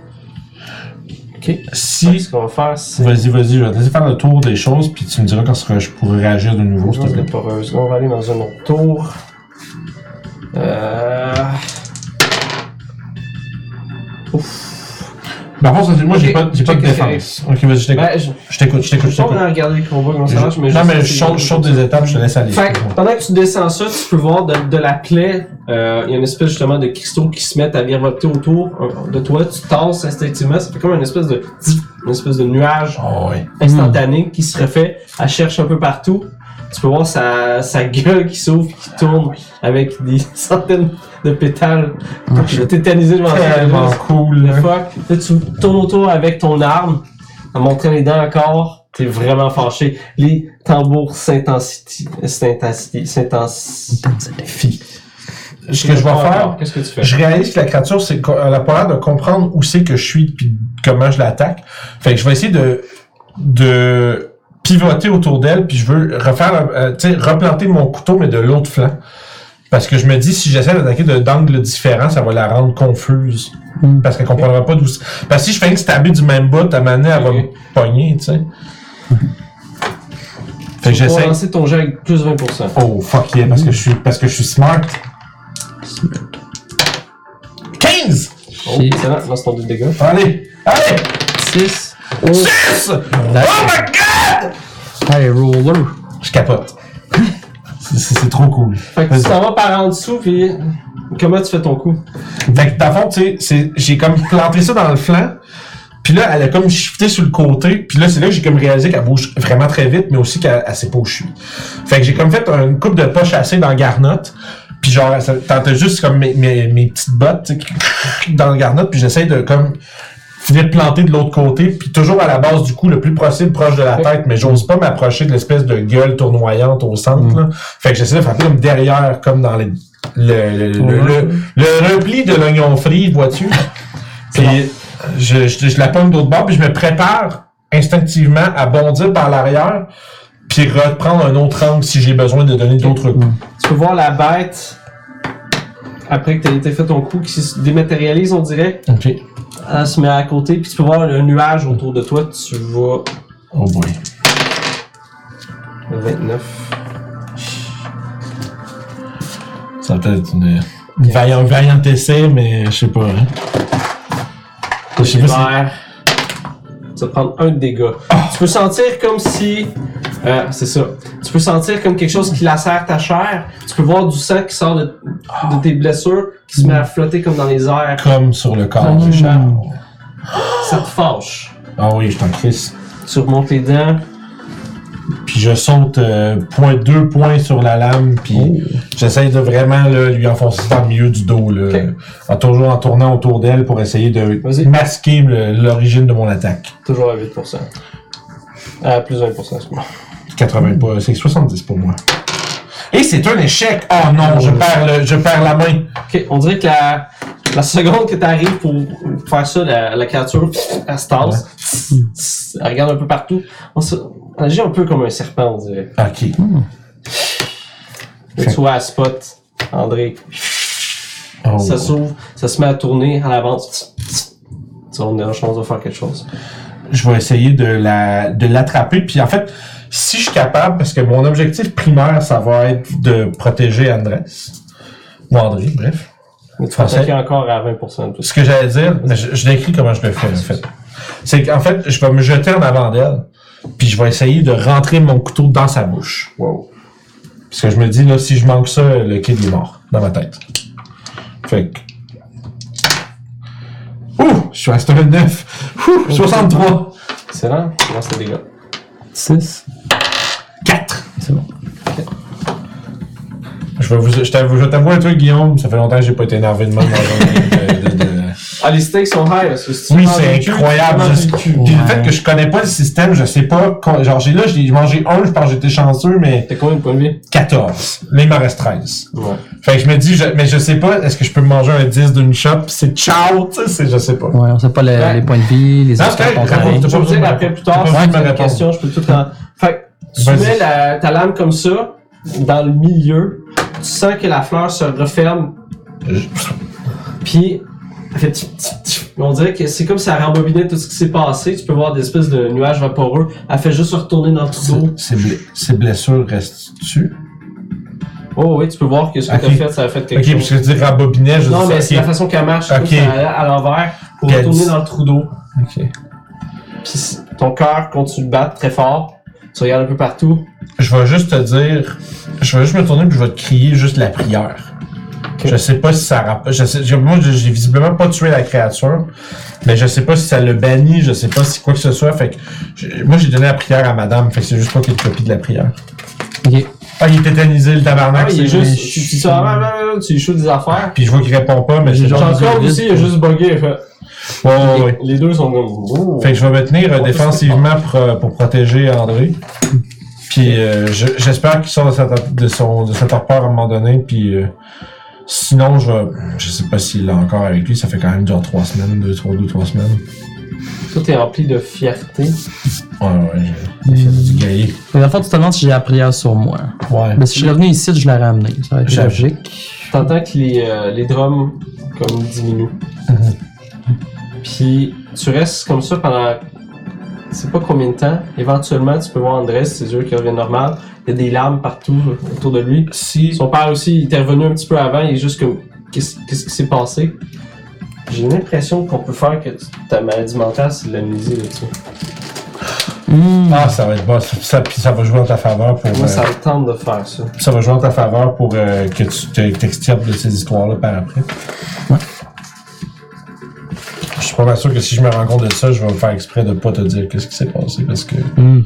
Speaker 3: Ok.
Speaker 1: Si.
Speaker 3: Ce qu'on va faire, c'est.
Speaker 1: Vas-y, vas-y, je vais te laisser faire le tour des choses, puis tu me diras quand ce que je pourrais réagir de nouveau, s'il te plaît.
Speaker 3: On va aller dans un autre tour. Euh...
Speaker 1: Par contre, ça, c'est- moi, j'ai
Speaker 3: Ok,
Speaker 1: pas, j'ai pas de
Speaker 3: check,
Speaker 1: défense. Ok, vas-y, je t'écoute.
Speaker 3: Ben, je
Speaker 1: Je t'écoute, je t'écoute,
Speaker 3: je
Speaker 1: je
Speaker 3: sais pas
Speaker 1: t'écoute.
Speaker 3: on a regardé le combat comment ça marche,
Speaker 1: non,
Speaker 3: mais je
Speaker 1: mais
Speaker 3: sais
Speaker 1: je
Speaker 3: que
Speaker 1: saute, je saute des étapes, je te laisse aller.
Speaker 3: Fait que pendant que tu descends ça, tu peux voir de, de la plaie, euh, il y a une espèce justement de cristaux qui se mettent à virevolter autour euh, de toi, tu tasses instinctivement, ça fait comme une espèce de, une espèce de nuage
Speaker 1: Oh, ouais.
Speaker 3: instantanée qui se refait. Elle cherche un peu partout. Tu peux voir sa, sa gueule qui s'ouvre, qui tourne avec des centaines de pétales. Je vais tétaniser devant
Speaker 1: Tellement
Speaker 3: ça.
Speaker 1: cool.
Speaker 3: Le
Speaker 1: hein.
Speaker 3: fuck. Là, tu tournes autour avec ton arme, en montrant les dents encore. T'es vraiment fâché. Les tambours s'intensifient. s'intensifient- s'intensifient.
Speaker 1: Fille. Ce que je vais faire,
Speaker 3: Qu'est-ce que tu fais?
Speaker 1: je réalise que la créature, c'est co- elle a pas l'air de comprendre où c'est que je suis puis comment je l'attaque. Fait que je vais essayer de, de pivoter autour d'elle puis je veux refaire, euh, tu sais, replanter mon couteau mais de l'autre flanc. Parce que je me dis, si j'essaie d'attaquer de- d'angles différents, ça va la rendre confuse.
Speaker 3: Hmm.
Speaker 2: Mm.
Speaker 1: Parce qu'elle comprendra pas d'où. c'est- Parce que si je fais une stabée du même bout, à un moment donné, elle va
Speaker 3: Ok.
Speaker 1: me pogner, tu sais. Fait que
Speaker 3: Tu vas
Speaker 1: j'essaie.
Speaker 3: lancer ton jet avec plus 20%.
Speaker 1: Oh fuck yeah, parce que je suis parce que je suis smart. 15!
Speaker 3: Oh, excellent. Lance ton dé de dégâts.
Speaker 1: Allez! Allez!
Speaker 2: 6. Oh,
Speaker 1: 10! Oh my god!
Speaker 2: high roller.
Speaker 1: Je capote. C'est- C'est c'est trop cool.
Speaker 3: Fait que
Speaker 1: Vas-y.
Speaker 3: tu t'en vas par en dessous, puis comment tu fais ton coup?
Speaker 1: Fait que dans le fond, tu sais, c'est- j'ai comme planté ça dans le flanc. Puis là, elle a comme shifté sur le côté. Puis là, c'est là que j'ai comme réalisé qu'elle bouge vraiment très vite, mais aussi qu'elle elle sait pas où je suis. Fait que j'ai comme fait une coupe de poche assez dans Garnotte. Puis genre, ça- t'entends juste comme mes, mes, mes petites bottes tu sais, qui- dans le Garnotte. Puis j'essaie de comme finir planter de l'autre côté. Puis toujours à la base du coup, le plus possible proche de la tête. Mais j'ose pas m'approcher de l'espèce de gueule tournoyante au centre. Là. Fait que j'essaie de frapper comme derrière, comme dans les- le- le- le, le, le repli de l'oignon frit, vois-tu? Puis je, je, je la pomme d'autre bord, puis je me prépare instinctivement à bondir par l'arrière, puis reprendre un autre angle si j'ai besoin de donner d'autres coups.
Speaker 3: Tu peux voir la bête, après que t'aies été fait ton coup, qui se dématérialise, on dirait.
Speaker 1: OK.
Speaker 3: Elle se met à côté, puis tu peux voir le nuage autour de toi. Tu vois
Speaker 1: Oh boy.
Speaker 3: le 29.
Speaker 1: Ça peut être une, une vaillant- vaillant essai, mais je sais pas. hein. Je sais pas si...
Speaker 3: Vert. Tu vas prendre un de dégâts. Tu peux sentir comme si. euh, c'est ça. Tu peux sentir comme quelque chose qui lacère ta chair. Tu peux voir du sang qui sort de, de tes blessures, qui se met à flotter comme dans les airs.
Speaker 1: Comme sur le corps
Speaker 2: Mm.
Speaker 1: du chat.
Speaker 3: Ça te fâche.
Speaker 1: Ah oui, je t'en crisse.
Speaker 3: Tu remontes les dents.
Speaker 1: Puis je saute euh, point, deux points sur la lame, puis j'essaie de vraiment là, lui enfoncer dans le milieu du dos, là,
Speaker 3: Ok.
Speaker 1: en toujours en tournant autour d'elle pour essayer de
Speaker 3: Vas-y.
Speaker 1: masquer le- l'origine de mon attaque.
Speaker 3: Toujours à 8%. À plus 20%, excuse-moi.
Speaker 1: 80 pas, c'est 70 pour moi. Et c'est un échec! Oh non, je perds, le- je perds la main.
Speaker 3: Ok, on dirait que la, la seconde que t'arrives pour faire ça, la, la créature, elle se tasse. Elle regarde un peu partout. On se- elle agit un peu comme un serpent, on dirait.
Speaker 1: Ok.
Speaker 3: Fait que Tu vois, elle spot, André.
Speaker 1: Oh.
Speaker 3: Ça s'ouvre, ça se met à tourner, elle avance. Tu vois, on a une chance de faire quelque chose.
Speaker 1: je vais essayer de la de l'attraper. Puis en fait, si je suis capable, parce que mon objectif primaire, ça va être de protéger Andrés. Ou André, bref.
Speaker 3: Mais tu vas
Speaker 1: Français.
Speaker 3: attaquer encore à 20% de plus.
Speaker 1: Ce que j'allais dire, mais je, je décris comment je le fais, en fait. C'est qu'en fait, je vais me jeter en avant d'elle, puis je vais essayer de rentrer mon couteau dans sa bouche.
Speaker 3: Wow.
Speaker 1: Parce que je me dis, là, si je manque ça, le kid est mort, dans ma tête. Fait que... Ouh! Je suis resté un 9! Ouh! 63!
Speaker 3: Excellent. Lance tes dégâts.
Speaker 2: 6.
Speaker 1: 4!
Speaker 2: C'est bon.
Speaker 1: Je vais vous, je t'avoue, je t'avoue un truc, Guillaume. Ça fait longtemps que j'ai pas été énervé de même dans un game de, de- de-
Speaker 3: Ah, les stakes sont high, parce que si tu
Speaker 1: Oui,
Speaker 3: prends
Speaker 1: c'est
Speaker 3: des culs,
Speaker 1: incroyable.
Speaker 3: tu prends
Speaker 1: je-
Speaker 3: des culs.
Speaker 1: Puis le fait que je connais pas le système, je sais pas. quand- Genre, j'ai là, j'ai mangé un, je pense que j'étais chanceux, mais
Speaker 3: T'as combien de points de vie?
Speaker 1: 14. Là, il m'en reste 13.
Speaker 3: Ouais.
Speaker 1: Fait que je me dis, je- mais je sais pas, est-ce que je peux me manger un 10 d'une shot, pis c'est ciao, tu sais, c'est- je sais pas.
Speaker 2: Ouais, on sait pas le-
Speaker 3: Ouais.
Speaker 2: les points de vie, les
Speaker 1: Non,
Speaker 2: actions
Speaker 1: c'est correct,
Speaker 2: qu'on
Speaker 1: raconte.
Speaker 3: Je
Speaker 2: gagne.
Speaker 1: pas
Speaker 3: vais
Speaker 1: besoin
Speaker 3: dire
Speaker 1: de me
Speaker 3: après, plus tard,
Speaker 1: T'as
Speaker 3: si
Speaker 1: pas besoin
Speaker 3: tu
Speaker 1: de
Speaker 3: as
Speaker 1: me
Speaker 3: des
Speaker 1: répondre.
Speaker 3: questions, je peux tout en... Fait que tu
Speaker 1: Vas-y.
Speaker 3: mets la- ta lame comme ça, dans le milieu, tu sens que la fleur se referme, puis elle fait tchou, tchou, tchou. on dirait que c'est comme si elle rembobinait tout ce qui s'est passé, tu peux voir des espèces de nuages vaporeux, elle fait juste se retourner dans tout l'eau.
Speaker 1: Ces bl- ces blessures restent-tu?
Speaker 3: Oh oui, tu peux voir que ce que
Speaker 1: Ok.
Speaker 3: t'as fait, ça a fait quelque
Speaker 1: Ok, parce
Speaker 3: chose.
Speaker 1: que tu dis rabobinet, je
Speaker 3: Non,
Speaker 1: dis
Speaker 3: mais
Speaker 1: ça,
Speaker 3: c'est
Speaker 1: ok.
Speaker 3: la façon qu'elle marche, c'est comme
Speaker 1: Ok.
Speaker 3: si elle allait à l'envers pour
Speaker 1: Puis elle
Speaker 3: retourner
Speaker 1: dit-
Speaker 3: dans le trou d'eau.
Speaker 1: Ok.
Speaker 3: Puis si- ton cœur continue de battre très fort, tu regardes un peu partout.
Speaker 1: Je vais juste te dire, je vais juste me tourner puis je vais te crier juste la prière.
Speaker 3: Ok.
Speaker 1: Je sais pas si ça rapp- je sais, j'ai- moi j'ai j'ai visiblement pas tué la créature, mais je sais pas si ça le bannit, je sais pas si quoi que ce soit. Fait que j'ai- moi j'ai donné la prière à madame, fait que c'est juste pas qu'il y ait une copie de la prière.
Speaker 2: Ok.
Speaker 1: Ah il est tétanisé le
Speaker 3: Ah,
Speaker 1: tabarnak,
Speaker 3: il est
Speaker 1: c'est-
Speaker 3: juste,
Speaker 2: je-
Speaker 3: tu dis ça, ah, ah, ah, ah, tu échoues des affaires.
Speaker 1: Puis je vois qu'il répond pas, mais
Speaker 2: J'ai
Speaker 1: j'ai
Speaker 2: genre-
Speaker 1: genre.
Speaker 3: Ton corps
Speaker 2: désolé.
Speaker 3: aussi, il est juste bugué. Fait.
Speaker 1: Ouais,
Speaker 2: Ah
Speaker 1: ouais, ouais.
Speaker 3: Les deux sont comme. ouh.
Speaker 1: Fait que je vais me tenir euh,
Speaker 3: On peut se
Speaker 1: défensivement pour, euh, pour protéger André. Puis euh, je- j'espère qu'il sort de, cette de, son, de cette torpeur à un moment donné. Puis euh, sinon, je vais, je sais pas s'il l'a encore avec lui. Ça fait quand même genre trois semaines, deux, trois, deux, trois semaines.
Speaker 3: Tout est rempli de fierté.
Speaker 1: Ouais, ouais, j'ai j'ai fait du gaillé.
Speaker 2: Mais dans le fond, tu te demandes si j'ai la prière sur moi.
Speaker 1: Ouais.
Speaker 2: Mais si je suis revenu ici, je l'ai ramené. Ça va être
Speaker 1: J'avoue.
Speaker 2: logique.
Speaker 3: T'entends que les, euh, les drums comme diminuent.
Speaker 1: Mhm.
Speaker 3: Puis tu restes comme ça pendant. Je sais pas combien de temps. Éventuellement, tu peux voir Andrés, ses yeux qui reviennent normal. Il y a des larmes partout autour de lui.
Speaker 1: Si.
Speaker 3: Son père aussi, il était revenu un petit peu avant, il est juste comme, qu'est-ce qu'est-ce qui s'est passé? J'ai l'impression qu'on peut faire que tu- ta maladie mentale, c'est de l'amnésie là-dessus.
Speaker 2: Hum.
Speaker 1: Ah, ça va être bon. Ça, ça- puis ça va jouer en ta faveur pour.
Speaker 3: Moi,
Speaker 1: euh,
Speaker 3: ça me tente de faire ça.
Speaker 1: ça va jouer en ta faveur pour euh, que tu te- t'extirpes de ces histoires-là par après.
Speaker 2: Ouais.
Speaker 1: Je suis pas mal sûr que si je me rends compte de ça, je vais me faire exprès de pas te dire qu'est-ce qui s'est passé parce que
Speaker 2: Hum.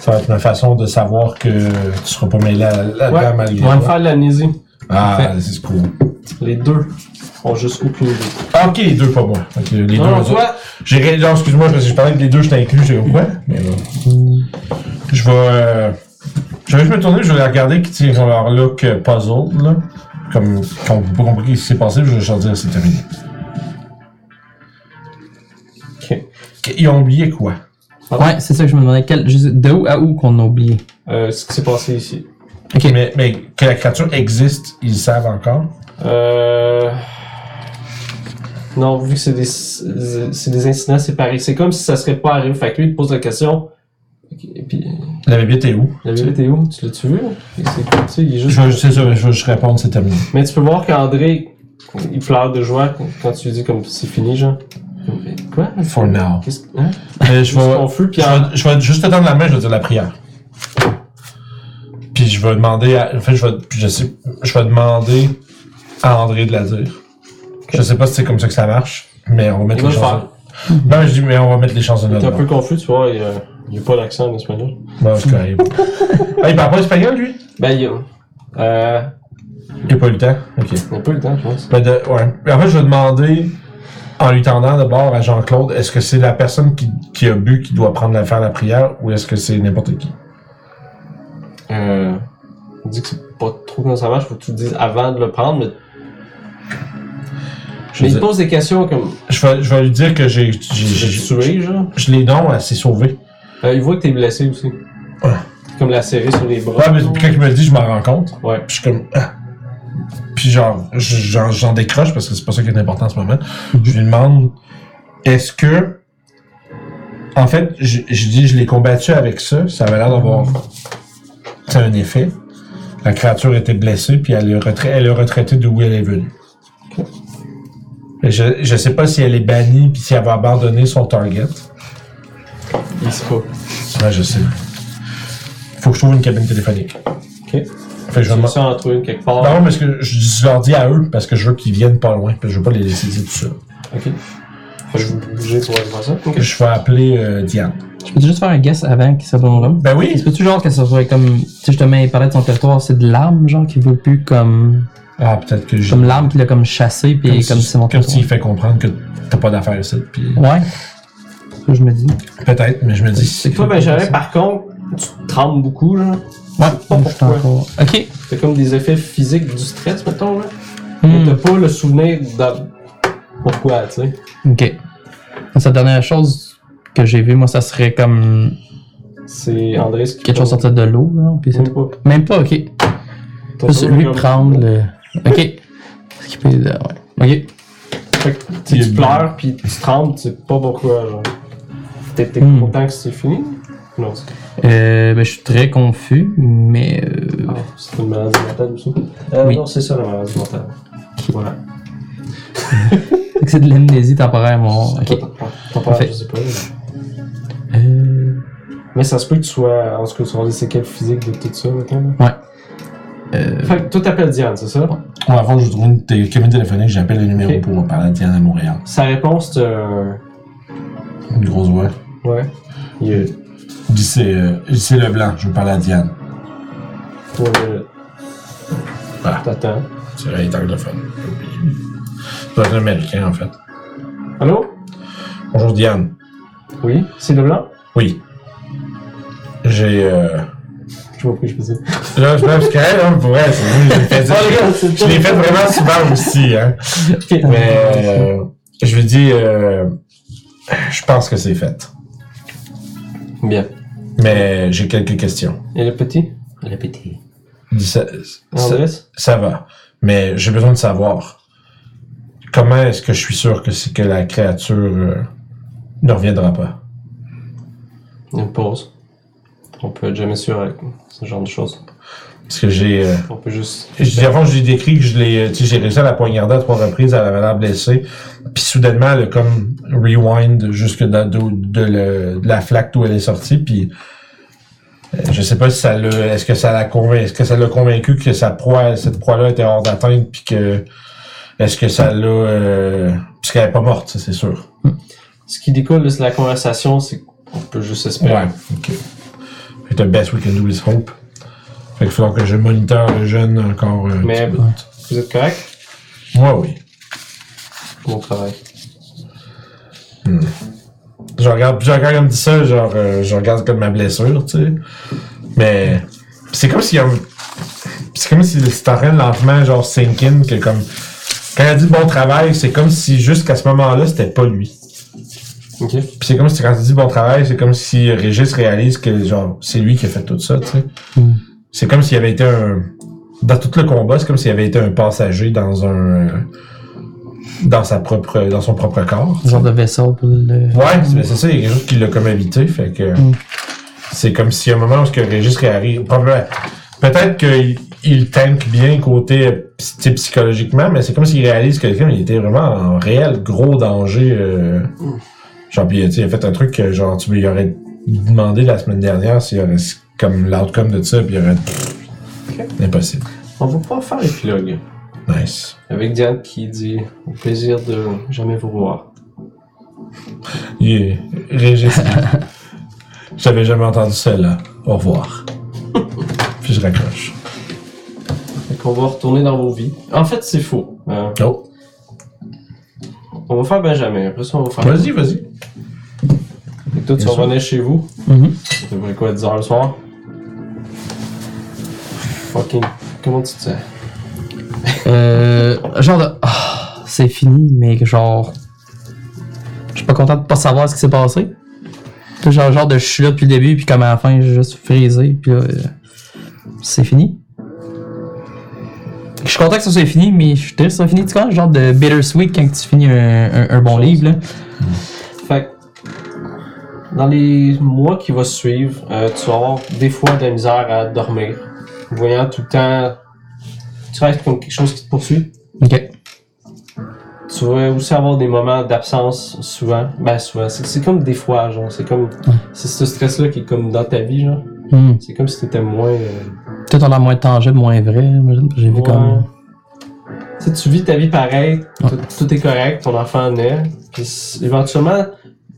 Speaker 1: ça va être ma façon de savoir que tu seras pas mêlé à la
Speaker 3: Ouais,
Speaker 1: malgré
Speaker 3: on va me
Speaker 1: toi.
Speaker 3: faire de l'amnésie.
Speaker 1: Ah, c'est cool.
Speaker 3: Les deux ont juste aucune idée.
Speaker 1: Ah, ok, les deux, pas moi. Ok, les
Speaker 3: Non,
Speaker 1: deux.
Speaker 3: non,
Speaker 1: eux autres.
Speaker 3: toi,
Speaker 1: J'ai ré- non, excuse-moi, parce que je parlais que les deux, je t'inclus, j'ai ouais. Mais non. Je vais. euh, Je vais juste me tourner, je vais les regarder qui tirent leur look euh, puzzle, là. Comme, qu'on n'a pas compris ce qui s'est passé, je vais leur dire c'est terminé.
Speaker 3: Ok.
Speaker 1: Qu- Ils ont oublié quoi
Speaker 2: Ouais, c'est ça que je me demandais. Quel, je sais- de où à où qu'on a oublié?
Speaker 3: euh, ce qui s'est passé ici.
Speaker 2: Ok.
Speaker 1: mais, mais que la créature existe, ils le savent encore.
Speaker 3: Euh... Non, vu que c'est des, c'est des incidents séparés, c'est comme si ça serait pas arrivé. Fait que lui, il te pose la question. Ok, Et puis,
Speaker 1: La bébé, t'es où
Speaker 3: la bébé, t'es où? Tu l'as-tu vu? Et c'est- tu sais, il est juste
Speaker 1: Je vais juste, je vais juste répondre c'est terminé.
Speaker 3: Mais tu peux voir qu'André, il pleure de joie quand- quand tu lui dis comme c'est fini, genre. Comme, mais Quoi?
Speaker 1: For now.
Speaker 3: Qu'est-ce que. Hein?
Speaker 1: Mais je
Speaker 3: Je suis
Speaker 1: vais.
Speaker 3: confus,
Speaker 1: Puis
Speaker 3: puis en-
Speaker 1: je vais, je vais juste te tendre la main, je vais dire la prière. Puis je vais demander à. En fait, je vais, je sais, je vais demander à André de la dire. Je sais pas si c'est comme ça que ça marche, mais on va mettre
Speaker 3: Il va
Speaker 1: les
Speaker 3: le
Speaker 1: chances.
Speaker 3: faire.
Speaker 1: Non, je dis, mais on va mettre les chances de
Speaker 3: t'es
Speaker 1: notre
Speaker 3: un peu
Speaker 1: bord.
Speaker 3: confus, tu vois. et, euh, Il n'y a pas d'accent en espagnol.
Speaker 1: Bon, Ben, c'est correct. ah, il parle pas espagnol, lui?
Speaker 3: Ben, il y a. Euh,
Speaker 1: Il a pas eu le temps. OK.
Speaker 3: il n'y a pas eu le temps, je pense.
Speaker 1: Ben, de- ouais. Mais En fait, je vais demander, en lui tendant d'abord à Jean-Claude, est-ce que c'est la personne qui, qui a bu qui doit prendre la, faire la prière ou est-ce que c'est n'importe qui?
Speaker 3: Euh, on dit que c'est pas trop comment ça marche, faut que tu le dises avant de le prendre, mais,
Speaker 1: Je, veux
Speaker 3: mais il
Speaker 1: dire-
Speaker 3: pose des questions comme
Speaker 1: je vais, je vais lui dire que j'ai. j'ai-
Speaker 3: Je
Speaker 1: j'ai-
Speaker 3: suis tué, genre.
Speaker 1: Je l'ai non, elle s'est sauvée.
Speaker 3: Euh, il voit que t'es blessé aussi.
Speaker 1: Ah.
Speaker 3: Comme la série sur les
Speaker 1: Ouais,
Speaker 3: bras.
Speaker 1: mais puis quand il me le dit, je m'en rends compte.
Speaker 3: Ouais.
Speaker 1: Puis je suis comme. Ah. Puis genre, je- j'en j'en décroche parce que c'est pas ça qui est important en ce moment. Je lui demande est-ce que. En fait, je, je dis, je l'ai combattu avec ça. Ça avait l'air d'avoir. C'est un effet. La créature était blessée, puis elle est, retra- elle est retraitée d'où elle est venue. Et Je, je sais pas si elle est bannie, puis si elle va abandonner son target.
Speaker 3: Il sait pas.
Speaker 1: Ouais, je sais. Faut que je trouve une cabine téléphonique.
Speaker 3: Ok.
Speaker 1: Fait que je
Speaker 3: Je
Speaker 1: vais
Speaker 3: vais
Speaker 1: demander-
Speaker 3: ça en trouver une quelque part.
Speaker 1: Non, parce que je, je leur dis à eux parce que je veux qu'ils viennent pas loin, parce que je veux pas les laisser dire tout ça.
Speaker 3: Ok. Fait que Je vais bouger pour aller voir ça. Ok.
Speaker 1: Je vais appeler euh, Diane.
Speaker 2: Je peux juste faire un guess avant que ça tombe là?
Speaker 1: Ben
Speaker 2: Et
Speaker 1: oui!
Speaker 2: peux-tu genre que ça soit comme. Tu sais, justement, il parlait de son territoire, c'est de l'arme, genre, qui veut plus comme.
Speaker 1: Ah, peut-être que j'ai.
Speaker 2: Comme l'arme qu'il a comme chassé, puis comme,
Speaker 1: si-
Speaker 2: c'est mon
Speaker 1: comme
Speaker 2: territoire.
Speaker 1: s'il fait comprendre que t'as pas d'affaires ici. Puis...
Speaker 2: Ouais. C'est ce que je me dis.
Speaker 1: Peut-être, mais je me dis.
Speaker 2: C'est ben-
Speaker 3: Toi, Benjamin, par contre, tu te trembles beaucoup, genre.
Speaker 2: Ouais,
Speaker 3: pas
Speaker 2: je suis encore. Ok.
Speaker 3: T'as comme des effets physiques du stress, mettons, là. Mais
Speaker 2: Hmm.
Speaker 3: T'as pas le souvenir de. Pourquoi, tu sais.
Speaker 2: Ok. Sa dernière chose que j'ai vue, moi, ça serait comme
Speaker 3: C'est André ce qui.
Speaker 2: quelque chose sorti de l'eau, genre, puis c'est
Speaker 3: Même pas.
Speaker 2: Même pas, ok.
Speaker 3: T'as
Speaker 2: Juste
Speaker 3: toujours
Speaker 2: lui
Speaker 3: comme-
Speaker 2: prendre le. Ok. Skipper, ouais. Ok.
Speaker 3: Fait que, tu sais, tu pleures, puis tu trembles, tu sais pas pourquoi, genre. T'es t'es
Speaker 2: Hmm.
Speaker 3: content que c'est fini? Non, c'est-
Speaker 2: Euh, ben, je suis très confus, mais. euh,
Speaker 3: Ah, c'est une maladie mentale aussi. Euh,
Speaker 2: Oui.
Speaker 3: Non, c'est ça la maladie mentale. Voilà.
Speaker 2: fait que C'est de l'amnésie temporaire, mon.
Speaker 3: T'as
Speaker 2: Oh, Ok.
Speaker 3: pas- T'en parles,
Speaker 2: Parfait.
Speaker 3: je sais pas. mais-
Speaker 2: Euh.
Speaker 3: Mais ça se peut que tu sois. En ce que tu sois des séquelles physiques de tout ça, mettons. là.
Speaker 2: euh,
Speaker 3: Fait que toi, t'appelles Diane, c'est ça?
Speaker 1: Ouais, avant, je trouve une té- cabine téléphonique, j'appelle le numéro
Speaker 3: Ok.
Speaker 1: pour parler à Diane à Montréal.
Speaker 3: Sa réponse, t'as. un-
Speaker 1: Une grosse voix.
Speaker 3: Ouais. Il y a
Speaker 1: Je dis, c'est euh, je dis, c'est Leblanc, je veux parler à Diane.
Speaker 3: trois minutes.
Speaker 1: Ah.
Speaker 3: T'attends.
Speaker 1: C'est vrai, il est anglophone. C'est un américain, en fait.
Speaker 3: Allô?
Speaker 1: Bonjour, Diane.
Speaker 3: Oui? C'est Leblanc?
Speaker 1: Oui. J'ai. Euh...
Speaker 3: Je vois plus, je faisais.
Speaker 1: Là, je pense que, là, pour vrai, c'est je l'ai fait,
Speaker 3: Oh, les gars, c'est
Speaker 1: je l'ai fait vraiment souvent aussi, hein.
Speaker 3: Ok.
Speaker 1: Mais, euh, je veux dire, euh, je pense que c'est fait.
Speaker 3: Bien.
Speaker 1: Mais j'ai quelques questions.
Speaker 3: Et le petit? Le petit.
Speaker 1: Dis Ça, ça,
Speaker 3: Andrés?
Speaker 1: ça va. Mais j'ai besoin de savoir. Comment est-ce que je suis sûr que c'est que la créature euh, ne reviendra pas?
Speaker 3: Une pause. On peut être jamais sûr avec ce genre de choses.
Speaker 1: Parce que j'ai, euh,
Speaker 3: On peut juste.
Speaker 1: Je dis, avant, je lui ai décrit que je l'ai, euh, tu sais, j'ai réussi à la poignarder à trois reprises, elle avait l'air blessée. Puis soudainement, elle a comme rewind jusque dans- d'où- de, le- de la flaque d'où elle est sortie. Puis euh, je sais pas si ça l'a, est-ce que ça l'a convaincu, est-ce que ça l'a convaincu que sa proie, cette proie-là était hors d'atteinte, puis que est-ce que ça l'a, euh, parce qu'elle est pas morte, ça, c'est sûr.
Speaker 3: Ce qui découle de la conversation, c'est qu'on peut juste espérer.
Speaker 1: Euh, Ok. Fait que the best we can do is hope. Fait qu'il faut que je moniteur le jeune encore. euh, un
Speaker 3: Mais-
Speaker 1: petit bout.
Speaker 3: Vous êtes correct?
Speaker 1: ouais, oui.
Speaker 3: Bon travail.
Speaker 1: Je regarde, puis quand elle me dit ça, genre, euh, je regarde comme ma blessure, tu sais. Mais pis c'est comme si c'est comme si c'était en train de lentement genre sink in que comme quand elle dit bon travail, c'est comme si jusqu'à ce moment-là, c'était pas lui.
Speaker 3: Ok.
Speaker 1: Puis c'est comme si quand elle dit bon travail, c'est comme si Régis réalise que genre c'est lui qui a fait tout ça, tu sais.
Speaker 2: Mm.
Speaker 1: C'est comme s'il avait été un dans tout le combat, c'est comme s'il avait été un passager dans un euh, dans sa propre dans son propre corps.
Speaker 2: genre de vaisseau pour le.
Speaker 1: Ouais, c'est- c'est ça, il y a quelque chose qui l'a comme habité, fait que
Speaker 2: Mm.
Speaker 1: c'est comme si à un moment où ce que Régis réarrive, probablement, peut-être qu'il il tank bien côté euh, psy- tu sais, psychologiquement, mais c'est comme s'il réalise que quelqu'un il était vraiment en réel gros danger. euh, Genre, puis tu sais, il a fait un truc que genre tu lui aurais demandé la semaine dernière s'il y aurait comme l'outcome de ça, puis il aurait impossible.
Speaker 3: On va pouvoir faire l'épilogue.
Speaker 1: Nice.
Speaker 3: Avec Diane qui dit au plaisir de jamais vous revoir.
Speaker 1: Yeah. Régis. J'avais jamais entendu celle-là. Au revoir. Puis je raccroche.
Speaker 3: Fait qu'on va retourner dans vos vies. En fait, c'est faux. Euh,
Speaker 1: Oh,
Speaker 3: on va faire Benjamin. Après ça, on va faire.
Speaker 1: vas-y, vas-y.
Speaker 3: Fait que toi, tu
Speaker 1: Bien sûr.
Speaker 3: revenais chez vous.
Speaker 2: Mhm.
Speaker 3: C'est vrai quoi, 10h le soir? Fucking. Comment tu te sens?
Speaker 2: Euh, genre de. Ah, c'est fini, mais genre. Je suis pas content de pas savoir ce qui s'est passé. Puis genre, genre de je suis là depuis le début, puis comme à la fin, j'ai juste frisé, puis là. euh, c'est fini. Je suis content que ça soit fini, mais je suis triste que ça soit fini. Tu connais le genre de bittersweet quand tu finis un, un- un bon livre, là.
Speaker 3: Fait que, dans les mois qui vont suivre, euh, tu vas avoir des fois de la misère à dormir. Voyant tout le temps. Tu restes comme quelque chose qui te poursuit.
Speaker 2: Ok.
Speaker 3: Tu vas aussi avoir des moments d'absence souvent. Ben souvent. C'est c'est comme des fois, genre. C'est comme. C'est ce stress-là qui est comme dans ta vie, genre.
Speaker 2: Hmm.
Speaker 3: C'est comme si t'étais moins. euh,
Speaker 2: Peut-être on a moins tangible, moins vrai, j'imagine. J'ai vu
Speaker 3: Ouais.
Speaker 2: comme.
Speaker 3: Tu sais, tu vis ta vie pareil,
Speaker 2: Ouais.
Speaker 3: tout, tout est correct, ton enfant naît, puis s- éventuellement,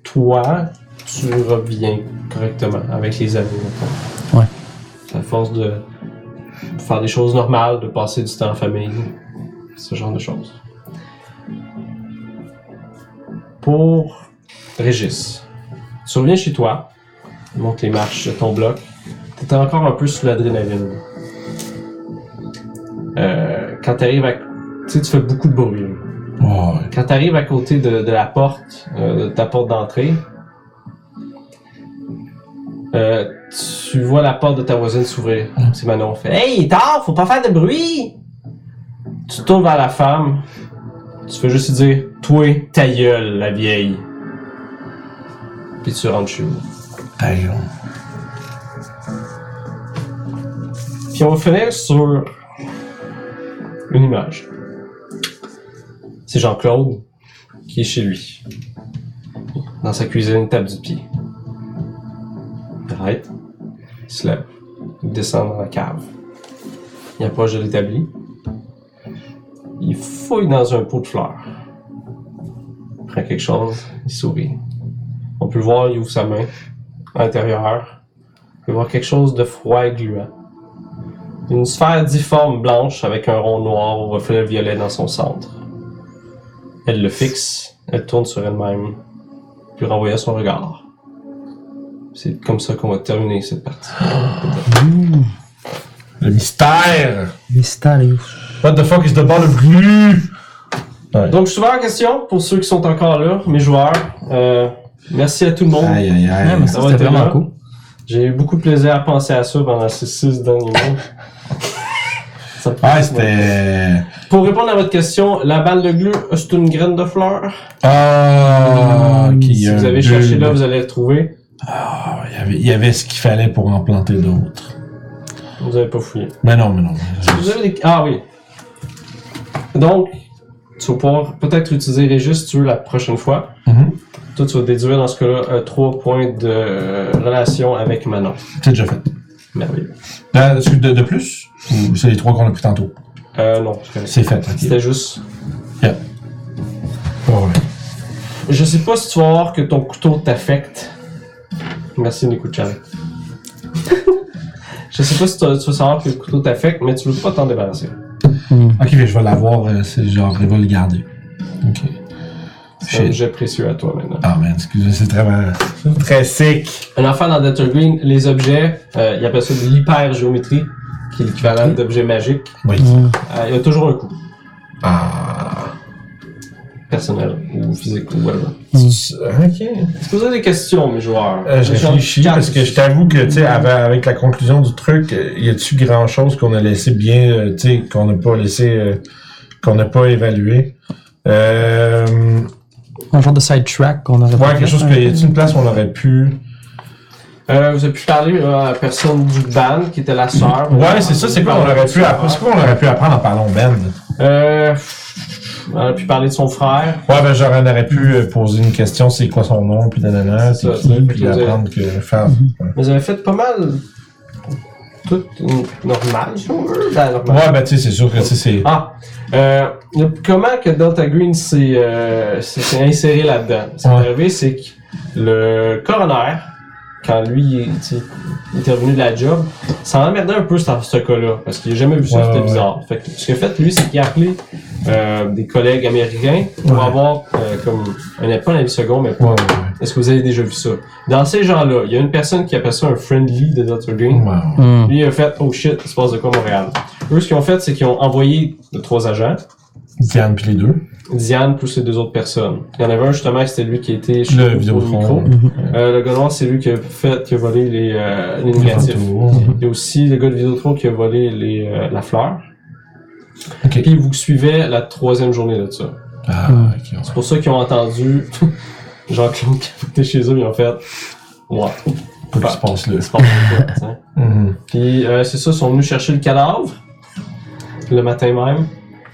Speaker 3: toi, tu reviens correctement avec les années. mettons.
Speaker 2: Ouais.
Speaker 3: À force de faire des choses normales, de passer du temps en famille, ce genre de choses. Pour Régis, tu reviens chez toi, tu montes les marches de ton bloc, t'étais encore un peu sous l'adrénaline. Euh, quand t'arrives à... Tu sais, tu fais beaucoup de bruit. là.
Speaker 1: Oh, ouais.
Speaker 3: Quand t'arrives à côté de, de la porte, euh, de ta porte d'entrée, euh, tu vois la porte de ta voisine s'ouvrir. C'est Manon. Fait, Ah. hey, il est tard, faut pas faire de bruit! Tu te tournes vers la femme, tu fais juste lui dire, toi, ta gueule, la vieille. Puis tu rentres chez vous.
Speaker 1: Ta gueule.
Speaker 3: Puis on va finir sur une image. C'est Jean-Claude qui est chez lui. Dans sa cuisine, tape du pied. Il arrête. Il se lève. Il descend dans la cave. Il approche de l'établi. Il fouille dans un pot de fleurs. Il prend quelque chose. Il sourit. On peut le voir, il ouvre sa main. À l'intérieur, on peut voir quelque chose de froid et gluant. Une sphère difforme blanche avec un rond noir au reflet violet dans son centre. Elle le fixe, elle tourne sur elle-même, puis renvoie son regard. C'est comme ça qu'on va terminer cette partie.
Speaker 1: Le mystère!
Speaker 2: Mystère, il est où?
Speaker 1: What the fuck is the ball of glue?
Speaker 3: Donc, je suis ouvert en question pour ceux qui sont encore là, mes joueurs. Euh, merci à tout le monde.
Speaker 1: Aïe, aïe,
Speaker 2: Ouais, mais
Speaker 1: aïe.
Speaker 2: ça,
Speaker 3: va
Speaker 2: c'était
Speaker 3: être
Speaker 2: vraiment
Speaker 3: là.
Speaker 2: cool.
Speaker 3: J'ai eu beaucoup de plaisir à penser à ça pendant ces six derniers mois. Ça me fait-
Speaker 1: Ouais, c'était.
Speaker 3: Pour répondre à votre question, la balle de glue, c'est une graine de fleur.
Speaker 1: Ah, qui
Speaker 3: Hmm, Si vous avez cherché là, vous allez le trouver.
Speaker 1: Ah, il y avait- il y avait ce qu'il fallait pour en planter d'autres.
Speaker 3: Vous n'avez pas fouillé.
Speaker 1: Mais non, mais non.
Speaker 3: Vous avez des- Ah oui. Donc, tu vas pouvoir peut-être utiliser Régis si tu veux la prochaine fois.
Speaker 1: Mhm.
Speaker 3: Toi, tu vas déduire dans ce cas-là euh, trois points de euh, relation avec Manon.
Speaker 1: C'est déjà fait.
Speaker 3: Merveilleux.
Speaker 1: Euh, est-ce que de, de plus? Ou c'est les trois qu'on a pris tantôt?
Speaker 3: Euh, non, je connais.
Speaker 1: C'est fait, ok.
Speaker 3: C'était juste.
Speaker 1: Oh, ouais.
Speaker 3: Je sais pas si tu vas voir que ton couteau t'affecte. Merci, Nico-chan. je sais pas si tu tu vas savoir que le couteau t'affecte, mais tu veux pas t'en débarrasser.
Speaker 1: Ok, fait que je vais l'avoir, euh, c'est genre, il va le garder. Ok.
Speaker 3: C'est un
Speaker 1: Shit.
Speaker 3: objet précieux Euh, à toi maintenant.
Speaker 1: Ah, man, excusez, c'est vraiment. c'est Très sick.
Speaker 3: Un enfant dans Delta Green, les objets, euh, il appelle ça de l'hypergéométrie, qui est l'équivalent
Speaker 1: Hmm.
Speaker 3: d'objets magiques.
Speaker 1: Oui.
Speaker 3: Euh, il y a toujours un coût,
Speaker 1: Ah.
Speaker 3: personnel ou physique ou whatever.
Speaker 1: Ok.
Speaker 3: Est-ce que vous avez des questions, mes joueurs?
Speaker 1: Euh, je réfléchis
Speaker 3: Genre,
Speaker 1: parce que je t'avoue que, tu sais, avec, avec la conclusion du truc, euh, y a-tu grand chose qu'on a laissé bien, euh, tu sais, qu'on n'a pas laissé, euh, qu'on n'a pas évalué? Euh,
Speaker 2: Un genre de sidetrack qu'on aurait
Speaker 1: ouais,
Speaker 2: pas
Speaker 1: quelque
Speaker 2: fait,
Speaker 1: chose
Speaker 2: hein.
Speaker 1: que, y a-tu une place où on aurait pu.
Speaker 3: Euh, vous avez pu parler euh, à la personne du band qui était la sœur.
Speaker 1: Ouais, c'est ça, c'est quoi on aurait pu apprendre? C'est quoi on aurait pu apprendre en parlant au Ben, band?
Speaker 3: Euh, on aurait pu parler de son frère.
Speaker 1: Ouais, ben, genre, on aurait pu euh, poser une question, c'est quoi son nom, puis nanana,
Speaker 3: C'est
Speaker 1: c'est
Speaker 3: ça,
Speaker 1: qui,
Speaker 3: c'est
Speaker 1: puis
Speaker 3: ça.
Speaker 1: apprendre que faire. Ouais,
Speaker 3: Mais vous avez fait pas mal. Tout euh, normal, si on veut. Ben, normal.
Speaker 1: Ouais, ben, tu sais, c'est sûr que, tu sais, c'est.
Speaker 3: Ah, euh, le- comment que Delta Green s'est euh, s'est- s'est inséré là-dedans? Ce qui est
Speaker 1: Ouais.
Speaker 3: arrivé, c'est que le coroner, quand quand lui il, est- tu sais, il est revenu de la job, ça emmerdait un peu ce, ce cas-là, parce qu'il a jamais vu ça,
Speaker 1: Ouais,
Speaker 3: c'était
Speaker 1: ouais,
Speaker 3: bizarre. Fait que ce qu'il a fait, lui, c'est qu'il a appelé euh, des collègues américains pour
Speaker 1: Ouais.
Speaker 3: avoir euh, comme un pas un avis second, mais
Speaker 1: Ouais,
Speaker 3: pour
Speaker 1: ouais,
Speaker 3: est-ce que vous avez déjà vu ça? Dans ces gens-là, il y a une personne qui appelle ça un friendly de Dr.
Speaker 1: ouais.
Speaker 3: Green.
Speaker 1: Ouais.
Speaker 2: Hmm.
Speaker 3: Lui, il a fait, oh shit, il se passe de quoi à Montréal? Eux, ce qu'ils ont fait, c'est qu'ils ont envoyé les trois agents,
Speaker 1: Diane puis les deux.
Speaker 3: Diane plus les deux autres personnes. Il y en avait un justement, c'était lui qui était chez
Speaker 1: Le
Speaker 3: au micro.
Speaker 1: vidéotron.
Speaker 3: Euh, le gars noir, c'est lui qui a fait, qui a volé les, euh, les
Speaker 1: Les
Speaker 3: négatifs.
Speaker 1: photos.
Speaker 3: Il y a aussi le gars de Vidéotron qui a volé les, euh, la fleur.
Speaker 1: Ok.
Speaker 3: Puis vous suivez la troisième journée de ça.
Speaker 1: Ah, ok, ouais.
Speaker 3: C'est pour ça qu'ils ont entendu Jean-Claude qui était chez eux, ils ont fait Ouais,
Speaker 1: Pour
Speaker 3: Bah.
Speaker 1: qu'il se passe là.
Speaker 3: c'est pas mal, quoi, t'sais.
Speaker 1: Mhm.
Speaker 3: Puis euh, c'est ça, ils sont venus chercher le cadavre le matin même.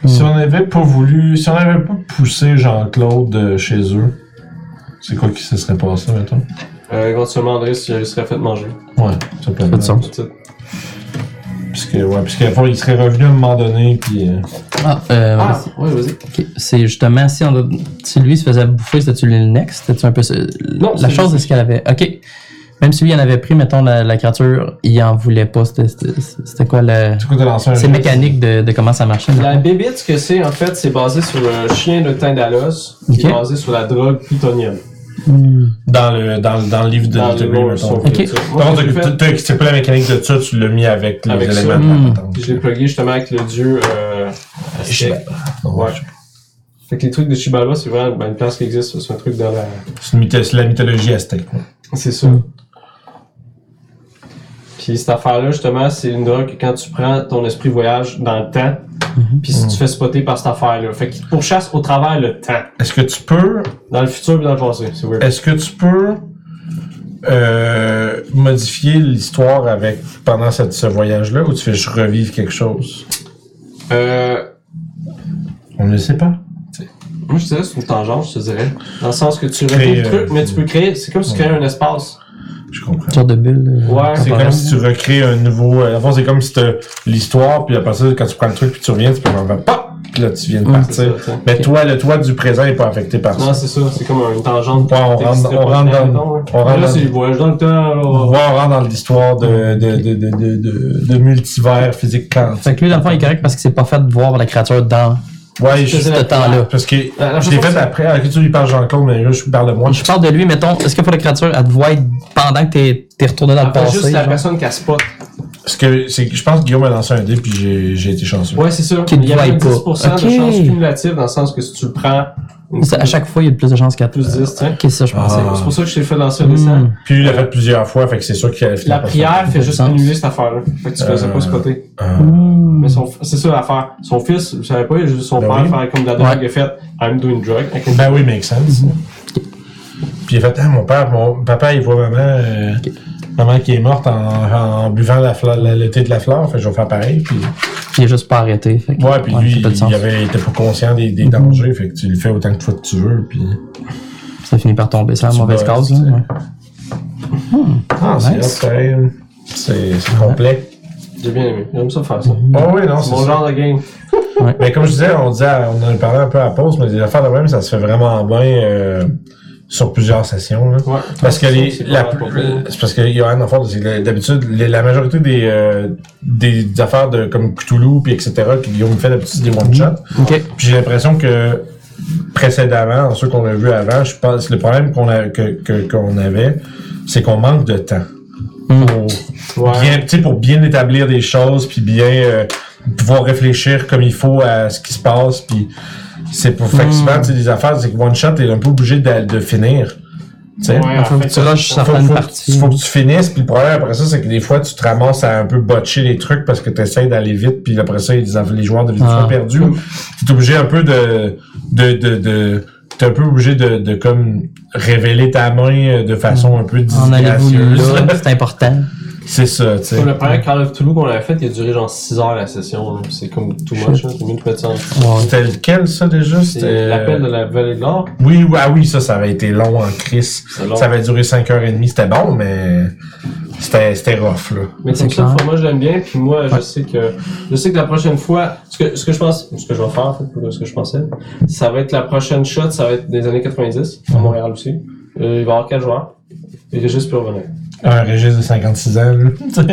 Speaker 2: Hmm.
Speaker 1: Si on n'avait pas voulu, si on n'avait pas poussé Jean-Claude euh, chez eux, c'est quoi qui se serait passé, mettons?
Speaker 3: Euh, éventuellement, André, il serait fait manger.
Speaker 1: Ouais, ça peut
Speaker 2: Pas de sens.
Speaker 3: That's it.
Speaker 1: Parce que, ouais, parce qu'à fond, il serait revenu à un moment donné, puis. euh,
Speaker 2: Ah, euh,
Speaker 3: Ah, ouais, vas-y.
Speaker 2: ok. c'est justement si, on doit- si lui se faisait bouffer, c'était-tu le next? C'était-tu un peu. ce-
Speaker 3: Non,
Speaker 2: la
Speaker 3: c'est lui.
Speaker 2: chose, c'est ce qu'elle avait. Ok. Même si lui en avait pris, mettons, la, la créature, il en voulait pas. C'était- C'était c'était quoi la.
Speaker 1: C'est quoi de lancer un.
Speaker 2: C'est mécanique de, de comment ça marchait.
Speaker 3: La bébite, ce que c'est, en fait, c'est basé sur le chien de Tindalos, qui
Speaker 2: Ok.
Speaker 3: est basé sur la drogue plutonium.
Speaker 2: Hmm.
Speaker 1: Dans le, dans, le- dans le livre de
Speaker 3: Dans
Speaker 1: Dr.
Speaker 3: le
Speaker 1: Green,
Speaker 3: lore,
Speaker 1: mettons.
Speaker 3: sauf
Speaker 1: Par
Speaker 2: Ok.
Speaker 3: que tu- moi,
Speaker 1: contre,
Speaker 3: j'ai
Speaker 1: t'as-
Speaker 3: fait-
Speaker 1: t'as- c'est pas la mécanique de ça, tu l'as mis avec les
Speaker 3: Avec ça. Hmm.
Speaker 1: éléments
Speaker 2: Mm.
Speaker 1: de la patente.
Speaker 3: Je l'ai plugué justement avec le dieu. Euh,
Speaker 1: Shibaba.
Speaker 3: aztèque.
Speaker 1: Ouais.
Speaker 3: Ouais. Fait que les trucs de Shibaba, c'est vraiment ben, une place qui existe, c'est un truc dans la.
Speaker 1: C'est une mytho- c'est la mythologie aztèque. quoi.
Speaker 3: C'est ça.
Speaker 2: Mm.
Speaker 3: Puis cette affaire-là, justement, c'est une drogue que quand tu prends, ton esprit voyage dans le temps. Puis si tu fais spotter par cette affaire-là. Fait qu'il te pourchasse au travers le temps.
Speaker 1: Est-ce que tu peux
Speaker 3: Dans le futur et dans le passé. C'est weird.
Speaker 1: Est-ce que tu peux euh, modifier l'histoire avec pendant cette- ce voyage-là ou tu fais juste revivre quelque chose?
Speaker 3: Euh,
Speaker 1: On ne le sait pas.
Speaker 3: Moi, je dirais que c'est une tangente, je te dirais. Dans le sens que tu refais
Speaker 1: Créer,
Speaker 3: le
Speaker 1: euh,
Speaker 3: truc, mais tu peux créer. C'est comme si tu créais un espace.
Speaker 1: Je comprends.
Speaker 2: Une sorte de bulle. euh,
Speaker 3: Ouais.
Speaker 1: C'est
Speaker 2: temporelle.
Speaker 1: comme si tu recrées un nouveau. euh, en fait, c'est comme si t'as l'histoire, puis après ça, quand tu prends le truc, puis tu reviens, tu peux en faire ben, pop, puis là, tu viens de
Speaker 2: Mm.
Speaker 3: C'est ça,
Speaker 1: partir.
Speaker 3: tu sais.
Speaker 1: Mais toi, le toi du présent n'est pas affecté par
Speaker 3: Hmm. Non,
Speaker 1: ça.
Speaker 3: c'est ça. C'est comme une tangente.
Speaker 1: Ouais, on rentre- on rentre dans- on rentre
Speaker 3: Là,
Speaker 1: dans-
Speaker 3: c'est le voyage dans le temps.
Speaker 1: On
Speaker 3: là.
Speaker 1: va rentrer hein, dans l'histoire de, de, de, de, de, de- de multivers physique quantique.
Speaker 2: Fait que lui, dans le fond, il est correct parce qu'il s'est pas fait de voir la créature dans
Speaker 1: Ouais, je
Speaker 3: C'est
Speaker 2: ce
Speaker 3: la-
Speaker 2: temps-là.
Speaker 1: Parce que
Speaker 3: La- la
Speaker 1: je l'ai
Speaker 3: façon
Speaker 1: fait
Speaker 3: que-
Speaker 1: après. Alors que tu lui parles Jean-Claude, mais là, je parle de moi.
Speaker 2: Je parle de lui, mettons, est-ce qu'il faut la créature, elle te voit pendant que t'es, t'es retourné dans le
Speaker 3: Après,
Speaker 2: passé?
Speaker 3: juste la
Speaker 2: genre?
Speaker 3: personne qui a spot.
Speaker 1: Parce que c'est, je pense que Guillaume a lancé un dé puis j'ai, j'ai été chanceux.
Speaker 3: Ouais, c'est ça.
Speaker 2: Qui te
Speaker 3: Il y a
Speaker 2: voit
Speaker 3: même
Speaker 2: pas.
Speaker 3: 10%
Speaker 2: Ok.
Speaker 3: de chance cumulative dans le sens que si tu le prends, une
Speaker 2: Ça, à chaque fois, il y a de plus de chances qu'à
Speaker 3: plus 10, tu sais.
Speaker 2: Ok, ça, je pensais.
Speaker 1: Ah.
Speaker 3: C'est pour ça que je t'ai fait lancer un
Speaker 2: Hmm.
Speaker 3: dessin.
Speaker 1: Puis il l'a fait plusieurs fois, fait que c'est sûr qu'il a
Speaker 3: La prière fait
Speaker 2: Fait
Speaker 3: juste
Speaker 2: sens.
Speaker 3: annuler cette affaire-là. Fait que tu faisais
Speaker 1: Euh,
Speaker 3: pas spotter.
Speaker 1: Euh,
Speaker 2: Hmm.
Speaker 3: Mais son, c'est ça l'affaire. Son fils, je savais pas, il a juste son
Speaker 1: Ben
Speaker 3: père
Speaker 1: oui.
Speaker 3: faire comme de la drogue, il a fait I'm doing drug. Avec une-
Speaker 1: Ben oui, make sense.
Speaker 3: Mhm.
Speaker 1: Puis il a fait ah, mon père, mon papa, il voit maman, euh, maman qui est morte en, en buvant la fleur, la- le thé de la fleur, fait que je vais faire pareil. Puis,
Speaker 2: Puis il est juste pas arrêté. Fait que-
Speaker 1: ouais, puis lui,
Speaker 2: ça fait du
Speaker 1: il,
Speaker 2: sens. Mhm.
Speaker 1: avait, il était pas conscient des, des dangers, fait que tu le fais autant de fois que tu veux. Puis,
Speaker 2: Ça finit par tomber, c'est la
Speaker 1: Tu
Speaker 2: mauvaise hein,
Speaker 1: bosses,
Speaker 2: case.
Speaker 1: tu sais.
Speaker 2: là, ouais.
Speaker 1: ah, c'est,
Speaker 2: nice.
Speaker 1: c'est, c'est, c'est complet.
Speaker 3: J'ai bien aimé. J'aime ça faire ça.
Speaker 2: Mhm.
Speaker 1: Ah oui, non,
Speaker 3: C'est
Speaker 1: c'est
Speaker 3: mon
Speaker 1: ça.
Speaker 3: genre de game.
Speaker 1: Mais comme je disais, on disait, on en parlait un peu à la pause, mais des affaires de même, ça se fait vraiment bien euh, sur plusieurs sessions. Là.
Speaker 3: Ouais.
Speaker 1: Parce que
Speaker 3: C'est
Speaker 1: les,
Speaker 3: ça, c'est
Speaker 1: la,
Speaker 3: pas mal pour
Speaker 1: c'est parce que Johan, en fait, c'est que d'habitude, les- la majorité des, euh, des affaires de comme Cthulhu puis etc. que Guillaume fait d'habitude des one shots.
Speaker 2: Ok.
Speaker 1: Puis j'ai l'impression que précédemment, dans ceux qu'on a vus avant, je pense le problème qu'on a que, que- qu'on avait, c'est qu'on manque de temps
Speaker 2: Hmm.
Speaker 1: pour
Speaker 3: Ouais.
Speaker 1: bien, tu sais, pour bien établir des choses, puis bien euh, pouvoir réfléchir comme il faut à ce qui se passe, puis c'est pour fait que souvent, tu sais, des affaires, c'est que one shot, t'es un peu obligé de, de finir. Tu sais,
Speaker 3: Ouais, en
Speaker 2: Faut
Speaker 3: fait,
Speaker 2: que tu rushes
Speaker 1: faut,
Speaker 2: certaines
Speaker 1: faut-
Speaker 2: parties.
Speaker 1: faut que tu finisses, puis le problème après ça, c'est que des fois, tu te ramasses à un peu botcher les trucs parce que tu essaies d'aller vite, puis après ça, les, les joueurs de vidéo
Speaker 2: Ah.
Speaker 1: sont perdus.
Speaker 3: Mm.
Speaker 1: Tu es obligé un peu de. de, de, de T'es un peu obligé de, de comme révéler ta main euh, de façon un peu
Speaker 2: En allez-vous
Speaker 1: disgracieuse.
Speaker 2: là, c'est important.
Speaker 1: C'est ça, tu sais.
Speaker 3: Comme le premier Call of Toulouse qu'on avait fait, il a duré genre 6 heures la session. là. C'est comme too much. là. C'est mieux de mettre ça en-
Speaker 2: Ouais.
Speaker 1: C'était lequel, ça, déjà?
Speaker 3: C'est
Speaker 1: C'était...
Speaker 3: l'appel de la vallée de l'or.
Speaker 1: Oui, oui, ah oui, ça, ça avait été long en crise.
Speaker 3: C'est long.
Speaker 1: Ça avait duré 5h30. C'était bon, mais c'était, c'était rough, là.
Speaker 3: Mais
Speaker 2: C'est
Speaker 3: comme ça,
Speaker 2: clair.
Speaker 3: le format, je l'aime bien. Puis moi, je sais que je sais que la prochaine fois, ce que, ce que je pense, ce que je vais faire, en fait, pour ce que je pensais, ça va être la prochaine
Speaker 2: Mhm.
Speaker 3: shot, ça va être des années 90, à Montréal aussi. Euh, il va y avoir 4 joueurs. Et Régis peut revenir.
Speaker 1: Un registre de 56 ans, là.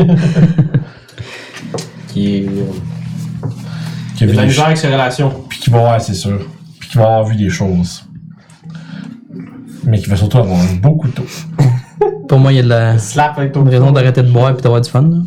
Speaker 3: Qui est. euh,
Speaker 1: qui a
Speaker 3: Il
Speaker 1: vu
Speaker 3: est
Speaker 1: des
Speaker 3: amusant
Speaker 1: choses.
Speaker 3: avec ses relations.
Speaker 1: Puis qui va ouais, c'est sûr. Puis qui va avoir vu des choses. Mais qui va surtout avoir un beau couteau.
Speaker 2: Pour moi, il y a de la
Speaker 3: Slap avec ton
Speaker 2: une raison d'arrêter de boire et d'avoir du fun. là.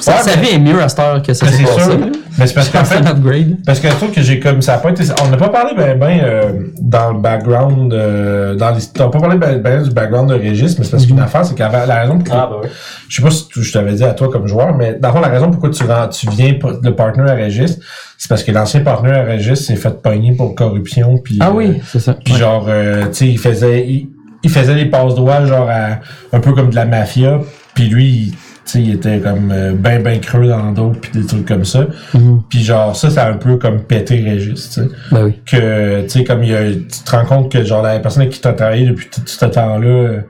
Speaker 2: Ça,
Speaker 1: Ouais,
Speaker 2: sa
Speaker 1: mais-
Speaker 2: vie est mieux à cette heure que ça
Speaker 1: Ben,
Speaker 2: s'est
Speaker 1: c'est
Speaker 2: passé.
Speaker 1: sûr.
Speaker 2: là.
Speaker 1: Mais c'est parce qu'en
Speaker 2: C'est
Speaker 1: fait,
Speaker 2: un upgrade.
Speaker 1: Parce que je trouve que j'ai comme ça a pas été. On n'a pas parlé ben ben euh, dans le background euh, dans l'histoire. On n'a pas parlé ben, ben du background de Régis, mais c'est parce qu'une affaire, c'est qu'avant la raison pour
Speaker 3: Ah, bah oui.
Speaker 1: je sais pas si tu- je t'avais dit à toi comme joueur, mais dans le fond, la raison pourquoi tu, rends- tu viens pour- le partner à Régis, c'est parce que l'ancien partner à Régis s'est fait pogner pour corruption puis
Speaker 2: Ah
Speaker 1: euh,
Speaker 2: oui, c'est ça.
Speaker 1: puis
Speaker 2: Ouais.
Speaker 1: genre, euh, tu sais, il faisait, il, il faisait des passes droits, genre, à- un peu comme de la mafia. Puis lui, il- tu sais, il était comme euh, ben, ben creux dans le dos, puis des trucs comme ça.
Speaker 2: Mhm.
Speaker 1: Puis genre, ça, ça a un peu comme pété Régis, tu sais.
Speaker 2: Ben oui.
Speaker 1: Que, tu sais, comme il y a- tu te rends compte que, genre, la personne avec qui t'a travaillé depuis tout ce temps-là, euh,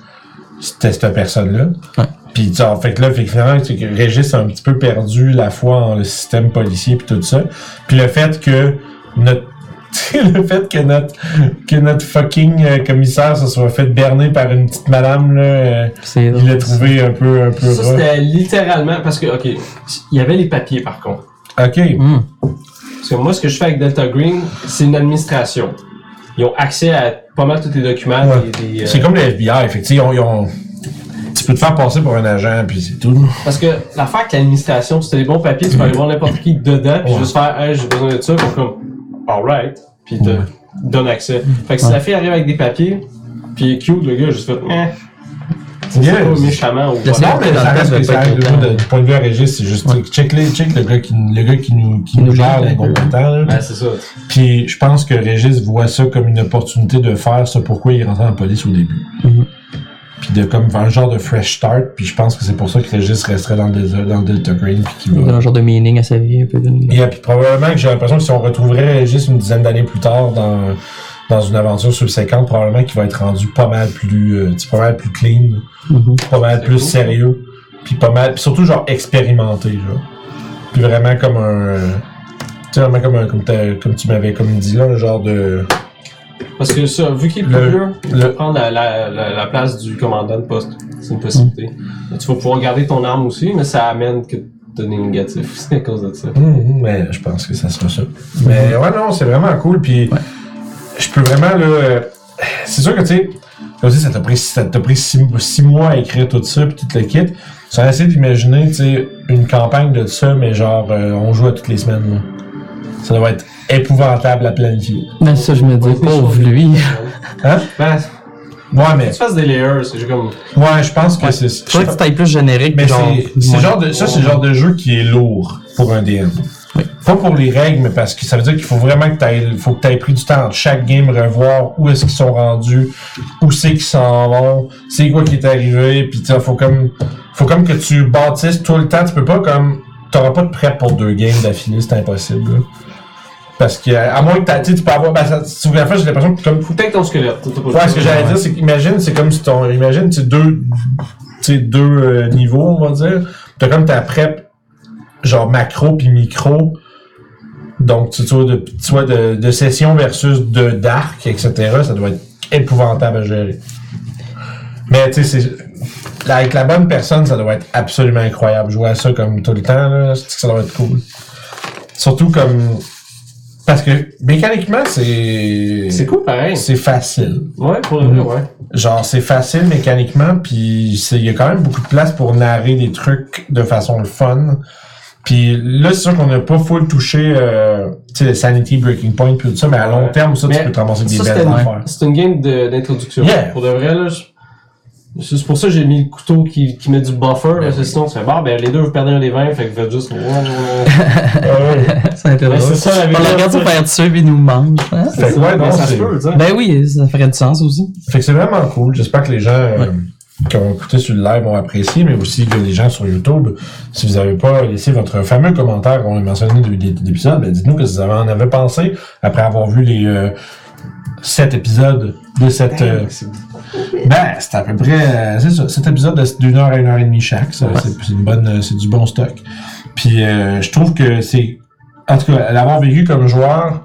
Speaker 1: c'était cette personne-là.
Speaker 2: Ouais.
Speaker 1: Puis genre, fait que là, fait que finalement, c'est que Régis a un petit peu perdu la foi en le système policier puis tout ça. Puis le fait que notre le fait que notre que notre fucking euh, commissaire se soit fait berner par une petite madame là, euh,
Speaker 2: C'est
Speaker 1: il l'a trouvé un peu un peu
Speaker 3: Ça,
Speaker 1: rough.
Speaker 3: c'était littéralement. Parce que, ok, il y avait les papiers par contre.
Speaker 1: OK.
Speaker 2: Hmm.
Speaker 3: Parce que moi, ce que je fais avec Delta Green, c'est une administration. Ils ont accès à pas mal tous les documents.
Speaker 1: Ouais.
Speaker 3: des- des, euh,
Speaker 1: C'est comme le FBI, fait que, tu sais, ils ont- ils ont- tu peux te faire passer pour un agent puis c'est tout.
Speaker 3: Parce que l'affaire avec l'administration, si t'as les bons papiers, tu peux aller voir n'importe qui dedans, puis
Speaker 1: Ouais.
Speaker 3: juste faire, hey, j'ai besoin de ça, pour comme, alright, puis te
Speaker 1: Ouais.
Speaker 3: donne accès. Fait que si
Speaker 2: Mm. Ouais.
Speaker 3: la fille arrive avec des papiers, puis il est cute, le gars, juste fait, eh, c'est
Speaker 1: Yes.
Speaker 3: pas méchamment ou
Speaker 2: Yes.
Speaker 3: voilà.
Speaker 1: Non, mais ça reste que ça arrive, là, de- du point de vue à Régis, c'est juste tu sais, check, les, check le gars qui, le gars qui nous, qui nous gère les bons temps. là.
Speaker 3: Ben, c'est ça.
Speaker 1: Puis je pense que Régis voit ça comme une opportunité de faire ce pourquoi il est rentré en police au début.
Speaker 2: Mhm.
Speaker 1: Puis de comme faire un genre de fresh start, puis je pense que c'est pour ça que Régis resterait dans le, désert- dans le Delta Green, puis qu'il
Speaker 2: Il donne
Speaker 1: va.
Speaker 2: un genre de meaning à sa vie. Un peu d'une-
Speaker 1: Et euh, puis probablement que j'ai l'impression que si on retrouverait Régis une dizaine d'années plus tard dans, dans une aventure subséquente, probablement qu'il va être rendu pas mal plus, euh, tu sais, pas mal plus clean
Speaker 2: Mhm.
Speaker 1: pas mal
Speaker 3: C'est
Speaker 1: plus
Speaker 3: cool.
Speaker 1: sérieux, puis pas mal, puis surtout genre expérimenté, genre. Puis vraiment comme un, tu sais vraiment comme un, comme, t'as- comme tu m'avais comme dit là, un genre de,
Speaker 3: Parce que ça, vu qu'il est plus
Speaker 1: Le-
Speaker 3: vieux, il peut
Speaker 1: le-
Speaker 3: prendre la, la, la, la place du commandant de poste. C'est une possibilité.
Speaker 2: Mm.
Speaker 3: Tu vas pouvoir garder ton arme aussi, mais ça amène que de des négatifs. C'est à cause de ça.
Speaker 1: Hum, hum, mais je pense que ça sera ça. Mais
Speaker 3: Mm-hmm.
Speaker 1: ouais non, c'est vraiment cool, puis je peux vraiment là, euh, c'est sûr que tu sais, comme je dis, ça t'a pris, ça t'a pris six, six mois à écrire tout ça puis tout le kit. Ça a essayé d'imaginer, tu sais, une campagne de ça, mais genre euh, on joue à toutes les semaines. là. Ça doit être épouvantable à planifier.
Speaker 2: Ben, ça, je me dis, pauvre lui.
Speaker 1: Hein?
Speaker 3: Ben,
Speaker 1: Ouais, mais
Speaker 3: tu fasses des layers, c'est juste comme.
Speaker 1: ouais, je pense que c'est. je
Speaker 2: Faudrait que tu tailles plus générique.
Speaker 1: Mais
Speaker 2: genre,
Speaker 1: c'est c'est
Speaker 2: moins-
Speaker 1: genre de, ça, c'est le genre de jeu qui est lourd pour un DM. Pas pour les règles, mais parce que ça veut dire qu'il faut vraiment que tu faut que t'aies pris du temps entre chaque game, revoir où est-ce qu'ils sont rendus, où c'est qu'ils s'en vont, c'est quoi qui est arrivé, puis tu sais, faut comme, faut comme que tu bâtisses tout le temps. Tu peux pas comme, t'auras pas de prep pour deux games d'affilée, c'est impossible. là. Parce que, à moins que t'as- tu sais, tu peux avoir, ben, ça, si vous voulez faire, j'ai l'impression que comme,
Speaker 3: Peut-être ton squelette. t'as pas le
Speaker 1: Ouais,
Speaker 3: choix.
Speaker 1: ce que j'allais dire, c'est qu'imagine, c'est comme si ton. Imagine, tu sais, deux, tu sais, deux euh, niveaux, on va dire. T'as comme ta prep, genre macro puis micro. Donc, tu tu vois, de, tu vois de, de session versus de dark, etc. Ça doit être épouvantable à gérer. Mais, tu sais, c'est. là, Avec la bonne personne, ça doit être absolument incroyable. Jouer à ça comme tout le temps, là, c'est- ça doit être cool. Surtout comme. Parce que mécaniquement, c'est.
Speaker 3: C'est cool, pareil.
Speaker 1: C'est facile.
Speaker 3: Ouais, pour le vrai, ouais.
Speaker 1: Genre, c'est facile mécaniquement, puis c'est- il y a quand même beaucoup de place pour narrer des trucs de façon le fun. Puis là, c'est sûr qu'on n'a pas full touché euh, tu sais, le Sanity, Breaking Point, puis tout ça, mais à long
Speaker 3: Ouais.
Speaker 1: terme, ça,
Speaker 3: Mais
Speaker 1: tu peux te ramasser des
Speaker 3: Ça,
Speaker 1: belles
Speaker 3: c'était
Speaker 1: affaires.
Speaker 3: une, c'est une game de- d'introduction.
Speaker 1: Yeah.
Speaker 3: Pour de vrai, là, je- c'est pour ça que j'ai mis le couteau qui, qui met du buffer, parce que sinon, tu fais, bah, ben, les deux, vous perdez un des 20, fait que vous faites juste. Ouais, ouais, ouais.
Speaker 2: Ça aurait été
Speaker 3: Ouais,
Speaker 2: drôle.
Speaker 3: c'est ça, la
Speaker 2: On le
Speaker 3: vérité.
Speaker 2: regarde ça faire dessus et il nous mange. hein?
Speaker 1: Fait que ouais,
Speaker 3: Ben,
Speaker 1: non,
Speaker 3: ça se
Speaker 1: c'est-
Speaker 3: peut, tu sais.
Speaker 2: Ben oui, ça ferait du sens aussi.
Speaker 1: Fait que c'est vraiment cool. J'espère que les gens euh, qui ont écouté sur le live ont apprécié, mais aussi que les gens sur YouTube, si vous n'avez pas laissé votre fameux commentaire qu'on a mentionné depuis début de l'épisode, ben dites-nous que vous avez- en avez pensé après avoir vu les euh, sept épisodes de cette. euh, ben, c'est à peu près. euh, c'est ça. Cet épisode de- d'une heure à une heure et demie chaque. ça, c'est- C'est une bonne. euh, C'est du bon stock. Puis euh, je trouve que c'est. En tout cas, l'avoir vécu comme joueur,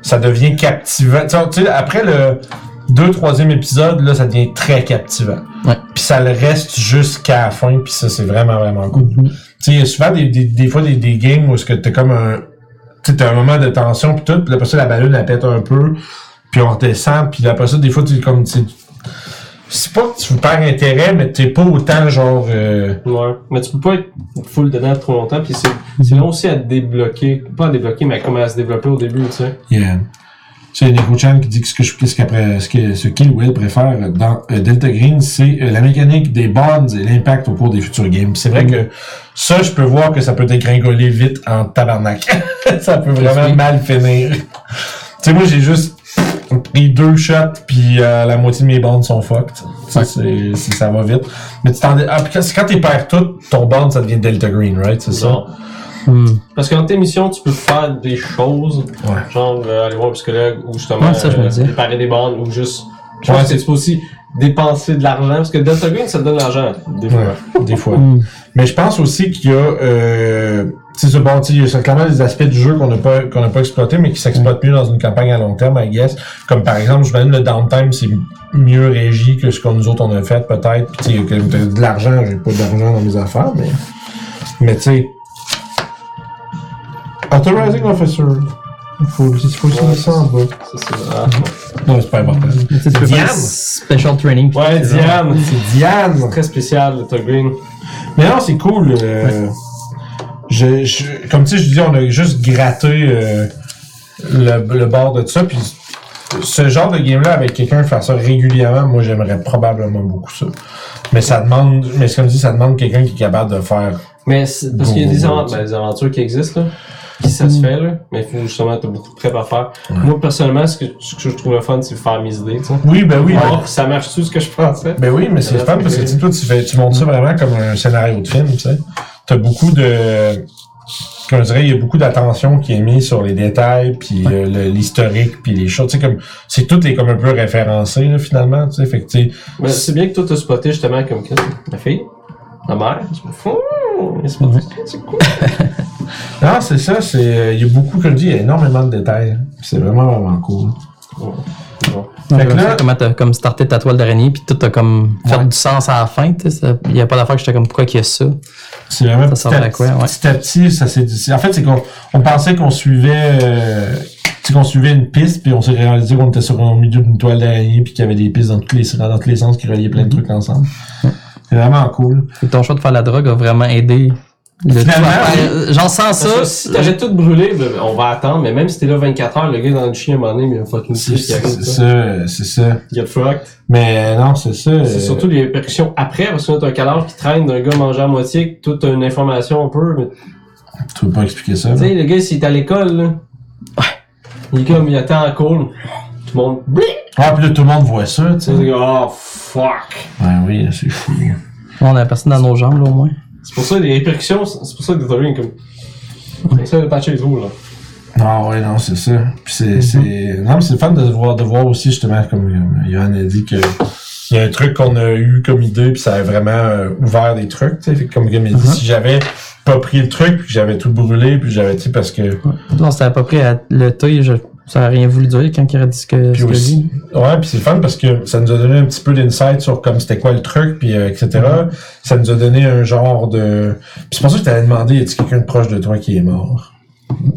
Speaker 1: ça devient captivant. Tu sais, tu sais, après le. deux, troisième épisode, là, ça devient très captivant.
Speaker 2: Ouais.
Speaker 1: Puis ça le reste jusqu'à la fin, puis ça, c'est vraiment, vraiment cool.
Speaker 2: Mhm.
Speaker 1: Tu sais, il y a souvent des, des, des fois des, des games où est-ce que t'as comme un. Tu sais, t'as un moment de tension pis tout, pis après ça, la ballonne la pète un peu, puis on redescend, puis après ça, des fois, tu es comme. tu- C'est pas que tu perds intérêt, mais t'es pas autant genre. euh,
Speaker 3: Ouais. Mais tu peux pas être full dedans trop longtemps, puis c'est, c'est long aussi à débloquer. Pas à débloquer, mais comme à se développer au début, tu sais.
Speaker 1: Yeah. C'est Neko-chan qui dit que ce que je ce qu'après ce que ce qu'il ou elle préfère dans euh, Delta Green, c'est euh, la mécanique des bonds et l'impact au cours des futurs games. C'est vrai que ça, je peux voir que ça peut dégringoler vite en tabarnak. ça peut vraiment
Speaker 2: Oui.
Speaker 1: mal finir. tu sais, moi j'ai juste pris deux shots puis euh, la moitié de mes bonds sont fucked. Ça, c'est, c'est- ça va vite. Mais tu t'en ah, puis quand, c'est quand tu perds tout, ton bond ça devient Delta Green, right? C'est ça?
Speaker 3: Non.
Speaker 2: Mm.
Speaker 3: Parce qu'en tes missions, tu peux faire des choses,
Speaker 1: Ouais.
Speaker 3: genre euh, aller voir un psychologue ou justement euh,
Speaker 2: Ouais, ça, je me dis.
Speaker 3: réparer des bandes ou juste. Je
Speaker 1: Ouais,
Speaker 3: pense que
Speaker 1: c'est-
Speaker 3: tu peux aussi dépenser de l'argent, parce que Delta Green, ça te donne de l'argent, des fois.
Speaker 1: Ouais, des fois.
Speaker 2: Mm.
Speaker 1: Mais je pense aussi qu'il y a. Euh, c'est ça, bon, tu sais, il y a certainement des aspects du jeu qu'on n'a pas, qu'on n'a pas exploité, mais qui s'exploitent mieux dans une campagne à long terme, I guess. Comme par exemple, je me le downtime, c'est mieux régi que ce qu'on nous autres on a fait, peut-être. Puis, tu sais, comme t'as de l'argent, j'ai pas d'argent dans mes affaires, mais. Mais, tu sais. Authorizing Officer. Faut, faut signer ça en bas.
Speaker 3: Ça, c'est- ah, bon.
Speaker 1: Non, c'est pas important.
Speaker 2: Tu sais, tu peux
Speaker 1: Diane.
Speaker 2: faire special training. puis
Speaker 3: Ouais,
Speaker 2: tu-
Speaker 3: Diane!
Speaker 1: C'est Diane!
Speaker 3: Très spécial, Delta Green.
Speaker 1: Mais non, c'est cool. euh, je, je- comme tu sais, je dis, on a juste gratté euh, le, le bord de ça. Puis ce genre de game-là, avec quelqu'un faire ça régulièrement, moi, j'aimerais probablement beaucoup ça. Mais ça demande, mais comme je dis, ça demande quelqu'un qui est capable de faire.
Speaker 3: Mais c'est- parce qu'il y a des,
Speaker 1: Bon,
Speaker 3: aventures, ben, des aventures qui existent, là. Puis ça
Speaker 2: Mm.
Speaker 3: se fait, là. Mais il faut justement, t'as beaucoup de prep à faire. Moi, personnellement, ce que, ce que je trouve le fun, c'est de faire mes idées, tu sais.
Speaker 1: Oui, ben oui.
Speaker 3: Or, ça marche-tu ce que je pensais?
Speaker 1: Ben oui, mais c'est
Speaker 3: Ça
Speaker 1: fun
Speaker 3: va,
Speaker 1: parce que
Speaker 3: c'est
Speaker 1: tu sais, toi, tu, fais, tu montes ça vraiment comme un scénario de film, tu sais. T'as beaucoup de. Comme je dirais, il y a beaucoup d'attention qui est mise sur les détails, puis euh, le- l'historique, puis les choses. Tu sais, comme. C'est tout est comme un peu référencé, là, finalement, tu sais. Fait que, tu sais,
Speaker 3: Mais c'est bien que toi, t'as spoté justement comme que ma fille, ma mère, je me fous. C'est spoté, c'est cool.
Speaker 1: Non, c'est ça, c'est. euh, Il y a beaucoup, comme je dis, il y a énormément de détails. hein. C'est vraiment, vraiment cool.
Speaker 3: Bon.
Speaker 2: Ouais,
Speaker 1: Fait que
Speaker 2: comme
Speaker 1: là-
Speaker 2: ça, comment t'as comme starté ta toile d'araignée, puis tout t'as comme fait
Speaker 1: Ouais.
Speaker 2: du sens à la fin, tu sais. ça- Y a pas d'affaire que j'étais comme pourquoi qu'il y a ça.
Speaker 1: C'est vraiment
Speaker 2: Ça
Speaker 1: petit,
Speaker 2: ressemble
Speaker 1: à,
Speaker 2: à quoi, ouais.
Speaker 1: petit à petit, ça s'est dit. En fait, c'est qu'on on pensait qu'on suivait euh, tu sais, qu'on suivait une piste, puis on s'est réalisé qu'on était sur au milieu d'une toile d'araignée, puis qu'il y avait des pistes dans tous les, dans tous les sens qui reliaient plein de trucs ensemble. C'est vraiment cool.
Speaker 2: Fait que ton choix de faire la drogue a vraiment aidé. Le
Speaker 1: Finalement,
Speaker 2: tout à faire- J'en sens
Speaker 3: Ça,
Speaker 2: ça.
Speaker 3: si t'avais tout brûlé, ben, on va attendre, mais même si t'es là 24 heures, le gars dans le chien à un moment donné, il y a un fucking
Speaker 1: C'est
Speaker 3: truc qui arrive.
Speaker 1: c'est
Speaker 3: ça.
Speaker 1: ça, c'est ça.
Speaker 3: Get fucked.
Speaker 1: Mais non, c'est ça. euh,
Speaker 3: C'est surtout les répercussions après, parce que là, t'as un cadavre qui traîne d'un gars mangé à moitié, toute une information un peu, mais
Speaker 1: Tu peux pas expliquer ça.
Speaker 3: Tu
Speaker 1: là.
Speaker 3: sais, le gars, s'il est à l'école, là. Il est comme, il attend en cours. Tout le monde. Blic!
Speaker 1: Ah, puis là, tout le monde voit ça, tu sais.
Speaker 3: Tu sais, oh fuck!
Speaker 1: Ben oui, c'est fou.
Speaker 2: On a personne dans nos jambes, là, au moins.
Speaker 3: C'est pour ça, les répercussions, c'est c'est pour ça que Dr. Ring est comme. Essaye de patcher les trous, là.
Speaker 1: Non, Ah ouais, non, c'est ça. Puis c'est, c'est... Non, mais c'est fun de voir, de voir aussi, justement, comme euh, Johan a dit, que il y a un truc qu'on a eu comme idée, puis ça a vraiment euh, ouvert des trucs, tu sais. Fait que Comme Guillaume a dit, si j'avais pas pris le truc, puis que j'avais tout brûlé, puis j'avais, tu sais, parce que...
Speaker 2: Non, c'était à peu près à- le teuil, je- ça a rien voulu dire quand il a dit ce que
Speaker 1: Puis
Speaker 2: ce que
Speaker 1: aussi,
Speaker 2: dit.
Speaker 1: ouais, puis c'est le fun parce que ça nous a donné un petit peu d'insight sur comme c'était quoi le truc, puis euh, etc. Ça nous a donné un genre de. Puis c'est pour ça que je t'avais demandé, y a-t-il quelqu'un de proche de toi qui est mort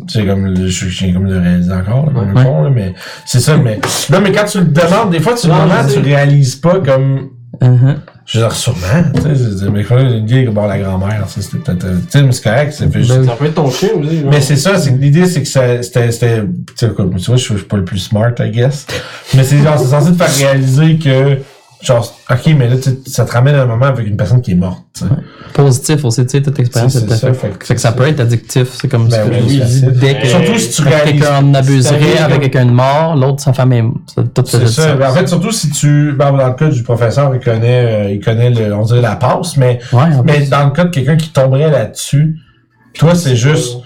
Speaker 1: C'est comme le, je suis comme le réaliser encore, là, dans le
Speaker 2: Ouais.
Speaker 1: fond, là, mais c'est ça. Mais non, mais quand tu le demandes, des fois tu le
Speaker 3: Non,
Speaker 1: demandes,
Speaker 3: je
Speaker 1: tu
Speaker 3: sais.
Speaker 1: réalises pas comme.
Speaker 2: Uh-huh.
Speaker 1: Je veux dire, sûrement, tu sais, je veux dire, mais quand une vieille bon, la grand-mère, ça, c'était peut-être, euh, tu sais, mais c'est correct, ça fait juste-
Speaker 2: Ben oui.
Speaker 3: Ça peut être ton chien aussi, là.
Speaker 1: mais c'est ça, c'est que l'idée, c'est que ça, c'était, c'était, tu sais, comme, tu vois, je suis je suis pas le plus smart, I guess. Mais c'est genre, c'est censé te faire réaliser que, genre, ok, mais là, tu sais, ça te ramène à un moment avec une personne qui est morte, tu sais.
Speaker 2: Positif aussi, tu sais, toute expérience.
Speaker 1: C'est-
Speaker 2: elle
Speaker 1: c'est
Speaker 2: t'a
Speaker 1: ça,
Speaker 2: fait.
Speaker 1: fait que-
Speaker 2: Fait que ça peut être addictif, c'est comme
Speaker 1: Ben
Speaker 2: ce que
Speaker 1: oui,
Speaker 2: je dis.
Speaker 1: facile.
Speaker 2: Dès que
Speaker 1: Surtout si tu
Speaker 2: quand
Speaker 1: réalises.
Speaker 2: quelqu'un en abuserait
Speaker 3: t'arrives
Speaker 2: avec
Speaker 3: comme-
Speaker 2: quelqu'un de mort, l'autre, sa femme est. ça- Tout
Speaker 1: C'est ça. Ben, En
Speaker 2: Ouais,
Speaker 1: fait, surtout si tu, ben, dans le cas du professeur, il connaît, euh, il connaît le, on dirait la passe, mais,
Speaker 2: en
Speaker 1: mais
Speaker 2: plus.
Speaker 1: dans le cas de quelqu'un qui tomberait là-dessus, toi, c'est juste,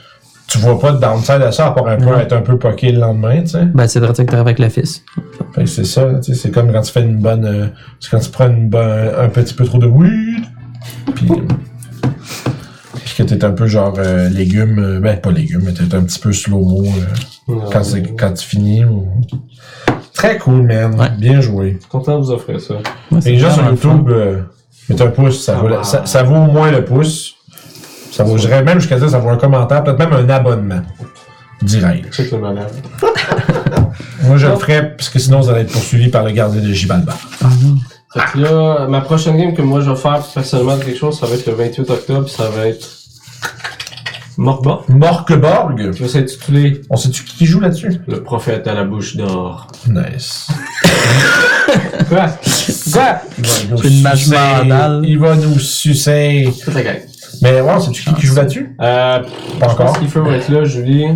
Speaker 1: tu vois pas de downside à ça, à part un peu
Speaker 2: Ouais.
Speaker 1: être un peu poqué le lendemain, tu sais.
Speaker 2: Ben, c'est vrai que t'arrives avec le fils.
Speaker 1: Fait que Ben, c'est ça, tu sais, c'est comme quand tu fais une bonne. euh, c'est quand tu prends une bonne, un petit peu trop de weed. Puis. euh, puis que t'es un peu genre euh, légumes. euh, ben, pas légumes, mais t'es un petit peu slow-mo euh,
Speaker 3: Ouais.
Speaker 1: quand, c'est- quand tu finis. ou- Très cool, man.
Speaker 2: Ouais.
Speaker 1: Bien joué.
Speaker 3: suis content de vous offrir ça.
Speaker 2: Ouais,
Speaker 1: Et
Speaker 2: c'est
Speaker 1: les gens sur
Speaker 2: vraiment le fun.
Speaker 1: YouTube, euh, mettez un pouce, ça,
Speaker 3: Ah,
Speaker 1: vaut, la-
Speaker 3: wow.
Speaker 1: ça, ça vaut au moins le pouce. Ça vaut, je dirais même jusqu'à dire, ça vaut un commentaire, peut-être même un abonnement. Direct.
Speaker 3: Check le malade.
Speaker 1: Moi, je le ferais, parce que sinon, vous allez être poursuivi par le gardien de Gibalba.
Speaker 3: Fait que là, ma prochaine game que moi je vais faire personnellement de quelque chose, ça va être le 28 octobre, ça va être Morba.
Speaker 1: Morkeborg,
Speaker 3: Je vais essayer de tituler
Speaker 1: on sait-tu qui joue là-dessus?
Speaker 3: Le prophète à la bouche d'or.
Speaker 1: Nice.
Speaker 3: Quoi? Quoi?
Speaker 1: Il va nous
Speaker 2: C'est une match
Speaker 1: sucer.
Speaker 2: vandale.
Speaker 1: Il va nous sucer.
Speaker 3: Toute la gang.
Speaker 1: Mais ouais, Ah, c'est qui qui joue là-dessus?
Speaker 3: Euh,
Speaker 1: Pas
Speaker 3: je pense
Speaker 1: encore.
Speaker 3: qu'il faut être là, Julie,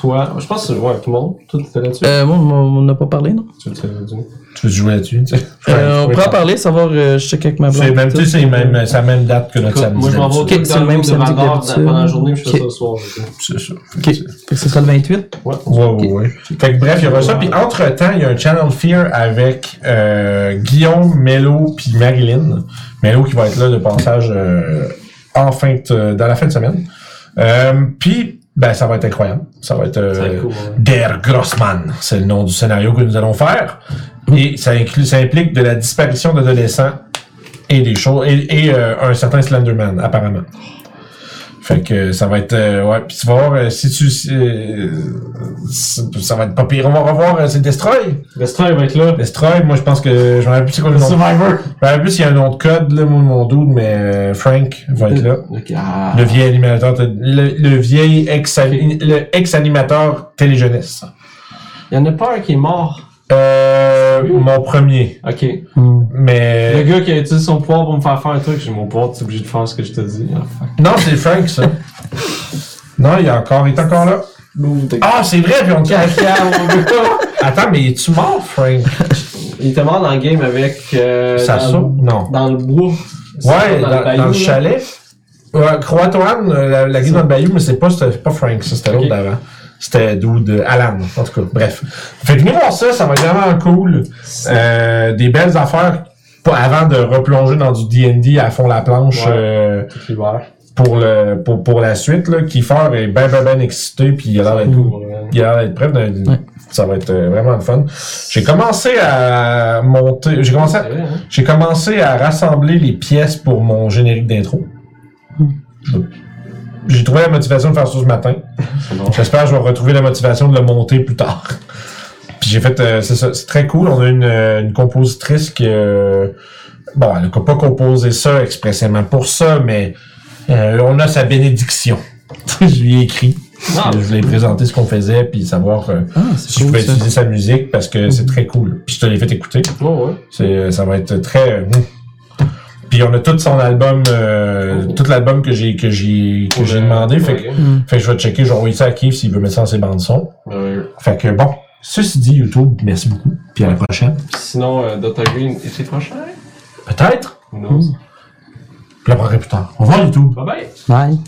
Speaker 3: toi. Je pense que ouais, tout le monde. Tout était là-dessus.
Speaker 2: Euh, moi, on on n'a pas parlé, non?
Speaker 3: Tu le sais, du-
Speaker 1: Tu veux jouer là-dessus, tu sais?
Speaker 2: Euh, on
Speaker 1: Ouais,
Speaker 2: pourra
Speaker 1: ouais.
Speaker 2: parler, savoir, euh, je check avec ma blonde.
Speaker 1: C'est même, tu sais, c'est même- c'est la même date que notre
Speaker 3: Écoute,
Speaker 1: samedi.
Speaker 3: Moi, je m'en vais au
Speaker 1: d'habitude.
Speaker 3: truc
Speaker 2: c'est
Speaker 3: dans
Speaker 2: le
Speaker 3: le
Speaker 2: même
Speaker 3: même de
Speaker 2: samedi que
Speaker 3: Vandor
Speaker 2: d'habitude.
Speaker 3: pendant la journée, puis je fais
Speaker 2: Ok.
Speaker 3: ça le soir. je sais.
Speaker 1: C'est ça.
Speaker 2: Ok. Fait que ce sera le 28.
Speaker 3: Ouais.
Speaker 1: Ouais, ouais, ouais. Fait que bref, il y aura ça. Puis entre-temps, il y a un Channel Fear avec euh, Guillaume, Mello puis Marilyn. Mello qui va être là de passage euh, en fin de- dans la fin de semaine. Euh, puis, ben, ça va être incroyable. Ça va être... euh,
Speaker 3: Ça va être cool, ouais.
Speaker 1: Der Grossman, c'est le nom du scénario que nous allons faire. Et ça, inclut, ça implique de la disparition d'adolescents et des choses. Et, et, euh, un certain Slenderman, apparemment. Fait que ça va être. euh, ouais, puis tu vas voir euh, si tu. si, euh, si- ça va être pas pire. On va revoir. euh, c'est Destroy.
Speaker 3: Vestra, il va être là.
Speaker 1: Destroy, moi je pense que. Je m'en rappelle plus c'est quoi le nom.
Speaker 3: Survivor.
Speaker 1: Je m'en rappelle plus s'il y a un nom de code, là, mon, mon dude, mais euh, Frank va être là.
Speaker 3: Ok, ah.
Speaker 1: Le vieil animateur. t- Le, le vieil ex-ani- le ex-animateur téléjeunesse.
Speaker 3: Il y en a pas un qui est mort.
Speaker 1: Euh, mon premier.
Speaker 3: Ok.
Speaker 1: Hmm.
Speaker 3: Le
Speaker 1: Mais.
Speaker 3: gars qui a utilisé son pouvoir pour me faire faire un truc, j'ai dit, mon pouvoir, t'es obligé de faire ce que je te dis. Ah, fuck.
Speaker 1: Non, c'est Frank, ça. non, il est encore, il est encore là.
Speaker 3: Boum, t'es-
Speaker 1: Ah, c'est vrai, puis on cache.
Speaker 3: Caca, mon gars.
Speaker 1: Attends, mais es-tu mort, Frank?
Speaker 3: Il était mort dans le game avec. Euh,
Speaker 1: Ça
Speaker 3: dans,
Speaker 1: saute? Non.
Speaker 3: Dans le bois.
Speaker 1: Ouais, dans,
Speaker 3: bayou,
Speaker 1: dans
Speaker 3: là.
Speaker 1: le chalet. Ouais, Croatoan, euh, la, la guide dans le bayou, mais c'est pas, c'était pas Frank, ça, c'était l'autre
Speaker 3: Ok.
Speaker 1: d'avant. C'était Dude euh, Alan, en tout cas, bref. Fait que venez voir ça, ça va être vraiment cool. Euh, des belles affaires pas- avant de replonger dans du D&D à fond la planche.
Speaker 3: Ouais.
Speaker 1: euh,
Speaker 3: Tout l'hiver.
Speaker 1: pour le pour, pour la suite là Kiefer est ben ben ben excité puis il a l'air d'être il a l'air d'être prêt d'un-
Speaker 2: Ouais.
Speaker 1: ça va être euh, vraiment le fun j'ai commencé à monter j'ai commencé à-
Speaker 3: Ah,
Speaker 1: j'ai commencé à rassembler les pièces pour mon générique d'intro j'ai trouvé la motivation de faire ça ce matin J'espère que je vais retrouver la motivation de le monter plus tard. Puis j'ai fait, euh, c'est ça, c'est très cool. On a une, euh, une compositrice qui, euh, bon, elle n'a pas composé ça expressément pour ça, mais euh, on a sa bénédiction. je lui ai écrit.
Speaker 3: Ah.
Speaker 1: Je voulais présenter ce qu'on faisait, puis savoir euh,
Speaker 2: Ah,
Speaker 1: si
Speaker 2: c'est
Speaker 1: je
Speaker 2: cool,
Speaker 1: pouvais
Speaker 2: ça. Mhm.
Speaker 1: utiliser sa musique parce que c'est très cool. Puis je te l'ai fait écouter.
Speaker 3: Oh, ouais.
Speaker 1: C'est, euh, ça va être très. euh, hum. puis on a tout son album, euh, tout l'album que j'ai que j'ai que j'ai demandé. Fait, que-
Speaker 2: Hmm.
Speaker 1: fait que je vais checker, je vais envoyer ça à Keith s'il veut mettre ça dans ses bandes son. Fait que bon, ceci dit, YouTube, merci beaucoup. Puis à la prochaine.
Speaker 3: Sinon, euh, Dota Green, est-ce prochain?
Speaker 1: Peut-être.
Speaker 3: Who knows?
Speaker 1: Je l'apprendrai plus tard. Au revoir, YouTube.
Speaker 3: Bye bye!
Speaker 2: Bye.